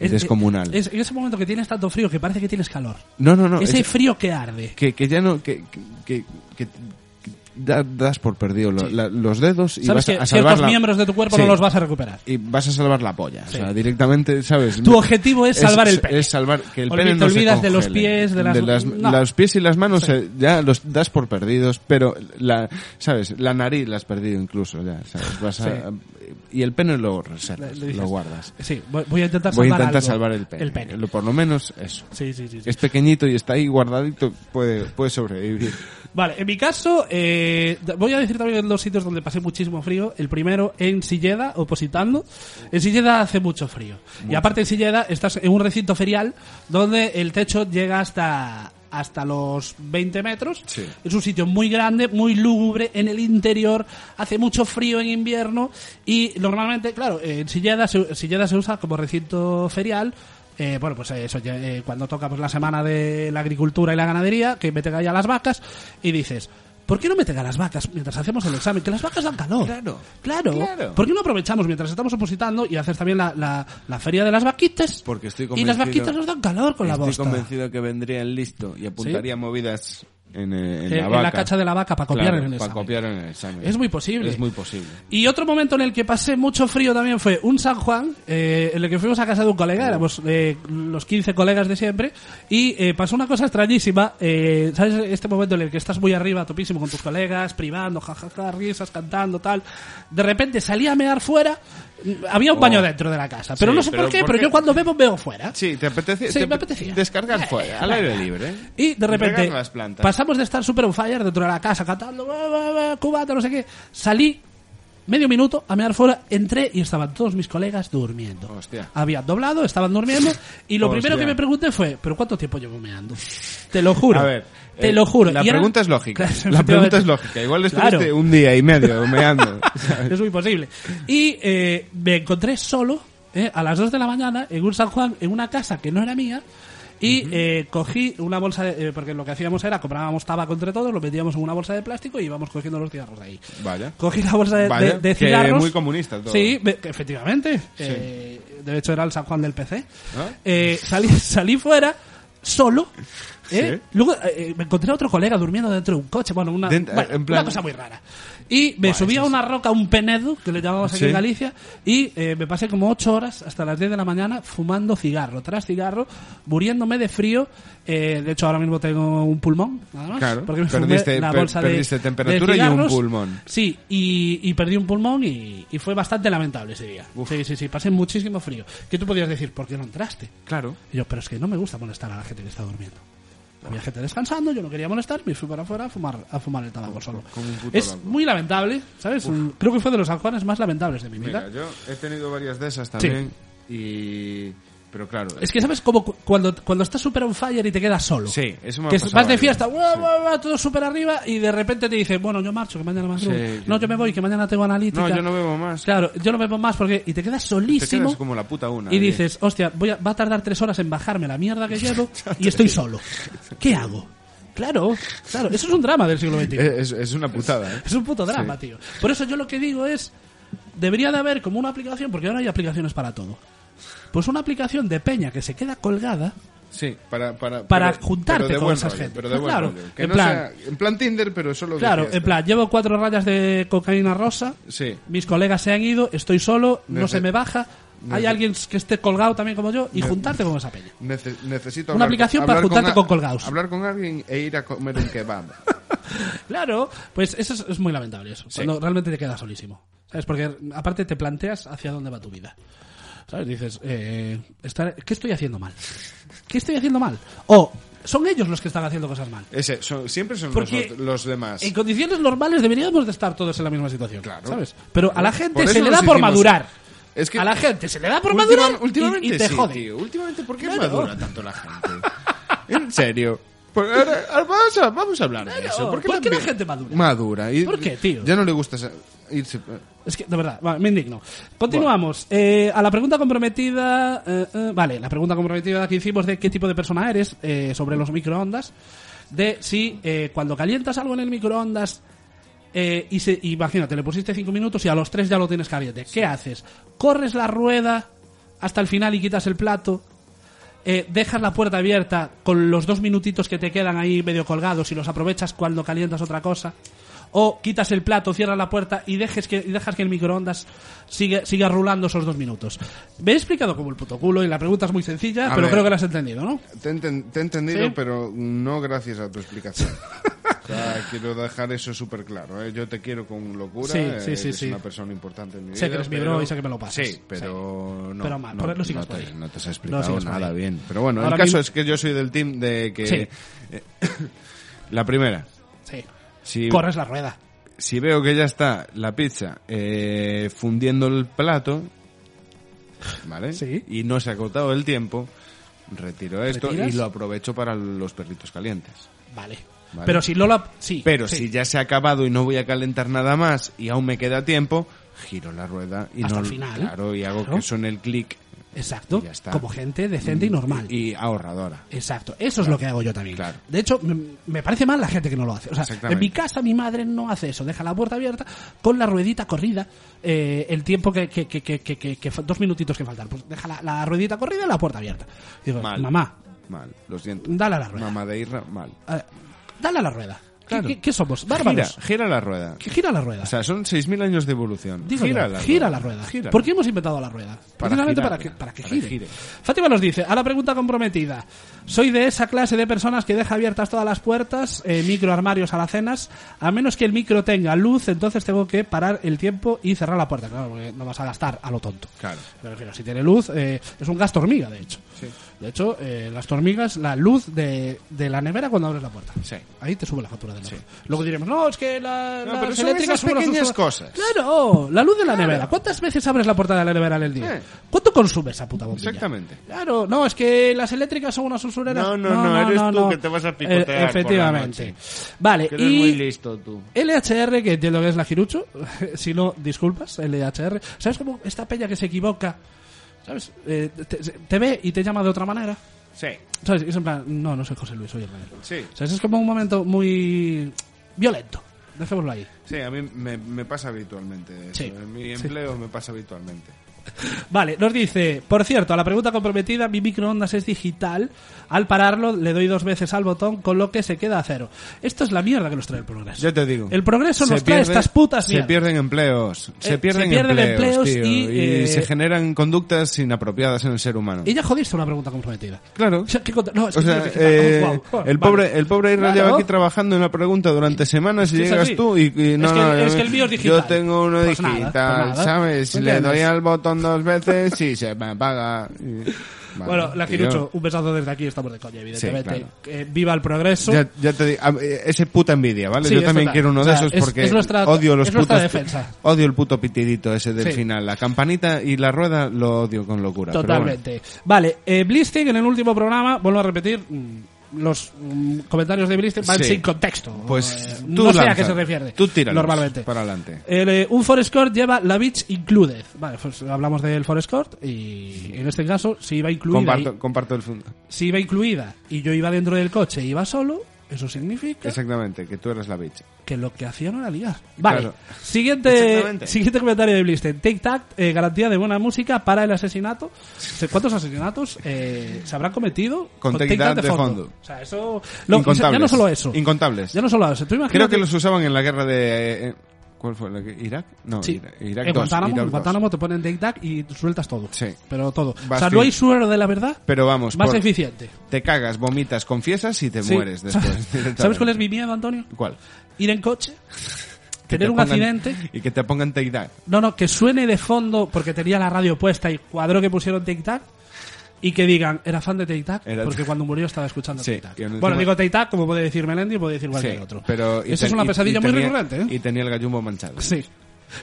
Speaker 4: descomunal.
Speaker 3: Es, en ese momento que tienes tanto frío que parece que tienes calor.
Speaker 4: no, no, no.
Speaker 3: Ese
Speaker 4: es-
Speaker 3: frío que arde.
Speaker 4: que, que ya no. Que, que, que- que da- das por perdido lo- la- los dedos y
Speaker 3: Sabes
Speaker 4: vas
Speaker 3: que
Speaker 4: a salvar
Speaker 3: ciertos
Speaker 4: la-
Speaker 3: miembros de tu cuerpo
Speaker 4: Sí.
Speaker 3: no los vas a recuperar.
Speaker 4: y vas a salvar la polla.
Speaker 3: Sí.
Speaker 4: O sea, directamente, ¿sabes?
Speaker 3: Tu objetivo [LAUGHS] es salvar el pene.
Speaker 4: Es salvar que el
Speaker 3: Olvi-
Speaker 4: pene
Speaker 3: te
Speaker 4: no se
Speaker 3: olvidas de los
Speaker 4: congele.
Speaker 3: pies, de las- no.
Speaker 4: Los pies y las manos eh, ya los das por perdidos, pero la, ¿sabes? La nariz la has perdido incluso ya, ¿sabes? Vas a- Y el pene lo reservas,
Speaker 3: Le- le dices,
Speaker 4: lo guardas.
Speaker 3: Sí, voy, voy a intentar
Speaker 4: Voy a
Speaker 3: salvar
Speaker 4: intentar
Speaker 3: algo.
Speaker 4: salvar el pene.
Speaker 3: El pene.
Speaker 4: Lo- Por lo menos eso.
Speaker 3: Sí, sí, sí. sí.
Speaker 4: Es pequeñito y está ahí guardadito, puede, puede sobrevivir.
Speaker 3: Vale, en mi caso, eh, d- voy a decir también los sitios donde pasé muchísimo frío. El primero en Silleda, opositando. En Silleda hace mucho frío. Y aparte en Silleda estás en un recinto ferial donde el techo llega hasta hasta los 20 metros.
Speaker 4: Sí.
Speaker 3: Es un sitio muy grande, muy lúgubre, en el interior, hace mucho frío en invierno y normalmente, claro, eh, en Silleda se, Silleda se usa como recinto ferial. Eh, bueno, pues eh, eso, ya, eh, cuando toca pues, la semana de la agricultura y la ganadería, que meten ahí a las vacas y dices... ¿Por qué no meten a las vacas mientras hacemos el examen? Que las vacas dan calor.
Speaker 4: Claro.
Speaker 3: Claro.
Speaker 4: Claro.
Speaker 3: ¿Por qué no aprovechamos mientras estamos opositando y haces también la, la- la feria de las vaquitas?
Speaker 4: Porque estoy
Speaker 3: Y las
Speaker 4: convencido-
Speaker 3: vaquitas nos dan calor con la
Speaker 4: Estoy
Speaker 3: voz.
Speaker 4: convencido que vendrían listo y apuntaría movidas en, eh, en
Speaker 3: Eh,
Speaker 4: la
Speaker 3: en
Speaker 4: vaca.
Speaker 3: la cacha de la vaca para copiar
Speaker 4: Claro,
Speaker 3: en el
Speaker 4: para
Speaker 3: examen.
Speaker 4: copiar en el examen.
Speaker 3: Es muy posible.
Speaker 4: Es muy posible.
Speaker 3: Y otro momento en el que pasé mucho frío también fue un San Juan, eh, en el que fuimos a casa de un colega,
Speaker 4: Oh.
Speaker 3: éramos eh, los 15 colegas de siempre, y eh, pasó una cosa extrañísima, eh, ¿sabes? Este momento en el que estás muy arriba, topísimo con tus colegas, privando, jajaja, risas, cantando, tal. De repente salí a mear fuera, mm, había un
Speaker 4: Oh.
Speaker 3: baño dentro de la casa, pero
Speaker 4: Sí,
Speaker 3: no sé
Speaker 4: pero
Speaker 3: por qué,
Speaker 4: ¿por
Speaker 3: pero
Speaker 4: qué?
Speaker 3: yo cuando bebo, veo fuera.
Speaker 4: Sí, te apetece
Speaker 3: Sí,
Speaker 4: te
Speaker 3: me apetecía. Eh,
Speaker 4: descargar fuera, al aire libre.
Speaker 3: Y de repente
Speaker 4: Regar las plantas.
Speaker 3: pasamos de estar super on fire dentro de la casa cantando "Bah, bah, bah, cubata, no sé qué. Salí medio minuto a mirar fuera, entré y estaban todos mis colegas durmiendo.
Speaker 4: Hostia.
Speaker 3: Habían doblado, estaban durmiendo y lo
Speaker 4: Hostia.
Speaker 3: primero que me pregunté fue, ¿pero cuánto tiempo llevo meando? Te lo juro.
Speaker 4: A ver,
Speaker 3: te
Speaker 4: eh,
Speaker 3: lo juro.
Speaker 4: La
Speaker 3: Y era-
Speaker 4: pregunta es lógica.
Speaker 3: [LAUGHS] Claro,
Speaker 4: la pregunta es
Speaker 3: efectivamente.
Speaker 4: lógica. Igual estuviste
Speaker 3: Claro.
Speaker 4: un día
Speaker 3: [LAUGHS]
Speaker 4: y medio meando.
Speaker 3: es muy posible. Y eh, me encontré solo eh, a las 2 de la mañana en un San Juan, en una casa que no era mía. Y eh, cogí una bolsa, de- eh, porque lo que hacíamos era comprábamos tabaco entre todos, lo metíamos en una bolsa de plástico y íbamos cogiendo los cigarros de ahí.
Speaker 4: Vaya.
Speaker 3: Cogí la bolsa de, de-
Speaker 4: Vaya,
Speaker 3: de
Speaker 4: que
Speaker 3: cigarros.
Speaker 4: muy comunista todo.
Speaker 3: Sí, me- que efectivamente. Eh, de hecho, era el San Juan del PC.
Speaker 4: ¿Ah?
Speaker 3: Eh, salí, [LAUGHS] salí fuera solo. ¿eh?
Speaker 4: Sí.
Speaker 3: Luego eh, me encontré a otro colega durmiendo dentro de un coche. Bueno, una,
Speaker 4: Dent-
Speaker 3: bueno,
Speaker 4: en plan-
Speaker 3: una cosa muy rara. Y me subí a una roca, un penedo, que le llamamos aquí
Speaker 4: Sí.
Speaker 3: en Galicia, y eh, me pasé como ocho horas hasta las 10 de la mañana fumando cigarro, tras cigarro, muriéndome de frío. Eh, de hecho, ahora mismo tengo un pulmón, nada más.
Speaker 4: Claro,
Speaker 3: porque me
Speaker 4: perdiste-
Speaker 3: fumé la
Speaker 4: per-
Speaker 3: bolsa de-
Speaker 4: perdiste
Speaker 3: de
Speaker 4: temperatura y un
Speaker 3: cigarros.
Speaker 4: pulmón.
Speaker 3: Sí, y, y perdí un pulmón y, y fue bastante lamentable ese día. Sí, sí, sí, pasé muchísimo frío. Que tú podías decir, ¿por qué no entraste?
Speaker 4: Claro.
Speaker 3: Y yo, pero es que no me gusta molestar a la gente que está durmiendo. Había gente descansando, yo no quería molestar, me fui para afuera a fumar, a fumar el tabaco solo.
Speaker 4: como un puto
Speaker 3: Es
Speaker 4: loco.
Speaker 3: muy lamentable, ¿sabes? Un- Creo que fue de los sanjuanes más lamentables de mi vida.
Speaker 4: Mira, yo he tenido varias de esas
Speaker 3: Sí.
Speaker 4: también y pero claro,
Speaker 3: Es que, ¿sabes? Como cu- cuando, cuando estás super on fire y te quedas solo.
Speaker 4: Sí, eso me ha
Speaker 3: Que es-
Speaker 4: pasado
Speaker 3: vas de
Speaker 4: varias
Speaker 3: fiesta,
Speaker 4: veces,
Speaker 3: ¡guau,
Speaker 4: sí.
Speaker 3: guau, guau! todo súper arriba y de repente te dicen, bueno, yo marcho, que mañana más
Speaker 4: Sí,
Speaker 3: No,
Speaker 4: yo-
Speaker 3: yo me voy, que mañana tengo analítica.
Speaker 4: No, yo no bebo más.
Speaker 3: Claro, yo no bebo más porque... Y te quedas
Speaker 4: te
Speaker 3: solísimo.
Speaker 4: quedas como la puta una.
Speaker 3: Y
Speaker 4: ahí.
Speaker 3: dices,
Speaker 4: [LAUGHS]
Speaker 3: hostia, voy a- va a tardar tres horas en bajarme la mierda que llevo y estoy solo. ¿Qué hago? Claro, claro. Eso es un drama del siglo XXI.
Speaker 4: Es, es una putada, ¿eh?
Speaker 3: Es un puto drama, tío. Por eso yo lo que digo es, debería de haber como una aplicación, porque ahora hay aplicaciones para todo. Pues una aplicación de peña que se queda colgada.
Speaker 4: Sí, para, para,
Speaker 3: Para
Speaker 4: pero-
Speaker 3: juntarte
Speaker 4: pero de
Speaker 3: con
Speaker 4: buen
Speaker 3: esas
Speaker 4: rollo,
Speaker 3: gente.
Speaker 4: Pero de buen
Speaker 3: Claro,
Speaker 4: rollo. Que
Speaker 3: en
Speaker 4: no
Speaker 3: plan-
Speaker 4: sea- en plan Tinder, pero solo de
Speaker 3: Claro,
Speaker 4: fiesta.
Speaker 3: en plan, llevo cuatro rayas de cocaína rosa,
Speaker 4: Sí.
Speaker 3: mis colegas se han ido, estoy solo, no
Speaker 4: Nece-
Speaker 3: se me baja, hay alguien que esté colgado también como yo, y juntarte con esa
Speaker 4: [LAUGHS]
Speaker 3: peña.
Speaker 4: Nece- necesito
Speaker 3: Una
Speaker 4: hablar
Speaker 3: aplicación
Speaker 4: con-
Speaker 3: para
Speaker 4: hablar
Speaker 3: juntarte
Speaker 4: a-
Speaker 3: con colgados.
Speaker 4: Hablar con alguien e ir a comer un kebab.
Speaker 3: Claro, pues eso es, es muy lamentable eso. Cuando realmente te quedas solísimo. ¿Sabes? Porque aparte te planteas hacia dónde va tu vida. ¿Sabes? Dices, eh, estar- ¿qué estoy haciendo mal? ¿Qué estoy haciendo mal? O son ellos los que están haciendo cosas mal.
Speaker 4: [LAUGHS] Ese, son- siempre son
Speaker 3: Porque
Speaker 4: nosotros- los demás.
Speaker 3: En condiciones normales deberíamos de estar todos en la misma situación.
Speaker 4: Claro.
Speaker 3: ¿Sabes? Pero a la gente
Speaker 4: Por eso
Speaker 3: se le
Speaker 4: los
Speaker 3: da por
Speaker 4: hicimos.
Speaker 3: madurar.
Speaker 4: Es que-
Speaker 3: a la gente se le da por
Speaker 4: Última-
Speaker 3: madurar y-
Speaker 4: últimamente
Speaker 3: y, te
Speaker 4: sí,
Speaker 3: jode.
Speaker 4: tío. Últimamente, ¿por qué
Speaker 3: Claro.
Speaker 4: madura tanto la gente? [LAUGHS] en serio. Por- ahora- ahora vamos, a, vamos a hablar de
Speaker 3: Claro,
Speaker 4: eso. ¿Por qué,
Speaker 3: ¿por qué la
Speaker 4: vi-
Speaker 3: gente madura?
Speaker 4: Madura. y-
Speaker 3: ¿Por qué, tío?
Speaker 4: Ya no le gusta esa- irse...
Speaker 3: Es que, de verdad, va, me indigno. Continuamos. Eh, a la pregunta comprometida. eh, eh, vale, la pregunta comprometida que hicimos de qué tipo de persona eres eh, sobre los microondas. De si eh, cuando calientas algo en el microondas. eh, y se, imagínate, le pusiste 5 minutos y a los 3 ya lo tienes caliente. ¿Qué haces? ¿Corres la rueda hasta el final y quitas el plato? Eh, dejas la puerta abierta con los dos minutitos que te quedan ahí medio colgados y los aprovechas cuando calientas otra cosa. O quitas el plato, cierras la puerta y, dejes que, y dejas que el microondas siga, siga rulando esos dos minutos. Me he explicado como el puto culo y la pregunta es muy sencilla,
Speaker 4: A
Speaker 3: pero
Speaker 4: ver.
Speaker 3: creo que la has entendido, ¿no?
Speaker 4: Te, he enten- te he entendido,
Speaker 3: ¿Sí?
Speaker 4: pero no gracias a tu
Speaker 3: [LAUGHS]
Speaker 4: explicación. O sea, quiero dejar eso súper claro. ¿eh? Yo te quiero con locura.
Speaker 3: Sí,
Speaker 4: eh,
Speaker 3: sí, sí,
Speaker 4: eres
Speaker 3: sí.
Speaker 4: una persona importante en mi
Speaker 3: Sé que
Speaker 4: vida.
Speaker 3: eres mi
Speaker 4: pero-
Speaker 3: bro y sé que me lo pasas.
Speaker 4: Sí, pero no.
Speaker 3: Pero mal,
Speaker 4: no,
Speaker 3: por- lo sigas
Speaker 4: no
Speaker 3: por
Speaker 4: te,
Speaker 3: ahí.
Speaker 4: no te has
Speaker 3: Lo
Speaker 4: explicado
Speaker 3: sigas por
Speaker 4: nada
Speaker 3: ahí.
Speaker 4: bien. Pero bueno,
Speaker 3: Ahora
Speaker 4: el caso
Speaker 3: mismo-
Speaker 4: es que yo soy del team de que.
Speaker 3: Sí.
Speaker 4: [COUGHS] La primera.
Speaker 3: Sí.
Speaker 4: Si,
Speaker 3: Corres la rueda.
Speaker 4: si veo que ya está la pizza eh, fundiendo el plato, ¿vale?
Speaker 3: Sí.
Speaker 4: Y no se ha agotado el tiempo, retiro esto
Speaker 3: ¿Retiras?
Speaker 4: y lo aprovecho para los perritos calientes.
Speaker 3: Vale.
Speaker 4: Vale.
Speaker 3: Pero si Lola. Sí.
Speaker 4: Pero
Speaker 3: sí.
Speaker 4: si ya se ha acabado y no voy a calentar nada más y aún me queda tiempo, giro la rueda y
Speaker 3: Hasta
Speaker 4: no
Speaker 3: el final.
Speaker 4: claro y hago
Speaker 3: Claro.
Speaker 4: que suene el clic
Speaker 3: Exacto.
Speaker 4: Ya está. Mm,
Speaker 3: Como gente decente y normal.
Speaker 4: y ahorradora.
Speaker 3: Exacto, eso es lo que hago yo también.
Speaker 4: Claro.
Speaker 3: De hecho, me, me parece mal la gente que no lo hace. O sea,
Speaker 4: Exactamente.
Speaker 3: en mi casa mi madre no hace eso, deja la puerta abierta con la ruedita corrida eh, el tiempo que, que, que, que, que, que- que fa- dos minutitos que faltan. Pues deja la, la ruedita corrida y la puerta abierta. Digo,
Speaker 4: Mal.
Speaker 3: mamá,
Speaker 4: Mal, lo siento.
Speaker 3: dale a la rueda.
Speaker 4: Mamá de Irra, mal.
Speaker 3: A ver, dale a la rueda. ¿Qué-
Speaker 4: Claro.
Speaker 3: ¿Qué, qué somos?
Speaker 4: Gira,
Speaker 3: Bárbaros.
Speaker 4: gira la rueda.
Speaker 3: Que gira la rueda.
Speaker 4: O sea, son 6.000 años de evolución.
Speaker 3: Digo yo,
Speaker 4: gira, la
Speaker 3: gira la rueda.
Speaker 4: Gira.
Speaker 3: ¿Por qué hemos inventado la rueda? Precisamente
Speaker 4: girar,
Speaker 3: para que, para que
Speaker 4: para que
Speaker 3: gire.
Speaker 4: gire.
Speaker 3: Fátima nos dice, a la pregunta comprometida, soy de esa clase de personas que deja abiertas todas las puertas, eh, micro armarios, alacenas, a menos que el micro tenga luz, entonces tengo que parar el tiempo y cerrar la puerta. Claro, porque no vas a gastar a lo tonto.
Speaker 4: Claro.
Speaker 3: Me refiero, si tiene luz, eh, es un gasto hormiga, de hecho. De hecho, eh, gasto hormiga es la luz de, de la nevera cuando abres la puerta.
Speaker 4: Sí.
Speaker 3: Ahí te sube la factura de la luz. Luego diremos, no, es que la,
Speaker 4: No,
Speaker 3: las
Speaker 4: pero son
Speaker 3: eléctricas
Speaker 4: esas
Speaker 3: suben las
Speaker 4: pequeñas
Speaker 3: luces".
Speaker 4: cosas.
Speaker 3: Claro, la luz de la nevera. ¿Cuántas veces abres la puerta de la nevera en el día?
Speaker 4: Eh.
Speaker 3: ¿Cuánto consume esa puta bombilla?
Speaker 4: Exactamente.
Speaker 3: Claro, no, es que las eléctricas son unas usureras.
Speaker 4: No, no, no, eres tú que te vas a picotear por la
Speaker 3: Eh, efectivamente.
Speaker 4: noche.
Speaker 3: Vale,
Speaker 4: Que eres
Speaker 3: y
Speaker 4: muy listo tú.
Speaker 3: LHR, que entiendo que es la Girucho, [LAUGHS] si no, disculpas, LHR. ¿Sabes cómo esta peña que se equivoca? ¿Sabes? Eh, te, te ve y te llama de otra manera.
Speaker 4: Sí.
Speaker 3: ¿Sabes? Y es en plan, no, no soy José Luis, soy Hernán.
Speaker 4: Sí.
Speaker 3: ¿Sabes? Es como un momento muy violento. Dejémoslo ahí.
Speaker 4: Sí, a mí me, me pasa habitualmente. Eso.
Speaker 3: Sí.
Speaker 4: En mi
Speaker 3: Sí.
Speaker 4: empleo me pasa habitualmente.
Speaker 3: Vale, nos dice, por cierto, a la pregunta comprometida, mi microondas es digital. Al pararlo, le doy dos veces al botón, con lo que se queda a cero. Esto es la mierda que nos trae el progreso.
Speaker 4: Ya te digo.
Speaker 3: El progreso
Speaker 4: Se
Speaker 3: nos trae
Speaker 4: pierde-
Speaker 3: estas putas
Speaker 4: Se
Speaker 3: mierdas.
Speaker 4: pierden empleos.
Speaker 3: Eh,
Speaker 4: Se pierden,
Speaker 3: se pierden
Speaker 4: empleos,
Speaker 3: empleos
Speaker 4: tío,
Speaker 3: y,
Speaker 4: y,
Speaker 3: eh,
Speaker 4: se generan conductas inapropiadas en el ser humano.
Speaker 3: Y ya jodiste una pregunta comprometida.
Speaker 4: Claro.
Speaker 3: O sea, ¿qué contra- no, es
Speaker 4: O
Speaker 3: que
Speaker 4: sea,
Speaker 3: es digital.
Speaker 4: eh,
Speaker 3: Oh, wow. Vale.
Speaker 4: el pobre, el pobre Israel
Speaker 3: Claro.
Speaker 4: lleva aquí trabajando en la pregunta durante semanas y
Speaker 3: que es
Speaker 4: llegas
Speaker 3: así.
Speaker 4: tú y, y
Speaker 3: Es
Speaker 4: no,
Speaker 3: que-
Speaker 4: no,
Speaker 3: es
Speaker 4: yo-
Speaker 3: que el mío es digital.
Speaker 4: Yo tengo uno
Speaker 3: Pues nada,
Speaker 4: digital,
Speaker 3: pues nada.
Speaker 4: ¿sabes?
Speaker 3: ¿Me
Speaker 4: Le
Speaker 3: entiendes?
Speaker 4: doy al botón dos veces y se me apaga. Y- Vale,
Speaker 3: Bueno, la
Speaker 4: tío.
Speaker 3: Girucho, un besazo desde aquí, estamos de coña, evidentemente.
Speaker 4: claro.
Speaker 3: Eh, viva el progreso.
Speaker 4: Ya, ya te digo, a- eh, ese puta envidia, ¿vale?
Speaker 3: Sí,
Speaker 4: Yo
Speaker 3: es
Speaker 4: también
Speaker 3: total.
Speaker 4: quiero uno
Speaker 3: O
Speaker 4: de
Speaker 3: sea,
Speaker 4: esos
Speaker 3: es-
Speaker 4: porque
Speaker 3: es nuestra-
Speaker 4: odio los
Speaker 3: es nuestra
Speaker 4: putos-
Speaker 3: defensa.
Speaker 4: Odio el puto pitidito ese del
Speaker 3: Sí.
Speaker 4: final. La campanita y la rueda lo odio con locura. pero
Speaker 3: Totalmente. Vale, eh, Blisting en el último programa, vuelvo a repetir, mm, los mm, comentarios de Blisting van
Speaker 4: Sí.
Speaker 3: sin contexto.
Speaker 4: bueno. pues
Speaker 3: Eh,
Speaker 4: tú
Speaker 3: no sé a
Speaker 4: lanza-
Speaker 3: qué se refiere.
Speaker 4: Tú tíralos
Speaker 3: Normalmente.
Speaker 4: para adelante.
Speaker 3: El, eh, un Forescourt lleva la Beach Included. Vale, pues hablamos del Forescourt y en este caso si iba incluida,
Speaker 4: Comparto,
Speaker 3: y-
Speaker 4: comparto el fondo.
Speaker 3: si iba incluida y yo iba dentro del coche y iba solo, Eso significa
Speaker 4: Exactamente, que tú eres la bitch.
Speaker 3: que lo que hacía no era ligar. Vale.
Speaker 4: Claro.
Speaker 3: Siguiente,
Speaker 4: Exactamente.
Speaker 3: siguiente comentario de Blisten. Tic Tac, eh, garantía de buena música para el asesinato. Sé ¿Cuántos asesinatos eh, se habrán cometido
Speaker 4: Con Take That de fondo.
Speaker 3: O sea, eso. lo-
Speaker 4: Incontables.
Speaker 3: ya no solo eso.
Speaker 4: Incontables.
Speaker 3: Ya no solo eso. Tú
Speaker 4: Creo
Speaker 3: imagínate-
Speaker 4: que los usaban en la guerra de... eh, ¿Cuál fue? la que- ¿Irak? No,
Speaker 3: Sí.
Speaker 4: Ira- Irak
Speaker 3: en
Speaker 4: 2,
Speaker 3: Guantánamo,
Speaker 4: Irak
Speaker 3: en
Speaker 4: 2.
Speaker 3: Guantánamo te ponen Take Tac y sueltas todo.
Speaker 4: Sí.
Speaker 3: Pero todo. O sea,
Speaker 4: Vas
Speaker 3: no
Speaker 4: fi-
Speaker 3: hay suero de la verdad.
Speaker 4: Pero vamos,
Speaker 3: Más
Speaker 4: por-
Speaker 3: eficiente.
Speaker 4: Te cagas, vomitas, confiesas y te
Speaker 3: Sí. [LAUGHS]
Speaker 4: mueres después.
Speaker 3: ¿Sabes
Speaker 4: directamente.
Speaker 3: cuál es mi miedo, Antonio?
Speaker 4: ¿Cuál?
Speaker 3: Ir en coche,
Speaker 4: Que
Speaker 3: tener
Speaker 4: te
Speaker 3: un
Speaker 4: pongan-
Speaker 3: accidente.
Speaker 4: Y que te pongan teidad.
Speaker 3: No, no, que suene de fondo porque tenía la radio puesta y cuadro que pusieron Tic Tac y que digan, era fan de Tic Tac
Speaker 4: Era-
Speaker 3: porque cuando murió estaba escuchando
Speaker 4: Sí,
Speaker 3: Tic Tac.
Speaker 4: y
Speaker 3: Bueno,
Speaker 4: encima-
Speaker 3: digo Tic Tac como puede decir Melendi y puede decir cualquier
Speaker 4: Sí,
Speaker 3: otro.
Speaker 4: pero y
Speaker 3: Eso
Speaker 4: ten-
Speaker 3: es una
Speaker 4: y-
Speaker 3: pesadilla
Speaker 4: y
Speaker 3: muy
Speaker 4: tenía-
Speaker 3: recurrente, ¿eh?
Speaker 4: Y tenía el gallumbo manchado.
Speaker 3: Sí.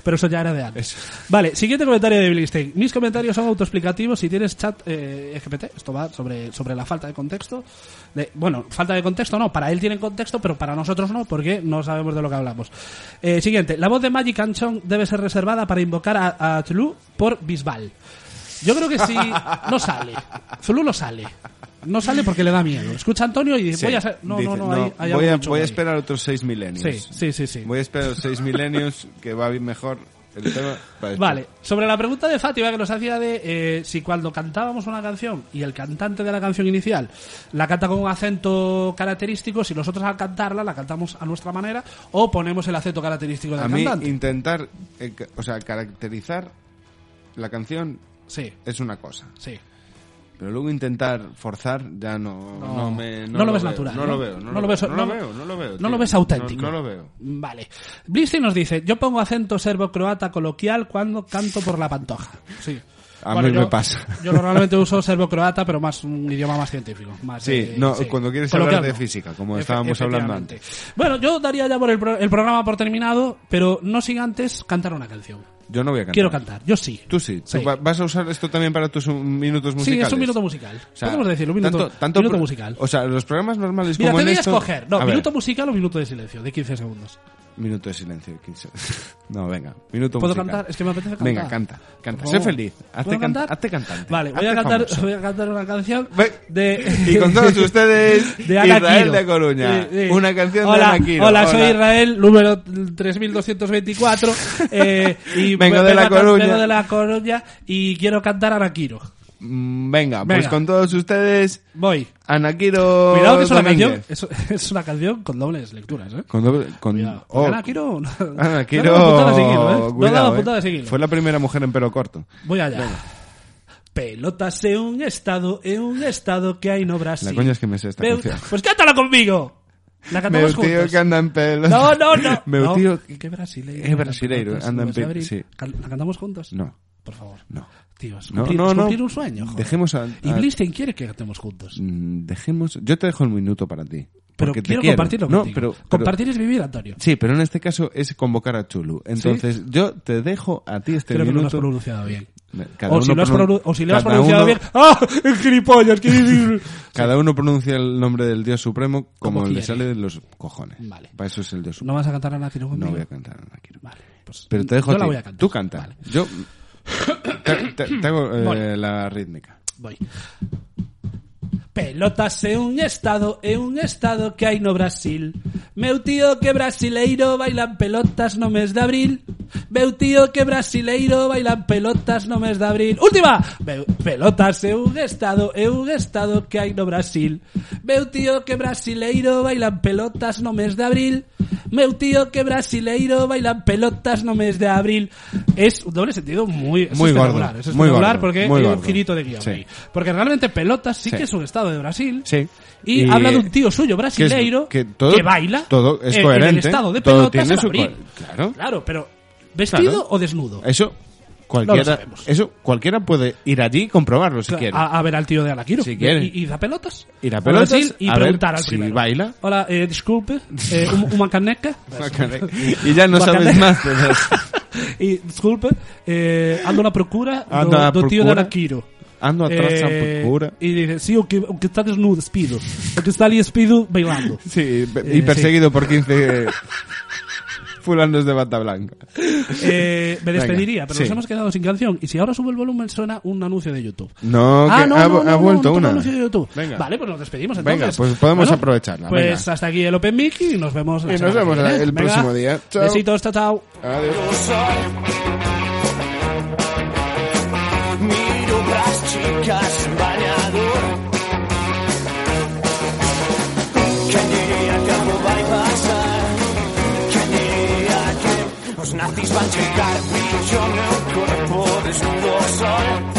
Speaker 3: Pero eso ya era de antes.
Speaker 4: Eso.
Speaker 3: Vale, siguiente comentario de Billistein. Mis comentarios son autoexplicativos. Si tienes chat eh, GPT, esto va sobre, sobre la falta de contexto. De, bueno, falta de contexto no, para él tienen contexto, pero para nosotros no, porque no sabemos de lo que hablamos. Eh, siguiente, la voz de Magic Anchong debe ser reservada para invocar a, a Tulu por Bisbal. Yo creo que sí, no sale. Tulu no sale. No sale porque le da miedo. Escucha a Antonio y dice,
Speaker 4: Sí,
Speaker 3: voy a... sa- No,
Speaker 4: dice,
Speaker 3: no, no, hay, hay
Speaker 4: voy,
Speaker 3: algo
Speaker 4: a,
Speaker 3: chungo
Speaker 4: voy a
Speaker 3: ahí".
Speaker 4: esperar otros seis milenios.
Speaker 3: Sí, sí, sí, sí.
Speaker 4: Voy a esperar los seis [LAUGHS] milenios que va a ir mejor el tema. para después.
Speaker 3: Vale, sobre la pregunta de Fátima que nos hacía de eh, si cuando cantábamos una canción y el cantante de la canción inicial la canta con un acento característico, si nosotros al cantarla la cantamos a nuestra manera o ponemos el acento característico
Speaker 4: A
Speaker 3: del
Speaker 4: mí
Speaker 3: cantante.
Speaker 4: intentar, eh, ca- o sea, caracterizar la canción
Speaker 3: Sí,
Speaker 4: es una cosa.
Speaker 3: sí.
Speaker 4: Pero luego intentar forzar ya no,
Speaker 3: No.
Speaker 4: no, me,
Speaker 3: No lo ves
Speaker 4: veo,
Speaker 3: natural,
Speaker 4: No,
Speaker 3: ¿no?
Speaker 4: lo veo,
Speaker 3: No
Speaker 4: no,
Speaker 3: lo
Speaker 4: lo
Speaker 3: ves-
Speaker 4: veo, no
Speaker 3: no-
Speaker 4: lo veo, no lo veo.
Speaker 3: no lo
Speaker 4: tío.
Speaker 3: ves auténtico.
Speaker 4: No, no lo veo.
Speaker 3: Vale. Blisty nos dice, yo pongo acento serbo-croata coloquial cuando canto por la pantoja. Sí.
Speaker 4: A mí me pasa.
Speaker 3: Yo normalmente uso serbo-croata, pero más un idioma más científico. Más
Speaker 4: Sí,
Speaker 3: de-
Speaker 4: no, cuando quieres hablar
Speaker 3: Coloquial
Speaker 4: de
Speaker 3: no.
Speaker 4: física, como
Speaker 3: Efe-
Speaker 4: estábamos hablando
Speaker 3: efectivamente. Bueno, yo daría ya por el, pro- el programa por terminado, pero no sin antes cantar una canción.
Speaker 4: Yo no voy a cantar.
Speaker 3: Quiero cantar, yo sí.
Speaker 4: Tú sí.
Speaker 3: Sí.
Speaker 4: ¿Tú va- ¿Vas a usar esto también para tus um, minutos
Speaker 3: Sí,
Speaker 4: musicales?
Speaker 3: es un minuto musical.
Speaker 4: O sea,
Speaker 3: Podemos decirlo, un minuto,
Speaker 4: tanto- tanto
Speaker 3: minuto
Speaker 4: pro-
Speaker 3: musical.
Speaker 4: O sea, los programas normales
Speaker 3: Mira,
Speaker 4: como
Speaker 3: te
Speaker 4: en
Speaker 3: voy a
Speaker 4: esto-
Speaker 3: escoger. No,
Speaker 4: A ver,
Speaker 3: minuto musical o minuto de silencio, de 15 segundos.
Speaker 4: minuto de silencio. 15. [LAUGHS] No, venga. Minuto
Speaker 3: ¿Puedo
Speaker 4: musical.
Speaker 3: cantar? Es que me apetece cantar.
Speaker 4: Venga, canta. Canta.
Speaker 3: Por
Speaker 4: Sé
Speaker 3: favor.
Speaker 4: feliz. Hazte,
Speaker 3: ¿Puedo
Speaker 4: can-
Speaker 3: cantar?
Speaker 4: hazte cantante.
Speaker 3: Vale, voy a,
Speaker 4: Hazte
Speaker 3: cantar,
Speaker 4: famoso.
Speaker 3: voy a cantar una canción
Speaker 4: Ve-
Speaker 3: de...
Speaker 4: Y con
Speaker 3: [LAUGHS]
Speaker 4: todos ustedes,
Speaker 3: de Ana
Speaker 4: Israel
Speaker 3: Quiro.
Speaker 4: de Coruña.
Speaker 3: Sí, sí.
Speaker 4: Una canción
Speaker 3: hola,
Speaker 4: de Ana Quiro.
Speaker 3: Hola, soy Israel, número
Speaker 4: [LAUGHS]
Speaker 3: 3224. eh, y
Speaker 4: Vengo de La
Speaker 3: a-
Speaker 4: Coruña.
Speaker 3: Vengo de La Coruña y quiero cantar Ana Quiro.
Speaker 4: Mm, Venga, pues
Speaker 3: Venga.
Speaker 4: con todos ustedes,
Speaker 3: Voy.
Speaker 4: Ana Quiro
Speaker 3: Cuidado que es una
Speaker 4: Oh, Domínguez.
Speaker 3: canción, es, es una canción con dobles lecturas, ¿eh?
Speaker 4: Con doble- con-
Speaker 3: Cuidado.
Speaker 4: oh,
Speaker 3: Ana Quiro... no- no
Speaker 4: Ana
Speaker 3: daba
Speaker 4: Quiro.
Speaker 3: puntada sin hilo, ¿eh? No
Speaker 4: cuidado,
Speaker 3: daba
Speaker 4: eh.
Speaker 3: puntada sin hilo.
Speaker 4: Fue la primera mujer en pelo corto.
Speaker 3: Voy allá. Pelotas é un estado, é un estado que hai no Brasil.
Speaker 4: La coña es que me sé esta
Speaker 3: Meu-
Speaker 4: canción.
Speaker 3: Pues cántala conmigo. La
Speaker 4: Meu
Speaker 3: [LAUGHS] cantamos
Speaker 4: tío
Speaker 3: juntos.
Speaker 4: que anda en pelo.
Speaker 3: No, no,
Speaker 4: [LAUGHS]
Speaker 3: no.
Speaker 4: Meu
Speaker 3: no.
Speaker 4: tío.
Speaker 3: que brasileiro.
Speaker 4: É brasileiro, anda en pe- sí.
Speaker 3: Can- ¿La cantamos juntos?
Speaker 4: No,
Speaker 3: Por favor.
Speaker 4: no.
Speaker 3: Tíos,
Speaker 4: No,
Speaker 3: cumplir,
Speaker 4: no,
Speaker 3: es
Speaker 4: no.
Speaker 3: cumplir un sueño. joder.
Speaker 4: Dejemos a.
Speaker 3: Y
Speaker 4: a-
Speaker 3: Blisten quiere que cantemos juntos.
Speaker 4: mm, Dejemos. Yo te dejo el minuto para ti.
Speaker 3: Pero
Speaker 4: porque te
Speaker 3: quiero,
Speaker 4: quiero.
Speaker 3: compartirlo
Speaker 4: no,
Speaker 3: contigo.
Speaker 4: pero, pero-
Speaker 3: Compartir es vivir, Antonio.
Speaker 4: Sí, pero en este caso es convocar a Chulu. Entonces, yo te dejo a ti este
Speaker 3: Creo que no lo has
Speaker 4: minuto.
Speaker 3: pronunciado bien.
Speaker 4: Cada
Speaker 3: O si,
Speaker 4: uno
Speaker 3: lo has
Speaker 4: pronun-
Speaker 3: produ- o si lo has
Speaker 4: cada
Speaker 3: pronunciado
Speaker 4: uno-
Speaker 3: bien. ¡Ah! ¡El gilipollas! ¿Qué
Speaker 4: [LAUGHS]
Speaker 3: dices?
Speaker 4: Cada uno pronuncia el nombre del Dios Supremo
Speaker 3: Como
Speaker 4: como, le
Speaker 3: quiere.
Speaker 4: sale de los cojones.
Speaker 3: Vale.
Speaker 4: Para eso es el Dios
Speaker 3: ¿No
Speaker 4: Supremo.
Speaker 3: vas a cantar a Nati
Speaker 4: No,
Speaker 3: conmigo?
Speaker 4: voy a cantar. no quiero.
Speaker 3: Vale, pues
Speaker 4: Pero te dejo
Speaker 3: yo
Speaker 4: a
Speaker 3: la
Speaker 4: ti.
Speaker 3: voy a cantar.
Speaker 4: Tú canta.
Speaker 3: Vale,
Speaker 4: Yo te, te- te hago eh,
Speaker 3: Vale.
Speaker 4: la rítmica.
Speaker 3: voy. Pelotas é un estado, é un estado que hai no Brasil. Meu tío que brasileiro bailan pelotas no mes de abril. Meu tío que brasileiro bailan pelotas no mes de abril. Última! Meu- pelotas é un estado, é un estado que hai no Brasil. Meu tío que brasileiro bailan pelotas no mes de abril. Meu tío que brasileiro bailan pelotas no mes de abril. Es un doble sentido muy, es
Speaker 4: Muy gordo,
Speaker 3: espectacular, Es
Speaker 4: muy
Speaker 3: espectacular
Speaker 4: gordo,
Speaker 3: porque
Speaker 4: muy
Speaker 3: hay un
Speaker 4: gordo.
Speaker 3: girito de guión
Speaker 4: Sí.
Speaker 3: ahí. Porque realmente pelotas sí,
Speaker 4: Sí.
Speaker 3: que es un estado de Brasil.
Speaker 4: Sí.
Speaker 3: Y,
Speaker 4: Y-
Speaker 3: habla de un tío suyo brasileiro que,
Speaker 4: que todo-
Speaker 3: baila.
Speaker 4: todo
Speaker 3: en-
Speaker 4: es
Speaker 3: En el
Speaker 4: coherente,
Speaker 3: estado de pelotas
Speaker 4: todo tiene
Speaker 3: en
Speaker 4: su
Speaker 3: abril.
Speaker 4: cohe- claro.
Speaker 3: pero vestido
Speaker 4: Claro.
Speaker 3: o desnudo.
Speaker 4: Eso
Speaker 3: No lo
Speaker 4: cualquiera,
Speaker 3: sabemos. Ah,
Speaker 4: eso cualquiera puede ir allí y comprobarlo si quiere. [LAUGHS]
Speaker 3: A, a ver al tío de Alaquiro.
Speaker 4: Si quiere.
Speaker 3: Y, y da pelotas.
Speaker 4: Ir a
Speaker 3: Por
Speaker 4: pelotas,
Speaker 3: Brasil y
Speaker 4: a ver
Speaker 3: preguntar al
Speaker 4: si
Speaker 3: primero.
Speaker 4: baila.
Speaker 3: Hola, eh, disculpe, eh, un- una
Speaker 4: [LAUGHS]
Speaker 3: caneca.
Speaker 4: y ya no
Speaker 3: Bacane-
Speaker 4: sabes más. de las-
Speaker 3: y disculpe, eh, ando na procura
Speaker 4: Ando
Speaker 3: do,
Speaker 4: na
Speaker 3: do tío de
Speaker 4: procura.
Speaker 3: Alaquiro.
Speaker 4: Ando atrás a procura.
Speaker 3: E dice, sí, o que, o que está desnudo, espido. O
Speaker 4: [LAUGHS]
Speaker 3: que está ali espido bailando.
Speaker 4: Sí,
Speaker 3: Eh,
Speaker 4: y perseguido por 15 Fulano es de bata blanca.
Speaker 3: Eh, me
Speaker 4: Venga,
Speaker 3: despediría, pero nos
Speaker 4: sí.
Speaker 3: hemos quedado sin canción. Y si ahora subo el volumen, suena un anuncio de YouTube.
Speaker 4: No,
Speaker 3: ah,
Speaker 4: que
Speaker 3: no,
Speaker 4: ha,
Speaker 3: no,
Speaker 4: ha
Speaker 3: no, no,
Speaker 4: vuelto
Speaker 3: no toca
Speaker 4: una.
Speaker 3: anuncio de YouTube.
Speaker 4: Venga.
Speaker 3: Vale, pues nos despedimos
Speaker 4: Venga,
Speaker 3: entonces.
Speaker 4: pues podemos aprovecharla,
Speaker 3: Pues
Speaker 4: venga.
Speaker 3: hasta aquí el Open Mic y nos vemos la
Speaker 4: Y
Speaker 3: semana
Speaker 4: nos
Speaker 3: que
Speaker 4: vemos
Speaker 3: viene.
Speaker 4: el
Speaker 3: Venga,
Speaker 4: próximo día. Chao.
Speaker 3: Besitos, chao, chao.
Speaker 4: Adiós.
Speaker 2: Miro las chicas en bañador. ¿Quién diría que algo va a pasar? ¿Quién diría que los nazis van a llegar? Y yo en el cuerpo desnudo sol.